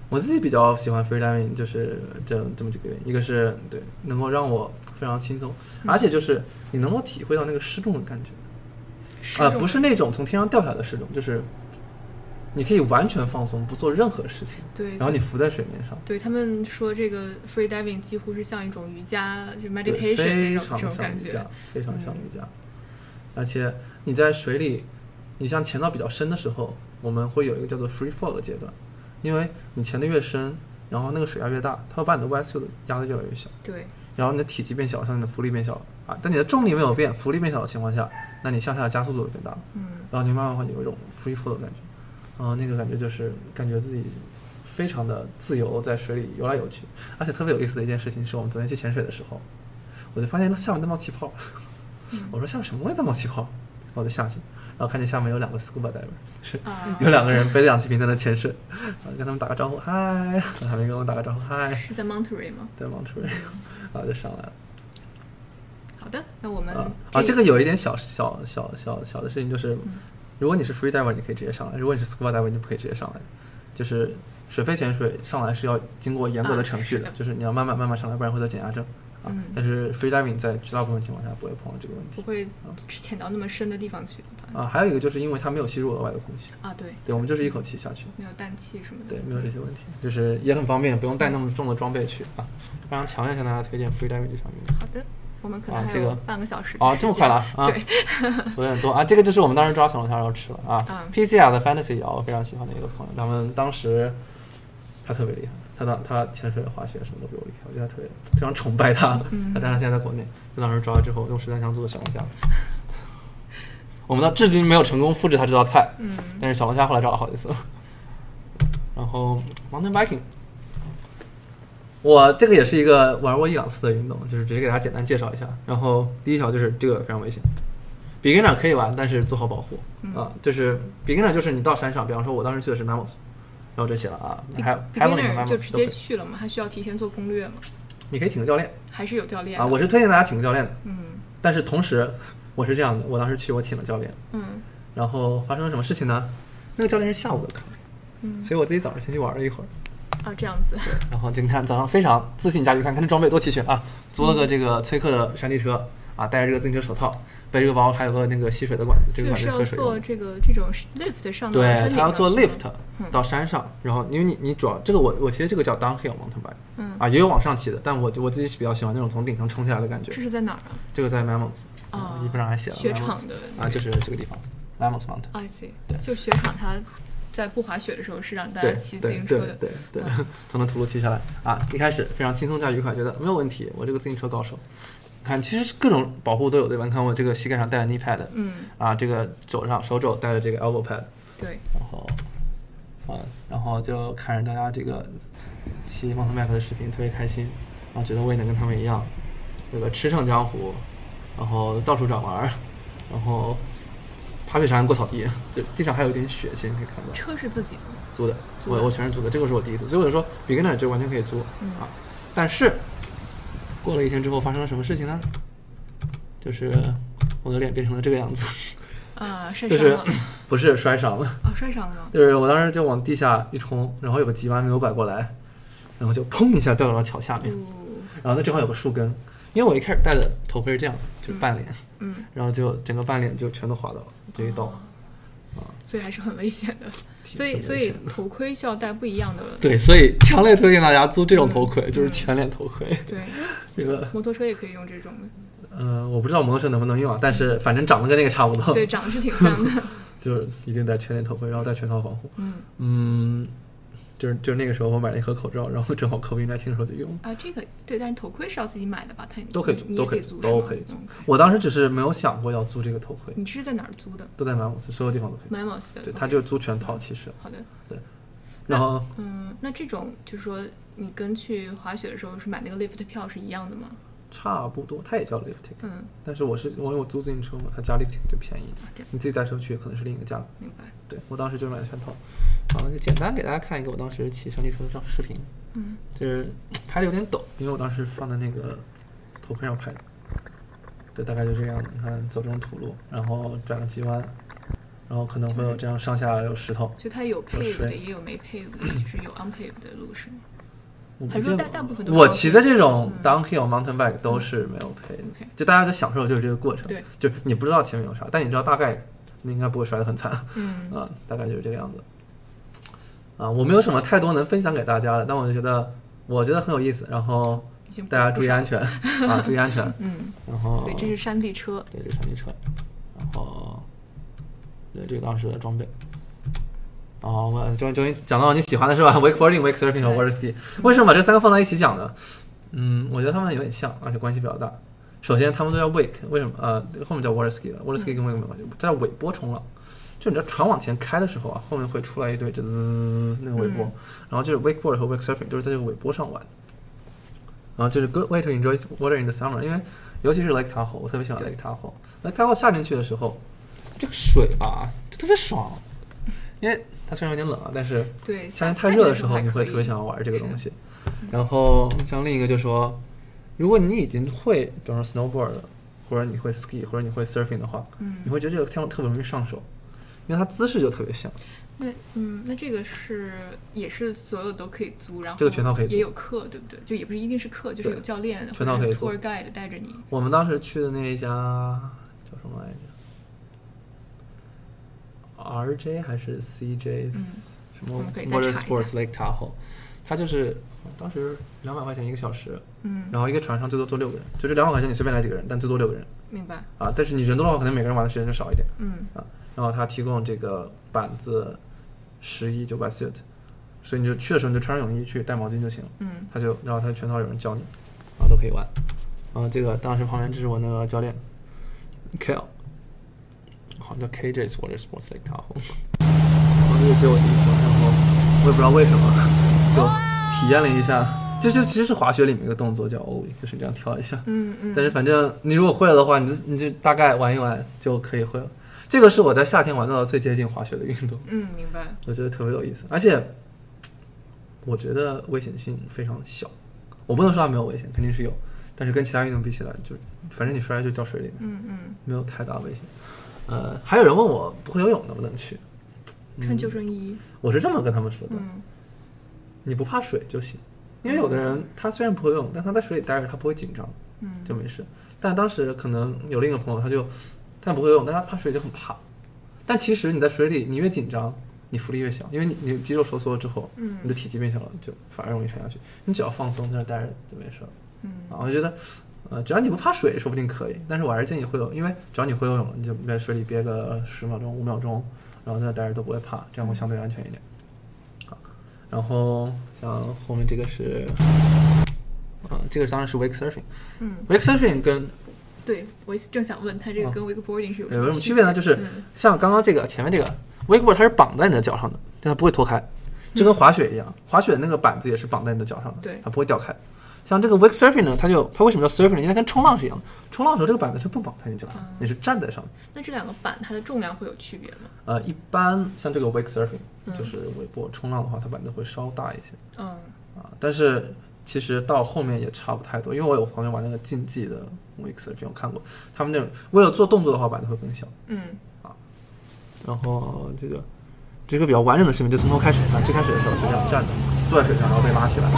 S2: 我自己比较喜欢 freediving，就是这这么几个原因，一个是对能够让我非常轻松，而且就是你能够体会到那个失重的感觉，啊、
S1: 这种
S2: 不是那种从天上掉下来的失重，就是你可以完全放松，不做任何事情，
S1: 对，
S2: 然后你浮在水面上，
S1: 对他们说这个 free diving 几乎是像一种瑜伽，就
S2: 对，
S1: meditation
S2: 非
S1: 那种
S2: 常
S1: 这种
S2: 像
S1: 感
S2: 瑜
S1: 觉
S2: 伽。，非常像
S1: 嗯
S2: 瑜伽，而且你在水里，你像潜到比较深的时候，我们会有一个叫做 free fall 的阶段，因为你潜的越深，然后那个水压越大，它会把你的 wetsuit 压得越来越小。
S1: 对，
S2: 然后你的体积变小，像你的浮力变小了啊，但你的重力没有变，浮力变小的情况下，那你向下的加速度就变大了，
S1: 嗯，
S2: 然后你慢慢会有一种 free fall 的感觉，然后那个感觉就是感觉自己非常的自由，在水里游来游去，而且特别有意思的一件事情是我们昨天去潜水的时候，我就发现那下面在冒气泡，我说下面什么东西在冒气泡，然后我就下去，然后看见下面有两个 scuba diver，是
S1: 啊
S2: 有两个人背着氧气瓶在那潜水，然后就跟他们打个招呼嗨，然后他们也跟我打个招呼嗨，
S1: 是在 Monterey 吗？
S2: 对 Monterey，然后就上来了。
S1: 好的，那我们
S2: 啊啊，这个有一点小小小小小的事情，就是如果你是 free diver，你可以直接上来；如果你是 scuba diver，你不可以直接上来。就是水肺潜水上来是要经过严格的
S1: 啊
S2: 程序
S1: 是
S2: 的，
S1: 的
S2: 就是你要慢慢慢慢上来，不然会得减压症。啊，
S1: 嗯
S2: 但是 free diving 在绝大部分情况下不会碰到这个问
S1: 不
S2: 题。
S1: 会潜到那么深的地方去的吧？
S2: 啊，还有一个就是因为它没有吸入额外的空气，
S1: 啊，对，
S2: 对我们就是一口气下去，
S1: 没有氮气什么的。
S2: 对，没有这些问题，就是也很方便，不用带那么重的装备去啊。非常强烈向大家推荐 free diving 这项运动。
S1: 好的，我们可
S2: 啊
S1: 能还
S2: 这个
S1: 有半个小时的
S2: 啊，这么
S1: 时间
S2: 快了啊！
S1: 对，
S2: 有点多啊。这个就是我们当时抓小龙虾然后吃了啊。
S1: 嗯
S2: PCR 的 Fantasy 瑶我非常喜欢的一个朋友，他们当时他特别厉害，他当他潜水、滑雪什么都比我厉害，我觉得他特别非常崇拜他。
S1: 嗯
S2: 他但是他现在在国内，就当时抓了之后用十三香做的小龙虾， 我们到至今没有成功复制他这道菜，
S1: 嗯，
S2: 但是小龙虾后来抓了好几次。然后 mountain biking，我这个也是一个玩过一两次的运动，就是只是给大家简单介绍一下。然后第一条就是这个非常危险， beginner 可以玩，但是做好保护
S1: 嗯
S2: 啊。就是 beginner 就是你到山上，比方说我当时去的是 Mammoth，然后就写了啊，还还有那个
S1: beginner 就
S2: Mammoth
S1: 直
S2: 都
S1: 接
S2: 可以，
S1: 去了嘛，还需要提前做攻略嘛，
S2: 你可以请个教练
S1: 还是有教练
S2: 啊。
S1: 的
S2: 我是推荐大家请个教练的，
S1: 嗯
S2: 但是同时我是这样的，我当时去我请了教练，
S1: 嗯
S2: 然后发生了什么事情呢？那个教练是下午的课，
S1: 嗯
S2: 所以我自己早上先去玩了一会儿，
S1: 啊这样子，
S2: 然后就你看早上非常自信加油，看看这装备多齐全啊！租了个这个崔克的山地车啊，戴着这个自行车手套，背着个包，还有个那个吸水的管子，
S1: 这
S2: 这个
S1: 个
S2: 管
S1: 是
S2: 子
S1: 要
S2: 喝水用
S1: 做
S2: 的。
S1: 这个这种 lift 上到
S2: 对
S1: 山，顶
S2: 他要做
S1: 上去
S2: lift
S1: 吗
S2: 到山上，然后因为你你主要这个我我骑的这个叫 downhill mountain bike，
S1: 嗯
S2: 啊也有往上骑的，但我我自己比较喜欢那种从顶上冲下来的感觉
S1: 这。是在哪儿啊？
S2: 这个在 Mammoth，
S1: 哦
S2: 衣服上还写了
S1: 雪场
S2: Mammoth
S1: 的
S2: 啊，就是这个地方 Mammoth mountain。
S1: I see，
S2: 对
S1: 就雪场它在不滑雪的时候是让大家
S2: 对
S1: 骑自
S2: 对
S1: 行
S2: 对
S1: 车的，嗯
S2: 对对， 从那土路骑下来啊，一开始非常轻松加愉快，觉得没有问题，我这个自行车高手。看，其实各种保护都有对吧？你看我这个膝盖上戴了 knee pad，
S1: 嗯
S2: 啊，这个肘上手肘戴了这个 elbow pad，
S1: 对，
S2: 然后，啊，然后就看着大家这个骑 mountain bike 的视频特别开心，然后觉得我也能跟他们一样，对吧？驰骋江湖，然后到处找玩儿，然后爬雪山过草地，就地上还有一点雪，其实你可以看到。
S1: 车是自己的，
S2: 租的，
S1: 租
S2: 我
S1: 的
S2: 我全是租的，这个是我第一次，所以我就说 beginner 就完全可以租
S1: 嗯
S2: 啊。但是过了一天之后发生了什么事情呢？就是我的脸变成了这个样子，
S1: 啊，晒
S2: 就
S1: 伤
S2: 是
S1: 了，
S2: 不是摔伤了，
S1: 啊，摔伤 了，
S2: 就是我当时就往地下一冲，然后有个急弯没有拐过来，然后就砰一下掉到了桥下面，
S1: 哦，
S2: 然后那正好有个树根，因为我一开始戴的头盔是这样，就是半脸，
S1: 嗯，
S2: 然后就整个半脸就全都滑到了这一道。
S1: 所以还是很危险的，
S2: 挺
S1: 所以
S2: 挺
S1: 所
S2: 危
S1: 以
S2: 险
S1: 头盔需要戴不一样的，
S2: 对，所以强烈推荐大家租这种头盔，就是
S1: 嗯
S2: 全脸头盔。
S1: 对，
S2: 这个
S1: 摩托车也可以用这种的，
S2: 呃，我不知道摩托车能不能用啊，但是反正长得跟那个差不多，
S1: 对，长得是挺像的，
S2: 就是一定戴全脸头盔，然后戴全套防护。
S1: 嗯，
S2: 嗯，就是就是那个时候我买了一盒口罩，然后正好 COVID 1 9的时候就用了。
S1: 啊，这个对，但是头盔是要自己买的吧？它
S2: 都可以
S1: 你
S2: 租，
S1: 你
S2: 都
S1: 也
S2: 可
S1: 可
S2: 以
S1: 租，
S2: 都
S1: 是吗
S2: 可以租
S1: 嗯。
S2: 我当时只是没有想过要租这个头盔，
S1: 你是在哪儿租的
S2: 都在买我所有地方都可以。
S1: ？Mamos 的，
S2: 对，
S1: OK
S2: 他就租全套，其实
S1: 好的，
S2: 对。然后
S1: 嗯，那这种就是说，你跟去滑雪的时候是买那个 lift 票是一样的吗？
S2: 差不多，他也叫 lifting，
S1: 嗯，啊
S2: 但是我是我有租自行车嘛，他加 lifting 就便宜一点
S1: 这样
S2: 你自己带车去可能是另一个价格。
S1: 明白。
S2: 对我当时就买了全套。好，就简单给大家看一个我当时骑山地车的照视频。
S1: 嗯，
S2: 就是拍的有点抖，因为我当时放在那个头盔上拍的。对，大概就这样。你看，走这种土路，然后转个急弯，然后可能会有这样上下有石头。
S1: 所以它有
S2: 有
S1: paved 的，
S2: 水
S1: 也有没 paved 的，就是有 unpaved 的路是吗
S2: 我不
S1: 还是
S2: 见
S1: 大
S2: 了
S1: 大部分都是
S2: 我
S1: 高
S2: 骑
S1: 速
S2: 的这种
S1: 嗯
S2: downhill mountain bike 都是没有配的
S1: OK，
S2: 就大家就享受就是这个过程。
S1: 对，
S2: 就是你不知道前面有啥，但你知道大概应该不会摔得很惨。
S1: 嗯，
S2: 啊，大概就是这个样子。啊，我没有什么太多能分享给大家的，但我就觉得我觉得很有意思，然后
S1: 已经不
S2: 大家注意啊安全 啊，注意安全。
S1: 嗯，
S2: 然后
S1: 所以这是山地车，
S2: 对这个山地车，然后对这个当时的装备。然后我终于终于讲到你喜欢的是吧？wakeboarding、wake surfing 和
S1: 对
S2: water ski，为什么把这三个放在一起讲呢？嗯，我觉得他们有点像，而且关系比较大。首先，他们都叫 wake，为什么？呃，后面叫 water ski 了，water ski 跟 wake 没有关系，它叫尾波冲浪。就你知道船往前开的时候啊，后面会出来一堆就滋那个尾波，
S1: 嗯
S2: 然后就是 wakeboard 和 wake surfing 就是在这个尾波上玩。然后就是 good way to enjoy water in the summer，因为尤其是 Lake Tahoe，我特别喜欢 Lake Tahoe。Lake Tahoe 下进去的时候，这个水吧就特别爽，因为它虽然有点冷啊，但是
S1: 对，
S2: 夏天
S1: 夏
S2: 太热的时候，
S1: 夏天
S2: 你
S1: 的时候还可
S2: 会
S1: 以
S2: 特别想要玩这个东西。然后像另一个就说，如果你已经会，比方说 snowboard，或者你会 ski，或者你会 surfing 的话，
S1: 嗯
S2: 你会觉得这个天特别容易上手，因为它姿势就特别像。
S1: 那嗯，那这个是也是所有都可以租，然后
S2: 这个全套可以租
S1: 也有课，对不对？就也不是一定是课，就是
S2: 对
S1: 有教练
S2: 全套可以租
S1: tour guide 带着你。
S2: 我们当时去的那一家叫什么来着？RJ 还是 CJ 什
S1: 嗯我
S2: 么
S1: 们可以再查
S2: Water
S1: 一下
S2: Sports Lake Tahoe？它就是当时两百块钱一个小时，
S1: 嗯，
S2: 然后一个船上最多坐六个人，就这两百块钱你随便来几个人，但最多六个人
S1: 明白。
S2: 啊。但是你人多的话，可能每个人玩的时间就少一点
S1: 嗯，
S2: 啊。然后它提供这个板子十一九百 suit，所以你就去的时候你就穿上泳衣去，带毛巾就行了。
S1: 嗯，
S2: 他就然后他全套有人教你，然后都可以玩。然后这个当时旁边这是我那个教练 k a l 好像叫 KJ's Water Sports Lake Tahoe。然后这个只有我第一次玩，然后我也不知道为什么，就体验了一下这这其实是滑雪里面一个动作叫 ollie，就是这样跳一下。
S1: 嗯嗯，
S2: 但是反正你如果会了的话，你就你就大概玩一玩就可以会了。这个是我在夏天玩到的最接近滑雪的运动，
S1: 嗯，明白。
S2: 我觉得特别有意思，而且我觉得危险性非常小。我不能说它没有危险，肯定是有，但是跟其他运动比起来，就反正你摔就掉水里面，
S1: 嗯嗯，
S2: 没有太大危险。呃，还有人问我不会游泳能不能去，嗯
S1: 穿嗯救生衣，
S2: 我是这么跟他们说的：
S1: 嗯
S2: 你不怕水就行，因为有的人他虽然不会游泳，但他在水里待着他不会紧张，
S1: 嗯
S2: 就没事。但当时可能有另一个朋友，他就他不会游泳，但他怕水就很怕。但其实你在水里，你越紧张，你浮力越小，因为你你肌肉收缩了之后，
S1: 嗯
S2: 你的体积变小了，就反而容易沉下去。你只要放松在那儿待着就没事了。
S1: 嗯
S2: 啊，我觉得，呃，只要你不怕水，说不定可以。但是我还是建议会游，因为只要你会游泳了，你就在水里憋个十秒钟、五秒钟，然后在那待着都不会怕，这样会相对安全一点。好，然后像后面这个是，呃，这个当然是 wake surfing。
S1: 嗯，
S2: wake surfing 跟
S1: 对我正想问他这个
S2: 哦
S1: 跟 wakeboarding 是有
S2: 对有什么区别呢？就是
S1: 嗯
S2: 像刚刚这个前面这个 wakeboard，它是绑在你的脚上的，但它不会脱开，就跟滑雪一样，滑雪那个板子也是绑在你的脚上的，
S1: 嗯对
S2: 它不会掉开。像这个 wake surfing 呢，它就它为什么叫 surfing 呢？因为它跟冲浪是一样的，冲浪的时候这个板子是不绑在你脚上，
S1: 嗯
S2: 你是站在上面。
S1: 那这两个板它的重量会有区别吗？
S2: 呃，一般像这个 wake surfing 就是尾波冲浪的话，它板子会稍大一些
S1: 嗯
S2: 啊，但是。其实到后面也差不太多，因为我有朋友玩那个竞技的 wake surfing，我看过，他们那种为了做动作的话，板子会更小。
S1: 嗯
S2: 然后这个这个比较完整的视频就从头开始看，最开始的时候是这样站着，坐在水上，然后被拉起来，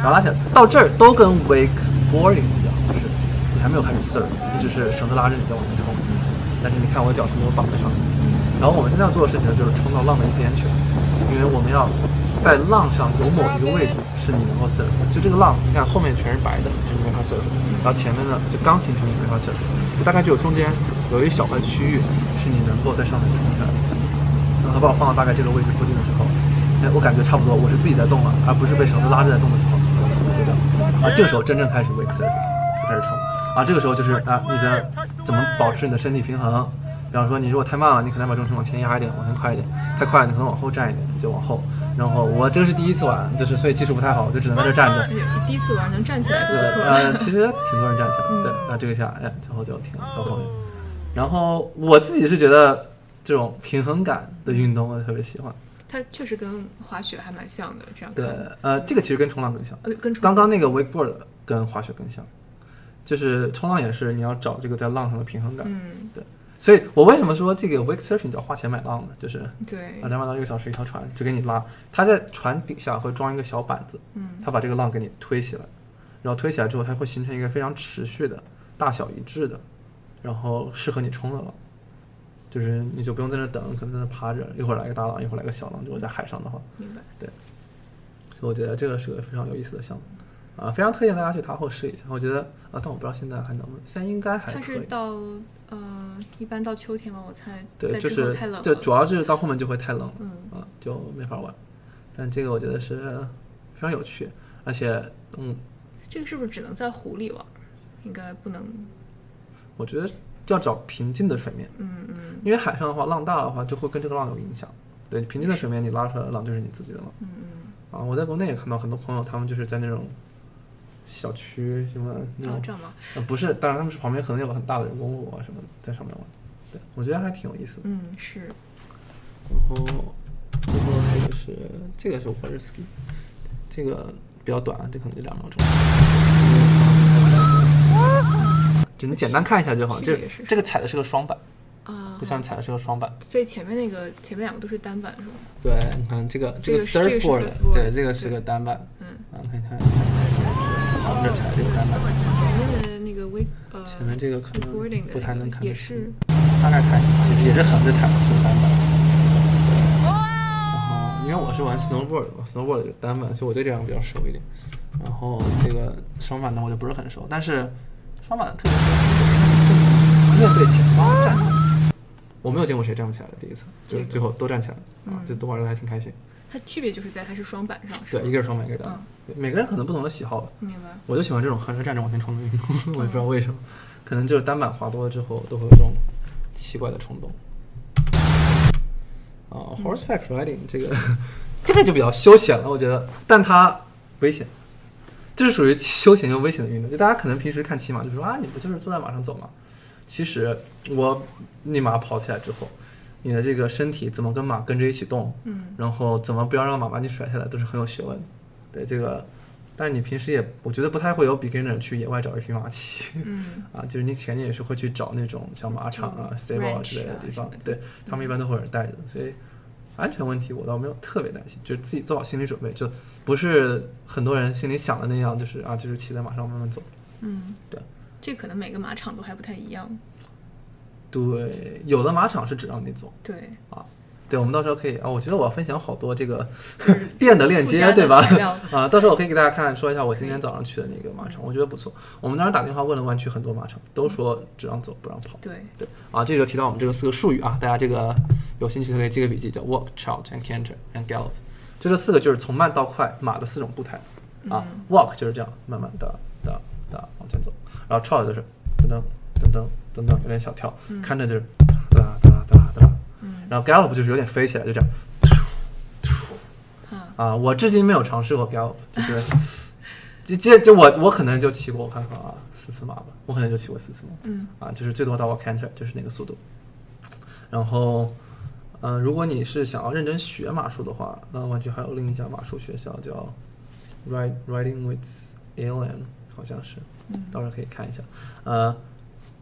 S2: 然后拉起来到这儿都跟 wakeboarding 一样，就是你还没有开始 surf，你只是绳子拉着你在往前冲，但是你看我脚是没有绑在上面。然后我们现在要做的事情呢，就是冲到浪的一边去，因为我们要在浪上有某一个位置是你能够 surf，的就这个浪，你看后面全是白的，就是没法 surf，然后前面呢就刚形成的没法 surf，就大概只有中间有一小块区域是你能够在上面冲下来的。然后他把我放到大概这个位置附近的时候，哎，我感觉差不多，我是自己在动了，而不是被绳子拉着在动的时候，我觉得，啊，这个时候真正开始 wake surfing，就开始冲，啊，这个时候就是啊，你的怎么保持你的身体平衡，比方说你如果太慢了，你可能要把重心往前压一点，往前快一点，太快了你可能往后站一点，你就往后。然后我这个是第一次玩，就是所以技术不太好，我就只能在这站着
S1: 而。且第一次玩能站起来就
S2: 对，
S1: 不错
S2: 呃，
S1: 了。
S2: 其实挺多人站起来，对，那这个下，哎，最后就停了到后面。然后我自己是觉得这种平衡感的运动我特别喜欢，
S1: 它确实跟滑雪还蛮像的，这样看
S2: 对，呃，这个其实跟冲浪更像，
S1: 呃跟冲
S2: 刚刚那个 wakeboard 跟滑雪更像，就是冲浪也是你要找这个在浪上的平衡感。
S1: 嗯
S2: 所以我为什么说这个 wake surfing 叫花钱买浪呢？就是
S1: 对
S2: 啊，两百到一个小时一条船就给你拉，它在船底下会装一个小板子，
S1: 嗯
S2: 它把这个浪给你推起来，然后推起来之后，它会形成一个非常持续的、大小一致的，然后适合你冲的浪。就是你就不用在那等，可能在那趴着，一会儿来个大浪，一会儿来个小浪。如果在海上的话，
S1: 明白
S2: 所以我觉得这个是个非常有意思的项目，啊，非常推荐大家去塔后试一下。我觉得啊，但我不知道现在还能不能，现在应该还
S1: 它
S2: 可
S1: 是
S2: 以。
S1: 到呃一般到秋天吧，我猜
S2: 对，
S1: 在
S2: 就
S1: 之后
S2: 是
S1: 太冷
S2: 就
S1: 了，
S2: 主要是到后面就会太冷了，
S1: 嗯
S2: 啊，就没法玩。但这个我觉得是非常有趣，而且嗯，
S1: 这个是不是只能在湖里玩？应该不能，
S2: 我觉得要找平静的水面，
S1: 嗯嗯
S2: 因为海上的话浪大的话就会跟这个浪有影响。对，平静的水面你拉出来的浪就是你自己的浪。
S1: 嗯嗯，
S2: 啊，我在国内也看到很多朋友，他们就是在那种小区什么那
S1: 然
S2: 种
S1: 后哦这样吗？
S2: 呃，不是，当然他们是旁边可能有个很大的人工湖啊什么的在上面玩，对我觉得还挺有意思的。
S1: 嗯是，
S2: 然后，然后这个是这个是 water ski，这个比较短啊，这可能就两秒钟。就你简单看一下就好，
S1: 这
S2: 这
S1: 个也是嗯
S2: 这个踩的是个双板，
S1: 啊
S2: 这，项踩的是个双板。
S1: 所以前面那个前面两个都是单板是吗？
S2: 对，你看这个
S1: 这
S2: 个
S1: 个是这个是
S2: surfboard，
S1: surfboard，
S2: 对，这个是
S1: 对
S2: 个单板。
S1: 嗯，
S2: 啊，看看，我们这踩的这个单板，
S1: 前面的那个 wake 呃
S2: 前面这个可
S1: wakeboarding
S2: 能
S1: 的
S2: 不太
S1: 那
S2: 能
S1: 个
S2: 看嗯
S1: 也
S2: 得清
S1: 是，
S2: 大概看，其实也是横着踩的，是个单板。然后，因为我是玩 snowboard，的嘛 snowboard 有单板，所以我对这两个比较熟一点。然后这个双板呢，我就不是很熟，但是双板特别可惜，面对前方站起来。我没有见过谁站不起来的，第一次，就
S1: 这个嗯
S2: 最后都站起来了，啊，就都玩的还挺开心。
S1: 它区别就是在它是双板上，是嗯
S2: 对，一
S1: 吗？
S2: 个是双板，一个是单板，对每个人可能不同的喜好吧。
S1: 明白，
S2: 我就喜欢这种横着站着往前冲的运动， 我也不知道为什么，可能就是单板滑多了之后都会有这种奇怪的冲动。啊、h o r s e b a c k riding 这个这个就比较休闲了，我觉得，但它危险，这是属于休闲又危险的运动。就大家可能平时看骑马就说啊，你不就是坐在马上走吗？其实我你马跑起来之后，你的这个身体怎么跟马跟着一起动，
S1: 嗯，
S2: 然后怎么不要让马把你甩下来，都是很有学问的。对这个，但是你平时也我觉得不太会有 beginner 去野外找一匹马骑。
S1: 嗯
S2: 啊，就是你肯定也是会去找那种像马场啊、
S1: 这种
S2: stable 啊
S1: ranch
S2: 之类的
S1: 啊
S2: 地方
S1: 什么的，
S2: 对他们一般都会有人带着，所以安全问题我倒没有特别担心，就是自己做好心理准备，就不是很多人心里想的那样，就是啊，就是骑在马上慢慢走。
S1: 嗯，
S2: 对，
S1: 这可能每个马场都还不太一样。
S2: 对，有的马场是只让你走
S1: 对，
S2: 啊。对，我们到时候可以啊，我觉得我要分享好多这个
S1: 就是
S2: 店的链
S1: 附
S2: 接
S1: 加，的
S2: 对吧
S1: 材料？
S2: 啊，到时候我可以给大家看说一下我今天早上去的那个马场，我觉得不错。我们当时打电话问了湾区很多马场，都说只让走不让跑。
S1: 对，
S2: 对啊，这就提到我们这个四个术语啊，大家这个有兴趣的可以记个笔记，叫 walk, trot, and canter and gallop。就这四个就是从慢到快马的四种步态啊、w a l k 就是这样慢慢的的的往前走，然后 trot 就是噔噔噔噔噔噔有点小跳、c a n t e r 就是哒啦哒啦哒啦哒啦，然后 gallop 就是有点飞起来，就这样。
S1: 啊，
S2: 啊，我至今没有尝试过 gallop，就是就这就我我可能就骑过，我看看啊，四次马吧，我可能就骑过四次马，
S1: 嗯，
S2: 啊，就是最多到我 canter 就是那个速度。然后，呃，如果你是想要认真学马术的话，呃，湾区还有另一家马术学校叫 Ride Riding with Alien，好像是，到时候可以看一下，呃。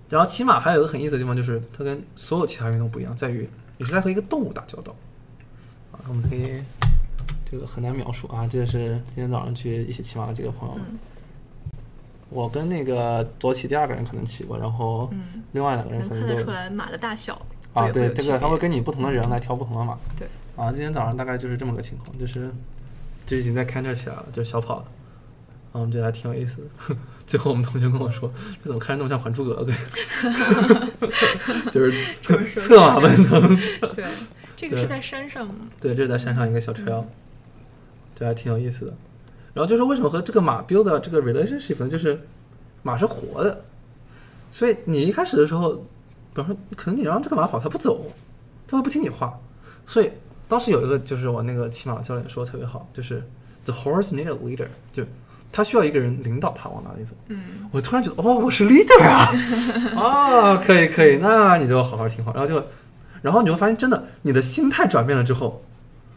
S2: 然后骑马还有一个很意思的地方，就是它跟所有其他运动不一样，在于你是在和一个动物打交道。啊，我们可以这个很难描述啊，这是今天早上去一起骑马的几个朋友们。我跟那个左起第二个人可能骑过，然后另外两个
S1: 能
S2: 人可
S1: 看
S2: 能
S1: 得
S2: 都
S1: 出来马的大小
S2: 啊，
S1: 有
S2: 对，
S1: 有
S2: 这
S1: 区
S2: 个他
S1: 别
S2: 会根据不同的人来挑不同的马。
S1: 对，
S2: 啊，今天早上大概就是这么个情况，就是就已经在开车起来了，就是小跑了。啊，我们觉得还挺有意思的。 最后我们同学跟我说，这怎么看着那么像《还 珠格格》？就是
S1: 说说
S2: 策马奔腾。
S1: 对，这个
S2: 对
S1: 是在山上吗，
S2: 对，这是在山上一个小 trail，这还挺有意思的。然后就是为什么和这个马 build 的这个 relationship 呢？就是马是活的，所以你一开始的时候，比方说可能你让这个马跑，它不走，它会不听你话。所以当时有一个就是我那个骑马教练说得特别好，就是 the horse need a leader，就它需要一个人领导它往哪里走。
S1: 嗯，
S2: 我突然觉得，哦，我是 leader 啊，啊，可以可以，那你就好好听话，然后就，然后你会发现，真的，你的心态转变了之后，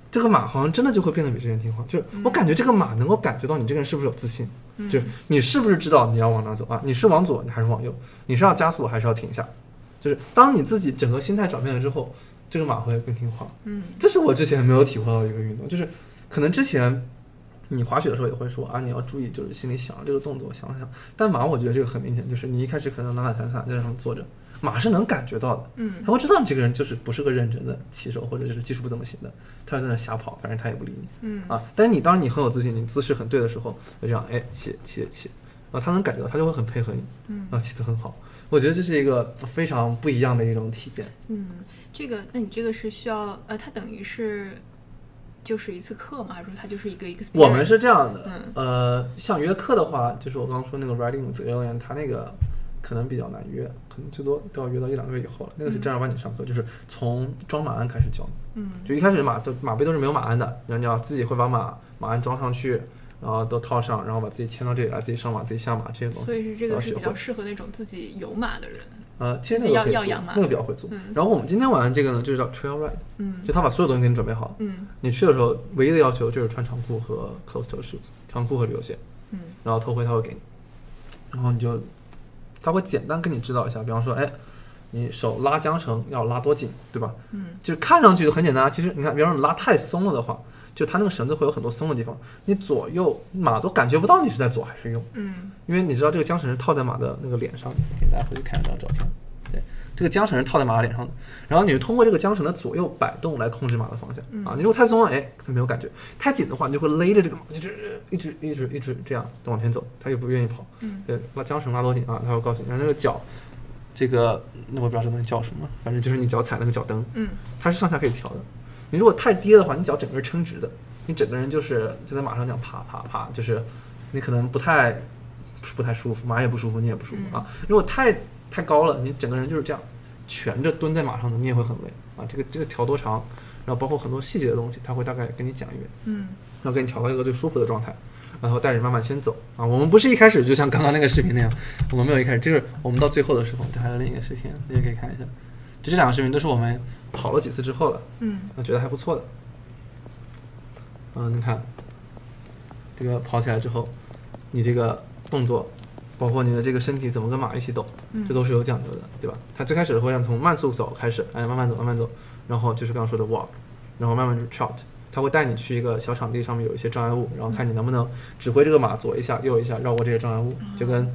S2: 这个马好像真的就会变得比之前听话，就是我感觉这个马能够感觉到你这个人是不是有自信，就是你是不是知道你要往哪走啊，你是往左还是往右，你是要加速还是要停下，就是当你自己整个心态转变了之后，这个马会更听话，
S1: 嗯，
S2: 这是我之前没有体会到的一个运动，就是可能之前你滑雪的时候也会说啊，你要注意，就是心里想这个动作，想想。但马，我觉得这个很明显，就是你一开始可能懒懒散散在那上坐着，马是能感觉到的，
S1: 嗯
S2: 他会知道你这个人就是不是个认真的骑手，或者就是技术不怎么行的，他就在那瞎跑，反正他也不理你，
S1: 嗯
S2: 啊。但是你当你很有自信，你姿势很对的时候，就这样，哎，骑骑骑，啊，他能感觉到，他就会很配合你，
S1: 嗯
S2: 啊，骑得很好。我觉得这是一个非常不一样的一种体验。
S1: 嗯，这个，那你这个是需要，呃，它等于是就是一次课吗？还是说它就是一个 experience？
S2: 我们是这样的，
S1: 嗯
S2: 呃，像约课的话，就是我刚刚说那个 Riding with Alien，它那个可能比较难约，可能最多都要约到一两个月以后了。那个是正儿八经上课，就是从装马鞍开始教的，
S1: 嗯
S2: 就一开始马都马背都是没有马鞍的，然后你要自己会把马马鞍装上去，然后都套上，然后把自己牵到这里来，自己上马，自己下马这些东西。
S1: 所以是这
S2: 哦要
S1: 个是
S2: 学
S1: 比较
S2: 会
S1: 适合那种自己有马的人。
S2: 呃，其实
S1: 自
S2: 那
S1: 己
S2: 个
S1: 要
S2: 可以
S1: 要
S2: 做
S1: 养马
S2: 那个比较会做
S1: 嗯。
S2: 然后我们今天晚上这个呢，就是叫 Trail Ride，
S1: 嗯
S2: 就他把所有东西给你准备好了。
S1: 嗯
S2: 你去的时候，唯一的要求就是穿长裤和 closed toe shoes，长裤和旅游鞋。
S1: 嗯
S2: 然后头盔他会给你，然后你就他会简单跟你指导一下，比方说，哎，你手拉缰绳要拉多紧，对吧？
S1: 嗯
S2: 就是看上去很简单，其实你看，比方说你拉太松了的话，就它那个绳子会有很多松的地方，你左右马都感觉不到你是在左还是右，
S1: 嗯
S2: 因为你知道这个缰绳是套在马的那个脸上的，给大家回去看一张照片。对，这个缰绳是套在马的脸上的，然后你通过这个缰绳的左右摆动来控制马的方向、啊。你如果太松了，哎，它没有感觉；太紧的话，你就会勒着这个马，就是一直一直一直这样往前走，它就不愿意跑。
S1: 嗯，
S2: 对，把缰绳拉多紧啊，它会告诉你，然后那个脚，这个那我也不知道这东西叫什么，反正就是你脚踩那个脚蹬，
S1: 嗯
S2: 它是上下可以调的。你如果太低的话，你脚整个人撑直的，你整个人就是就在马上这样啪啪啪，就是你可能不太不太舒服，马也不舒服，你也不舒服、啊。如果太太高了，你整个人就是这样蜷着蹲在马上的，你也会很累啊。这个这个调多长，然后包括很多细节的东西，它会大概给你讲一遍，
S1: 嗯
S2: 然后给你调到一个最舒服的状态。然后带着妈妈先走啊。我们不是一开始就像刚刚那个视频那样，我们没有一开始，就是我们到最后的时候，这还有另一个视频，大家可以看一下。就这两个视频都是我们跑了几次之后了，
S1: 嗯，
S2: 那觉得还不错的。嗯，你看，这个跑起来之后，你这个动作，包括你的这个身体怎么跟马一起抖，
S1: 嗯
S2: 这都是有讲究的，对吧？它最开始会让从慢速走开始，哎，慢慢走，慢慢走，然后就是刚刚说的 walk，然后慢慢就 trot，它会带你去一个小场地，上面有一些障碍物，然后看你能不能指挥这个马左一下，右一下，绕过这些障碍物，就跟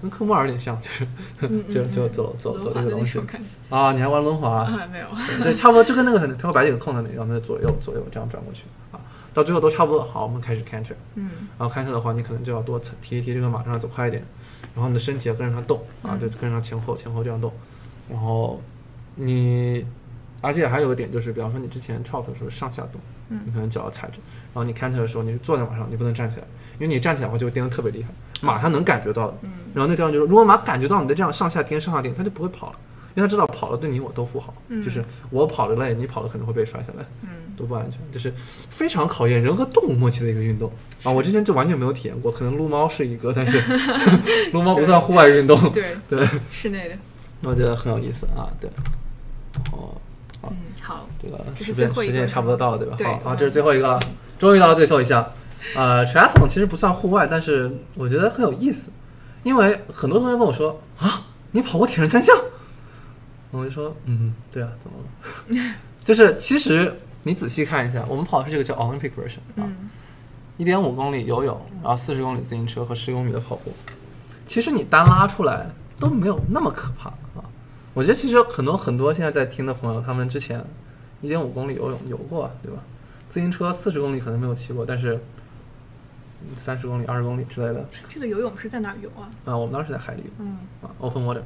S2: 跟科目尔有点像，就是
S1: 哦嗯嗯
S2: 就
S1: 嗯
S2: 就走走走
S1: 轮
S2: 这
S1: 滑
S2: 个
S1: 的那
S2: 东西
S1: 种感觉
S2: 啊，你还玩轮滑？
S1: 啊，没有，
S2: 对，差不多就跟那个很，它会把这个空在那里，然后它左右左右这样转过去啊，到最后都差不多。好，我们开始 canter，
S1: 嗯
S2: 然后 canter 的话，你可能就要多提一提这个马，让它走快一点，然后你的身体要跟着它动啊，
S1: 嗯
S2: 就跟着它前后前后这样动，然后你，而且还有个点就是，比方说你之前 trot 的时候上下动，你
S1: 嗯
S2: 可能脚要踩着，然后你 canter 的时候你是坐在马上，你不能站起来，因为你站起来的话就会颠得特别厉害，马它能感觉到的，
S1: 嗯
S2: 然后那教练就说，如果马感觉到你的这样上下颠上下颠，它就不会跑了，因为它知道跑了对你我都不好，
S1: 嗯
S2: 就是我跑得累，你跑了可能会被摔下来，
S1: 嗯
S2: 多不安全，就是非常考验人和动物默契的一个运动啊！我之前就完全没有体验过，可能撸猫是一个，但是撸猫不算户外运动，
S1: 对，
S2: 对，
S1: 室内的，
S2: 我觉得很有意思啊，对，哦然后好
S1: 嗯，好，
S2: 这个
S1: 这是
S2: 时
S1: 最
S2: 间
S1: 后一
S2: 时
S1: 个
S2: 间也差不多到了，对吧？
S1: 对
S2: 好，
S1: 嗯
S2: 啊，这是最后一个了，终于到了最后一项。呃 t r i a t h l o n 其实不算户外，但是我觉得很有意思，因为很多同学问我说啊，你跑过铁人三项？我就说嗯，对啊，怎么了？ 就是其实你仔细看一下，我们跑的是这个叫 Olympic version 啊，
S1: 嗯
S2: 一点五公里游泳，然后四十公里自行车和十公里的跑步。其实你单拉出来都没有那么可怕啊。我觉得其实很多很多现在在听的朋友，他们之前一点五公里游泳游过，啊对吧？自行车四十公里可能没有骑过，但是三十公里、二十公里之类的
S1: 这个游泳是在哪儿游啊？
S2: 啊，我们当时在海里游
S1: 嗯
S2: 啊，open water，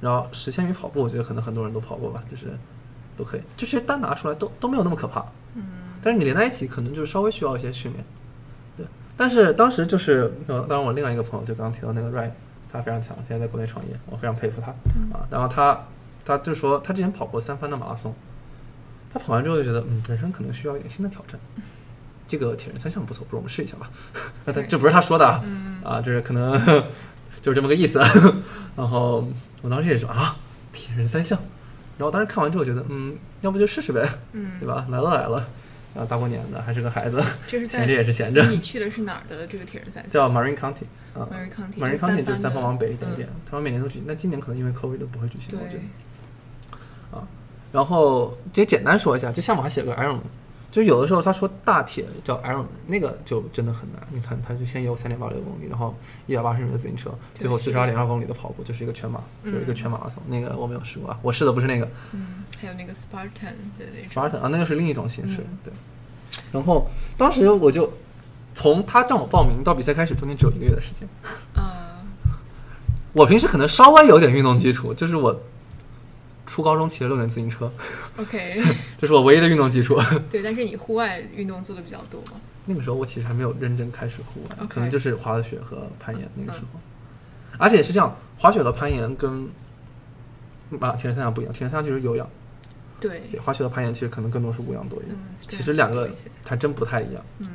S2: 然后十千米跑步，我觉得可能很多人都跑过吧，就是都可以，就是单拿出来都都没有那么可怕。
S1: 嗯
S2: 但是你连在一起，可能就稍微需要一些训练。对，但是当时就是，呃，当然我另外一个朋友就刚刚提到那个 Ryan，他非常强，现在在国内创业，我非常佩服他
S1: 嗯
S2: 啊。然后他他就说他之前跑过三番的马拉松，他跑完之后就觉得，嗯，人生可能需要一点新的挑 战。这个铁人三项不错，不如我们试一下吧。 那他
S1: 对
S2: 这不是他说的啊，
S1: 嗯
S2: 啊，这是可能 就是这么个意思。啊然后我当时也说啊，铁人三项。然后当时看完之后觉得，嗯，要不就试试呗。
S1: 嗯，
S2: 对？吧？来都来了，啊，大过年的还是个孩子，
S1: 这是在
S2: 闲着也是闲着
S1: 所以你去的是哪儿的这个铁人三项
S2: 叫 Marine County 啊
S1: ？Mary County，
S2: ，Marine County 就是
S1: 番
S2: 三藩
S1: 的
S2: 往北一点点，，他们每年都举行，但今年可能因为 COVID 不会举
S1: 嗯
S2: 行，我觉得
S1: 对。，
S2: 啊，然后也简单说一下，就项目还写个 Ironman，就有的时候他说大铁叫 Ironman，那个就真的很难。你看，他就先游三点八六公里，然后一百八十米的自行车，
S1: 对
S2: 最后四
S1: 是
S2: 十
S1: 的
S2: 二点二公里的跑步，就是一个全马，就是一个
S1: 嗯
S2: 全马拉松。那个我没有试过，啊，我试的不是那个，
S1: 嗯，还有那个 Spartan 的那种，
S2: Spartan 啊，那个是另一种形式，
S1: 嗯
S2: 对。然后当时我就从他让我报名到比赛开始，中间只有一个月的时间。
S1: 啊，
S2: 我平时可能稍微有点运动基础，就是我初高中骑了六年自行车，
S1: OK，
S2: 这是我唯一的运动基础。
S1: 对，但是你户外运动做的比较多嘛？
S2: 那个时候我其实还没有认真开始户外
S1: OK 嗯
S2: 可能就是滑了雪和攀岩那个时候。而且是这样，滑雪和攀岩跟啊铁人三项不一样，铁人三项就是有氧，
S1: 对，
S2: 对，滑雪和攀岩其实可能更多是无氧多一点。
S1: 嗯，
S2: 其实两个
S1: strength 多一些
S2: 还真不太一样。
S1: 嗯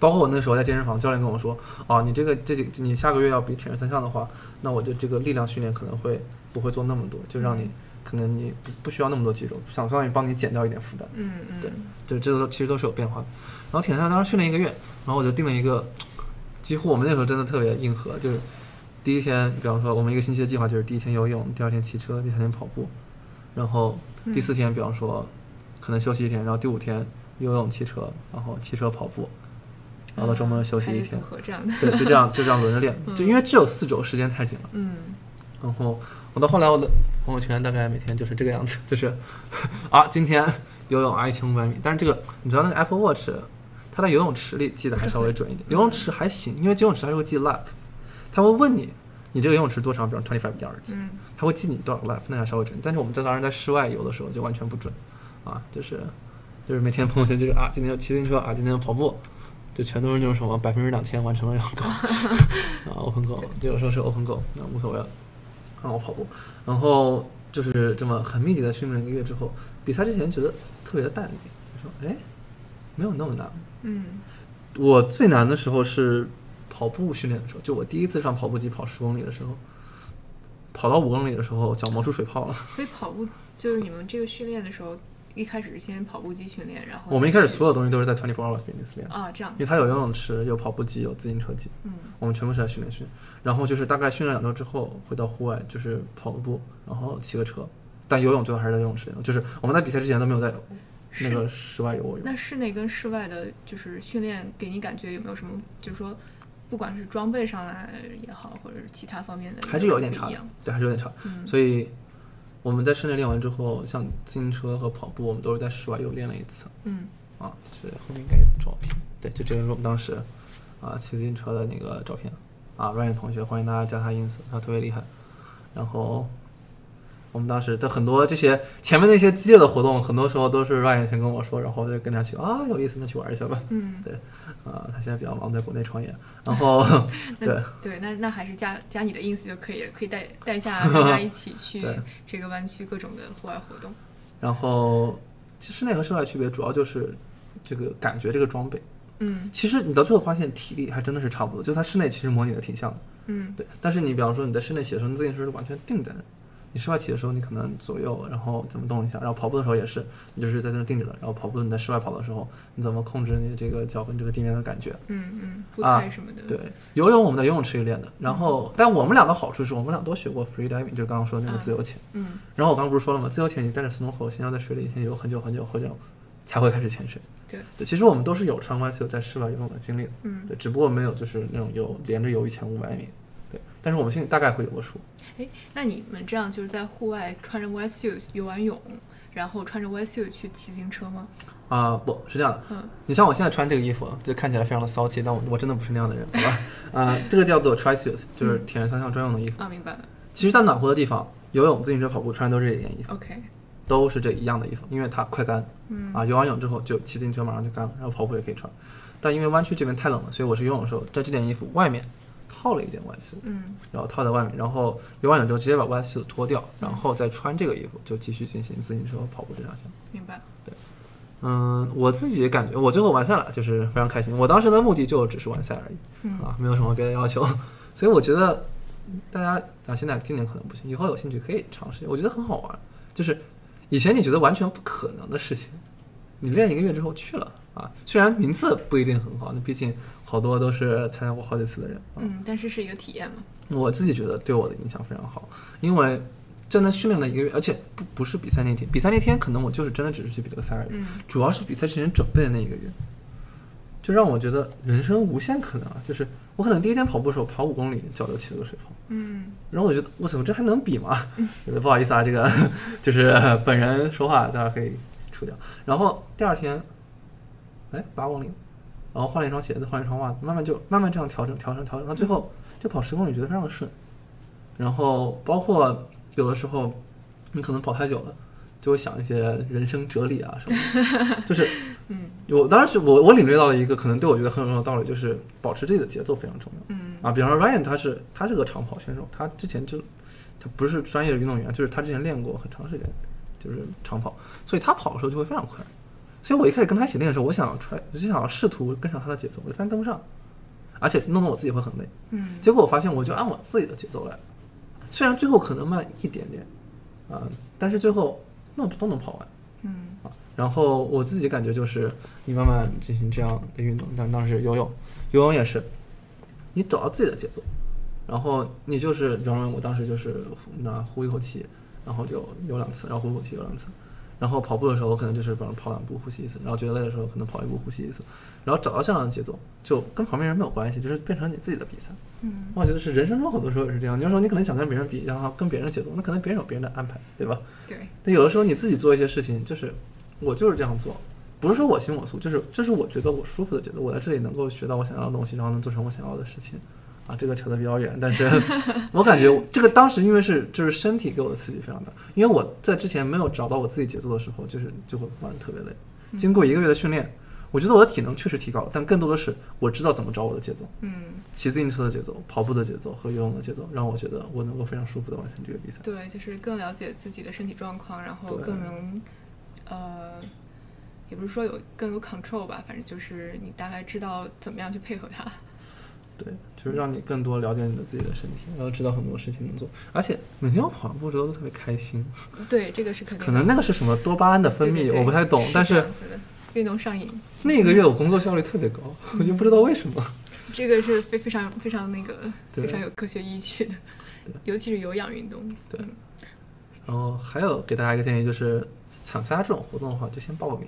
S2: 包括我那时候在健身房，教练跟我说，啊，你这个这几你下个月要比铁人三项的话，那我就这个力量训练可能会不会做那么多，就让你可能你不不需要那么多肌肉，想相当于帮你减掉一点负担。
S1: 嗯嗯，
S2: 对对，这都其实都是有变化的。然后铁人三项当时训练一个月，然后我就定了一个，几乎我们那时候真的特别硬核，就是第一天，比方说我们一个星期的计划就是第一天游泳，第二天骑车，第三天跑步，然后第
S1: 嗯
S2: 四天，比方说可能休息一天，然后第五天游泳、骑车，然后骑车、跑步，然后到周末休息
S1: 啊嗯
S2: 一
S1: 排列组
S2: 天。
S1: 合这样的，
S2: 对，就这样就这样轮着练，
S1: 嗯
S2: 就因为只有四周，时间太紧了。
S1: 嗯
S2: 然后我到后来我的朋友圈大概每天就是这个样子，就是啊，今天游泳啊一千五百米，但是这个你知道那个 Apple Watch，它在游泳池里记得还稍微准一点，游泳池还行，因为游泳池它是会记 lap，它会问你你这个游泳池多长，比方 twenty five yards，、
S1: 嗯
S2: 它会记你多少个 lap，那还稍微准。但是我们在当时在室外游的时候就完全不准，啊，就是就是每天朋友圈就是啊，今天骑自行车啊，今天跑步，就全都是那种什么百分之两千完成了要 goal 啊，open goal，就有时候是 open goal，那无所谓了，让我跑步，然后就是这么很密集的训练一个月之后，比赛之前觉得特别的淡定，就说哎，没有那么难。
S1: 嗯
S2: 我最难的时候是跑步训练的时候，就我第一次上跑步机跑十公里的时候，跑到五公里的时候脚磨出水泡了。
S1: 所以跑步就是你们这个训练的时候，一开始是先跑步机训练，然后
S2: 我们一开
S1: 再
S2: 始
S1: 去
S2: 所有东西都是在 twenty four hours fitness 练，
S1: 啊这样
S2: 因，为它有游泳池、有跑步机、有自行车机，
S1: 嗯
S2: 我们全部是在训练训。然后就是大概训练两周之后，回到户外就是跑个步，然后骑个车，但游泳最后还是在游泳池里。就是我们在比赛之前都没有在那个室外游过泳。
S1: 那室内跟室外的，就是训练给你感觉有没有什么，就是说，不管是装备上来也好，或者是其他方面的，
S2: 还是有一点差
S1: 一
S2: 的
S1: 样。，
S2: 对，还是有点差。
S1: 嗯
S2: 所以我们在室内练完之后，像自行车和跑步，我们都是在室外又练了一次
S1: 嗯，
S2: 啊。就是后面应该有照片，对，就这个是我们当时啊骑自行车的那个照片啊。Ryan 同学，欢迎大家加他 ins，他特别厉害。然后我们当时的很多这些前面那些激烈的活动，很多时候都是 Ryan 先跟我说，然后我就跟他去啊，有意思，那去玩一下吧。
S1: 嗯
S2: 对，啊，他现在比较忙，在国内创业，然后
S1: 那
S2: 对。
S1: 对，那那还是加加你的 ins 就可以，可以带带下 大家一起去
S2: 对
S1: 这个湾区各种的户外活动。
S2: 然后，其实室内和室外区别主要就是这个感觉，这个装备。
S1: 嗯
S2: 其实你到最后发现体力还真的是差不多，就它室内其实模拟的挺像的，
S1: 嗯
S2: 对。但是你比方说你在室内骑的时候，你自行车是完全定在那儿；你室外骑的时候，你可能左右然后怎么动一下，然后跑步的时候也是，你就是在那儿定着的。然后跑步你在室外跑的时候，你怎么控制你的这个脚跟这个地面的感觉？
S1: 嗯嗯，步
S2: 啊
S1: 态什么的。
S2: 对，游泳我们在游泳池里练的。然后，但我们俩的好处是我们俩都学过 free diving，就是刚刚说的那个自由潜。
S1: 嗯
S2: 然后我刚刚不是说了吗？自由潜你带着 snorkel 先要在水里先游很久很久很久，才会开始潜水。
S1: 对，
S2: 对，其实我们都是有穿 YSL 在室外游泳的经历的，
S1: 嗯。
S2: 对，只不过没有就是那种游连着游一千五百米，对，但是我们心里大概会有个数。
S1: 哎，那你们这样就是在户外穿着 wetsuit 游完泳，然后穿着 wetsuit 去骑自行车吗？
S2: 啊、不是这样的，
S1: 嗯
S2: 你像我现在穿这个衣服，就看起来非常的骚气，但我我真的不是那样的人，好吧？啊、这个叫做 tri suit，就是
S1: 嗯
S2: 铁人三项专用的衣服。
S1: 啊，明白了。
S2: 其实，在暖和的地方，游泳、自行车、跑步穿的都是这件衣服，
S1: OK。
S2: 都是这一样的衣服，因为它快干。
S1: 嗯
S2: 啊，游完泳之后就骑自行车马上就干了，然后跑步也可以穿。但因为湾区这边太冷了，所以我是游泳的时候在这件衣服外面套了一件外裤，
S1: 嗯
S2: 然后套在外面，然后游完泳之后直接把外裤脱掉，
S1: 嗯
S2: 然后再穿这个衣服就继续进行自行车和跑步这两项。
S1: 明白了。
S2: 嗯，我自己感觉我最后完赛了，就是非常开心。我当时的目的就只是完赛而已，
S1: 嗯
S2: 啊，没有什么别的要求，所以我觉得大家啊，现在今年可能不行，以后有兴趣可以尝试，我觉得很好玩。就是以前你觉得完全不可能的事情，你练一个月之后去了啊，虽然名次不一定很好，那毕竟好多都是参加过好几次的人啊，
S1: 嗯，但是是一个体验嘛。
S2: 我自己觉得对我的影响非常好，因为真的训练了一个月，而且不不是比赛那天，比赛那天可能我就是真的只是去比了个赛而已，
S1: 嗯
S2: 主要是比赛之前准备的那一个月，就让我觉得人生无限可能啊！就是我可能第一天跑步的时候跑五公里，脚就起了个水泡，
S1: 嗯
S2: 然后我觉得我操，这还能比吗？ 觉得不好意思啊，这个就是本人说话，大家可以除掉。然后第二天，哎，八公里，然后换了一双鞋子，换了一双袜子，慢慢就慢慢这样调整调整调整，到最后就跑十公里觉得非常的顺。然后包括有的时候你可能跑太久了，就会想一些人生哲理啊什么的，就是
S1: 嗯
S2: 我当时我我领略到了一个可能对我觉得很有用的道理，就是保持自己的节奏非常重要。
S1: 嗯
S2: 啊，比方说 Ryan 他是他是个长跑选手，他之前就他不是专业的运动员，就是他之前练过很长时间，就是长跑，所以他跑的时候就会非常快。所以我一开始跟他一起练的时候，我想要 try，我就想要试图跟上他的节奏，我就发现跟不上，而且弄得我自己会很累。
S1: 嗯
S2: 结果我发现我就按我自己的节奏来，虽然最后可能慢一点点，啊、但是最后那我都能跑完。
S1: 嗯
S2: 然后我自己感觉就是，你慢慢进行这样的运动，但当时游泳，游泳也是，你找到自己的节奏，然后你就是，比方说我当时就是呼那呼一口气，然后就游两次，然后呼一口气游两次，然后跑步的时候可能就是比方说跑两步呼吸一次，然后觉得累的时候可能跑一步呼吸一次，然后找到这样的节奏，就跟旁边人没有关系，就是变成你自己的比赛。
S1: 嗯
S2: 我觉得是人生中很多时候也是这样，有时候你可能想跟别人比，然后跟别人的节奏，那可能别人有别人的安排，对吧？
S1: 对，
S2: 但有的时候你自己做一些事情，就是我就是这样做，不是说我行我素，就是这是我觉得我舒服的节奏，我在这里能够学到我想要的东西，然后能做成我想要的事情。啊，这个扯得比较远，但是我感觉这个当时因为是就是身体给我的刺激非常大，因为我在之前没有找到我自己节奏的时候，就是就会玩得特别累。经过一个月的训练，我觉得我的体能确实提高了，但更多的是我知道怎么找我的节奏，
S1: 嗯
S2: 骑自行车的节奏、跑步的节奏和游泳的节奏，让我觉得我能够非常舒服的完成这个比赛。
S1: 对，就是更了解自己的身体状况，然后
S2: 对
S1: 更能呃，也不是说有更有 control 吧，反正就是你大概知道怎么样去配合它。
S2: 对，就是让你更多了解你的自己的身体，然后知道很多事情能做，而且每天我跑完步之后都特别开心。
S1: 对，这个是肯定的。
S2: 可能那个是什么多巴胺的分
S1: 对
S2: 泌，
S1: 对对
S2: 我不太懂，但
S1: 是这
S2: 是
S1: 样子的运动上瘾，
S2: 那个月我工作效率特别高，我就不知道为什么。
S1: 这个是非非常非常那个
S2: 对
S1: 非常有科学依据的，尤其是有氧运动。
S2: 对
S1: 嗯
S2: 然后还有给大家一个建议，就是厂杀这种活动的话，就先报名。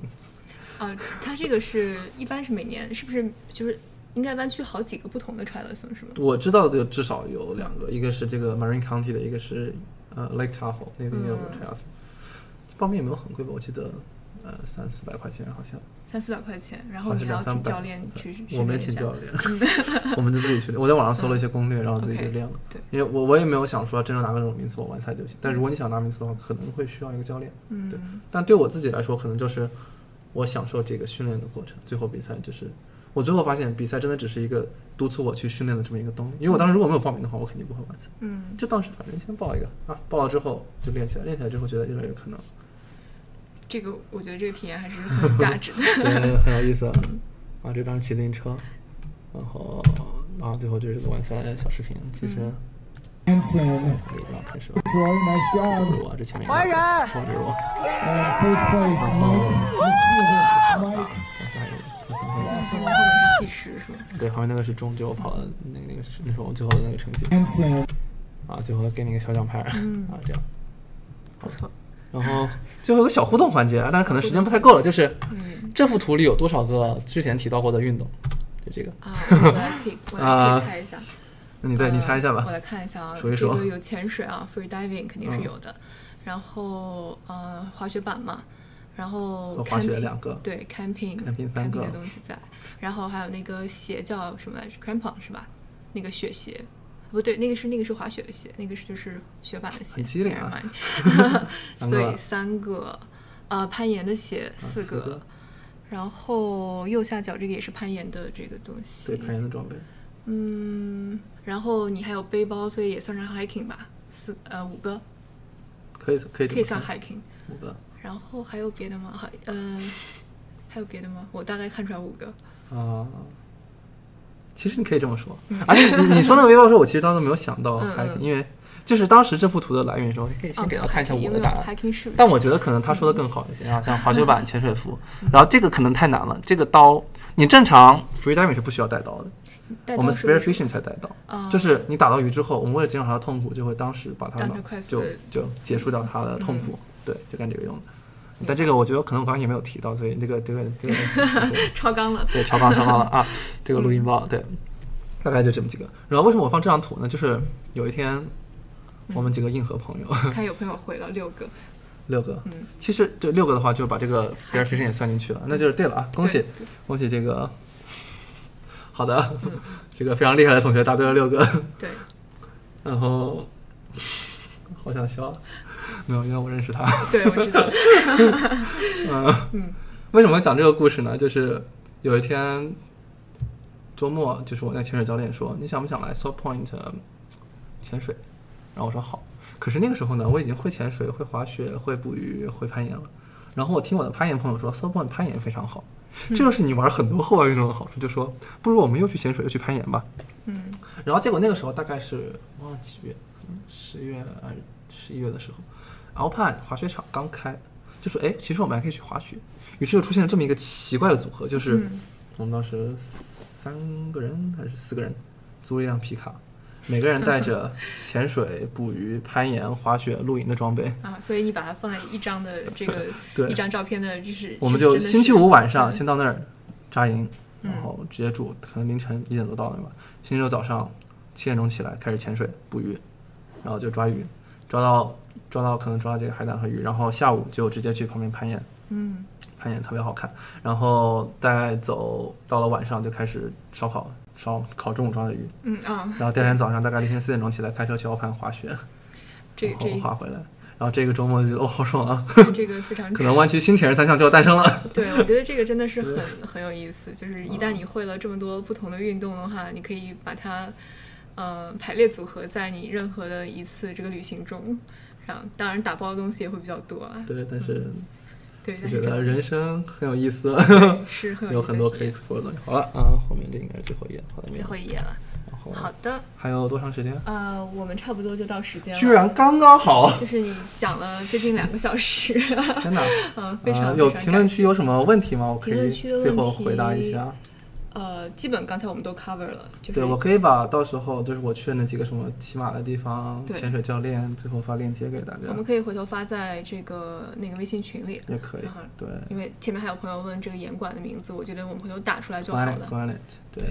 S1: 啊，它这个是一般是每年是不是就是应该湾区好几个不同的 triathlon 是吗？
S2: 我知道的就至少有两个，一个是这个 Marin County 的，一个是呃 Lake Tahoe 那边也有
S1: 嗯
S2: triathlon，、报名也没有很贵吧？我记得呃三四百块钱好像，
S1: 三四百块钱，然后
S2: 好像
S1: 哦你
S2: 是
S1: 还要
S2: 两三
S1: 请
S2: 百。
S1: 教练去训
S2: 对我没
S1: 练一
S2: 请
S1: 下嗯
S2: 教 练， 我们就自己去练。我在网上搜了一些攻略，然后自己就
S1: OK，
S2: 练了。
S1: 对，
S2: 因为我我也没有想说真正拿个这种名次我完赛就行，但如果你想拿名次的话，可能会需要一个教练。对
S1: 嗯，
S2: 但对我自己来说，可能就是我享受这个训练的过程，最后比赛就是我最后发现比赛真的只是一个督促我去训练的这么一个动力。因为我当时如果没有报名的话，我肯定不会完赛。
S1: 嗯，
S2: 就当时反正先报一个啊，报了之后就练起来，练起来之后觉得越来越有可能，
S1: 这个我觉得这个体验还是很有价值的。
S2: 对，很有意思啊。啊，这当时骑自行车，然后啊，最后就是这个完赛小视频，其实。
S1: 嗯
S4: Hanson,
S2: 可以让开始吧，
S4: Troy, nice
S2: 这
S4: job.
S2: 是我这前面一个，或者我，
S4: Uh, first place, Mike. Let's see if Mike
S2: 还有特勤队
S1: 后面是计时是吗？
S2: 对，旁边那个是终极，我跑的那个那个是那是我最后的那个成绩
S4: Hanson.
S2: 啊，最后给你个小奖牌、
S1: 嗯
S2: 啊，这样，
S1: 不错，
S2: 然后最后有个小互动环节，啊但是可能时间不太够了，就是
S1: 嗯
S2: 这幅图里有多少个之前提到过的运动？就这个，
S1: 啊，我来可以我来
S2: 啊
S1: 可以猜一下。
S2: 那你再、你猜一下
S1: 呃
S2: 吧
S1: 我。来看一下啊，
S2: 数一嗯数
S1: 这个有潜水啊，free diving 肯定是有的，然后呃滑雪板嘛，然后
S2: 和哦滑雪
S1: camping，
S2: 两个啊
S1: 对 camping
S2: camping 三个
S1: 的东西在，然后还有那个鞋叫什么来着，crampon 是吧？那个雪鞋。不对，那个是那个是滑雪的鞋，那个是就是雪板的鞋。
S2: 很机灵啊
S1: Nevermind
S2: 三个啊
S1: 所以三个，呃，攀岩的鞋四
S2: 四个
S1: 然后右下角这个也是攀岩的这个东西。
S2: 对，攀岩的装备，
S1: 嗯，然后你还有背包，所以也算上 hiking 吧，四呃五个
S2: 可以可以这
S1: 可以
S2: 么
S1: 算
S2: 算
S1: hiking。
S2: 五个
S1: 然后还有别的吗？还呃还有别的吗？我大概看出来五个。
S2: 啊。其实你可以这么说，而且你你说那个背包的时候，我其实当时没有想到
S1: 嗯
S2: 还可以，因为就是当时这幅图的来源的时候，你可以
S1: 哦
S2: 先给
S1: 没
S2: 他
S1: 有
S2: 看一下
S1: hiking，
S2: 我
S1: 因
S2: 的
S1: 为
S2: 答案。
S1: hiking shoes。
S2: 但我觉得可能他说的更好一些啊，像滑雪板、潜水服，
S1: 嗯
S2: 然后这个可能太难了。这个刀，你正常 free diving 是不需要带刀的，
S1: 带
S2: 我们
S1: 到手里
S2: spear fishing 才带
S1: 哦
S2: 刀，就是你打到鱼之后，我们为了减少它的痛苦，就会当时把它
S1: 让
S2: 脑
S1: 它快嗯速
S2: 就
S1: 地
S2: 就结束掉它的痛苦，对，就干这个用的。但这个我觉得可能我刚刚也没有提到，所以这个这个 这个就是
S1: 超纲了。
S2: 对超纲超纲了啊，这个录音包对，嗯大概就这么几个。然后为什么我放这张图呢？就是有一天我们几个硬核朋友，
S1: 看有朋友回了六个，
S2: 六个，其实这六个的话，就把这个 spear fishing 也算进去了，那就是对了啊，恭喜
S1: 对
S2: 恭喜这个，好的，这个非常厉害的同学答对了六个，
S1: 对，
S2: 然后好想笑啊，没有，因为我认识他，
S1: 对我知道。
S2: 嗯，为什么讲这个故事呢？就是有一天周末，就是我那潜水教练说，你想不想来 South Point 呃潜水？然后我说好。可是那个时候呢，我已经会潜水、会滑雪、会捕鱼、会攀岩了。然后我听我的攀岩朋友说，South Point 攀岩非常好，这就是你玩很多户外运动的好处。就说不如我们又去潜水又去攀岩吧。
S1: 嗯
S2: 然后结果那个时候大概是忘了几月，可能十月还是十一月的时候，Alpine 滑雪场刚开，就说哎，其实我们还可以去滑雪。于是就出现了这么一个奇怪的组合，就是
S1: 嗯
S2: 我们当时三个人还是四个人租了一辆皮卡，每个人 带着潜水、捕鱼、攀岩、滑雪、露营的装备。
S1: 啊，所以你把它放在一张的这个
S2: 对
S1: 一张照片的，就是
S2: 我们
S1: 是真
S2: 就
S1: 的是嗯
S2: 星期五晚上先到那儿扎营，然后直接住，可能凌晨一点多到那吧。星期六早上七点钟起来开始潜水捕鱼，然后就抓鱼，抓到抓到可能抓到这个海胆和鱼，然后下午就直接去旁边攀岩，
S1: 嗯
S2: 攀岩特别好看。然后大概走到了晚上就开始烧烤，烧烤中午抓的鱼，
S1: 嗯啊，
S2: 然后第二天早上大概凌晨四点钟起来开车去奥盘滑雪，
S1: 这
S2: 然后
S1: 这
S2: 滑回来。然后这个周末就觉得哦好爽啊，
S1: 这个非常
S2: 可能湾区新铁人三项就要诞生了。
S1: 对，我觉得这个真的是很很有意思，就是一旦你会了这么多不同的运动的话，你可以把它呃排列组合在你任何的一次这个旅行中。然后当然打包的东西也会比较多啊，
S2: 对，但是
S1: 对，
S2: 就
S1: 但
S2: 觉
S1: 是这
S2: 得
S1: 个
S2: 人生很有意思，
S1: 是很
S2: 有很多可以
S1: 以
S2: explore 的东西。好了啊，后面这应该是最后一页，好的，没嗯
S1: 最
S2: 有
S1: 后一页了。好的，
S2: 还有多长时间？
S1: 呃，我们差不多就到时间了，
S2: 居然刚 刚好！
S1: 就是你讲了接近两个小时，
S2: 天哪！
S1: 嗯，非常、
S2: 啊，有
S1: 非常
S2: 评论
S1: 感
S2: 区有什么问题吗？我可
S1: 评论
S2: 以
S1: 区的
S2: 最后
S1: 问题
S2: 回答一下。
S1: 呃，基本刚才我们都 cover 了，就是
S2: 对，我可以把到时候就是我去了那几个什么骑马的地方、
S1: 对
S2: 潜水教练，最后发链接给大
S1: 我
S2: 家
S1: 们，可以回头发在这个那个微信群里，
S2: 也可以
S1: 啊。
S2: 对
S1: 因为前面还有朋友问这个严管的名字，我觉得我们回头打出来就好
S2: ，Granite
S1: 了。
S2: Granite，对，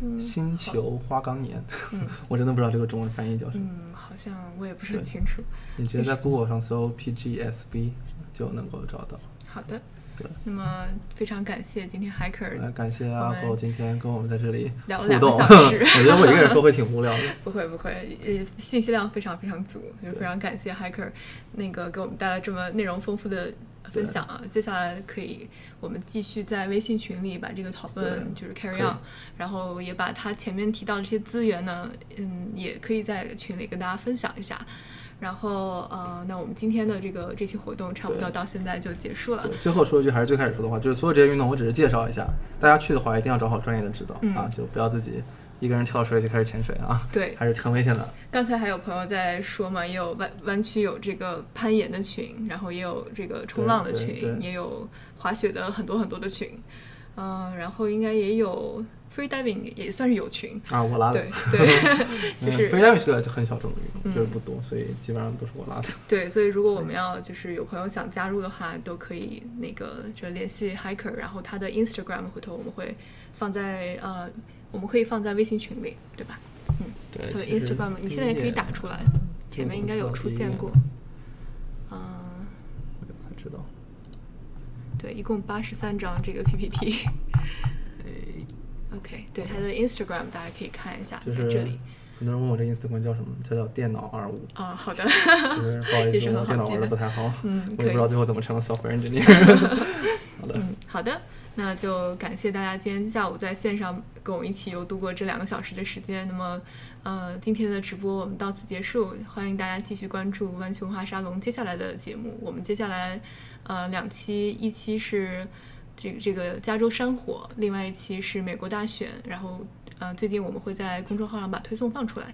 S1: 嗯
S2: 星球花岗岩
S1: 嗯，
S2: 我真的不知道这个中文翻译叫什么。
S1: 嗯，好像我也不是很清楚。
S2: 你直接在 Google 上搜 PGSB 就能够找到。
S1: 好的
S2: 对，
S1: 那么非常感谢今天
S2: 来，
S1: Hiker，
S2: 感谢
S1: 我
S2: 阿
S1: 们
S2: 后今天跟我们在这里
S1: 聊了
S2: 互
S1: 两个
S2: 动，
S1: 小
S2: 我
S1: 时
S2: 觉得我一个人说会挺无聊 的。
S1: 不会不会，呃，信息量非常非常足，就非常感谢 Hiker 那个给我们带来这么内容丰富的。分享啊，接下来可以我们继续在微信群里把这个讨论就是 carry
S2: 可以
S1: on，然后也把他前面提到的这些资源呢，嗯，也可以在群里跟大家分享一下。然后呃，那我们今天的这个这期活动差不多
S2: 对
S1: 到现在就结束了
S2: 对，。最后说一句还是最开始说的话，就是所有这些运动我只是介绍一下，大家去的话一定要找好专业的指导、
S1: 嗯
S2: 啊，就不要自己一个人跳水就开始潜水啊，
S1: 对
S2: 还是很危险的。
S1: 刚才还有朋友在说嘛，也有湾湾区有这个攀岩的群，然后也有这个冲浪的
S2: 对对
S1: 群，
S2: 对
S1: 也有滑雪的很多很多的群，嗯、然后应该也有 free diving 也算是有群，
S2: 啊，我拉的
S1: 对，对，
S2: 嗯
S1: 就是
S2: 飞单是个很小众的运
S1: 嗯
S2: 动，就是不多，所以基本上都是我拉的。
S1: 对，所以如果我们要就是有朋友想加入的话，都可以那个就联系 Hiker，然后他的 Instagram 回头我们会放在呃，我们可以放在微信群里，对吧？
S2: 对
S1: 他的 Instagram 你现在也可以打出来，前面应该有出现过。嗯、
S2: 我才知道。
S1: 对，一共八十三张这个 PPT。OK，对他的 Instagram 大家可以看一下，
S2: 哎就
S1: 在
S2: 是
S1: 这里
S2: 很多人问我这 Instagram 叫什么，它叫电脑 二五，
S1: 啊、好的，
S2: 就是不好
S1: 也
S2: 意
S1: 是
S2: 思，
S1: 很
S2: 我电脑
S1: 好记
S2: 玩的
S1: 的
S2: 不太好，
S1: 嗯可
S2: 我也不知
S1: 以
S2: 道最后怎么成了 software engineer。好 的，
S1: 嗯，好的，那就感谢大家今天下午在线上跟我们一起又度过这两个小时的时间。那么，呃，今天的直播我们到此结束，欢迎大家继续关注湾区文化沙龙接下来的节目。我们接下来，呃，两期，一期是这个这个加州山火，另外一期是美国大选。然后，呃，最近我们会在公众号上把推送放出来。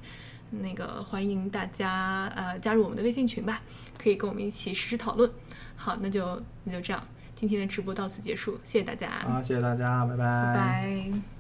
S1: 那个欢迎大家呃加入我们的微信群吧，可以跟我们一起实时讨论。好，那就那就这样，今天的直播到此结束，谢谢大家，
S2: 好，谢谢大家，
S1: 拜
S2: 拜
S1: 拜。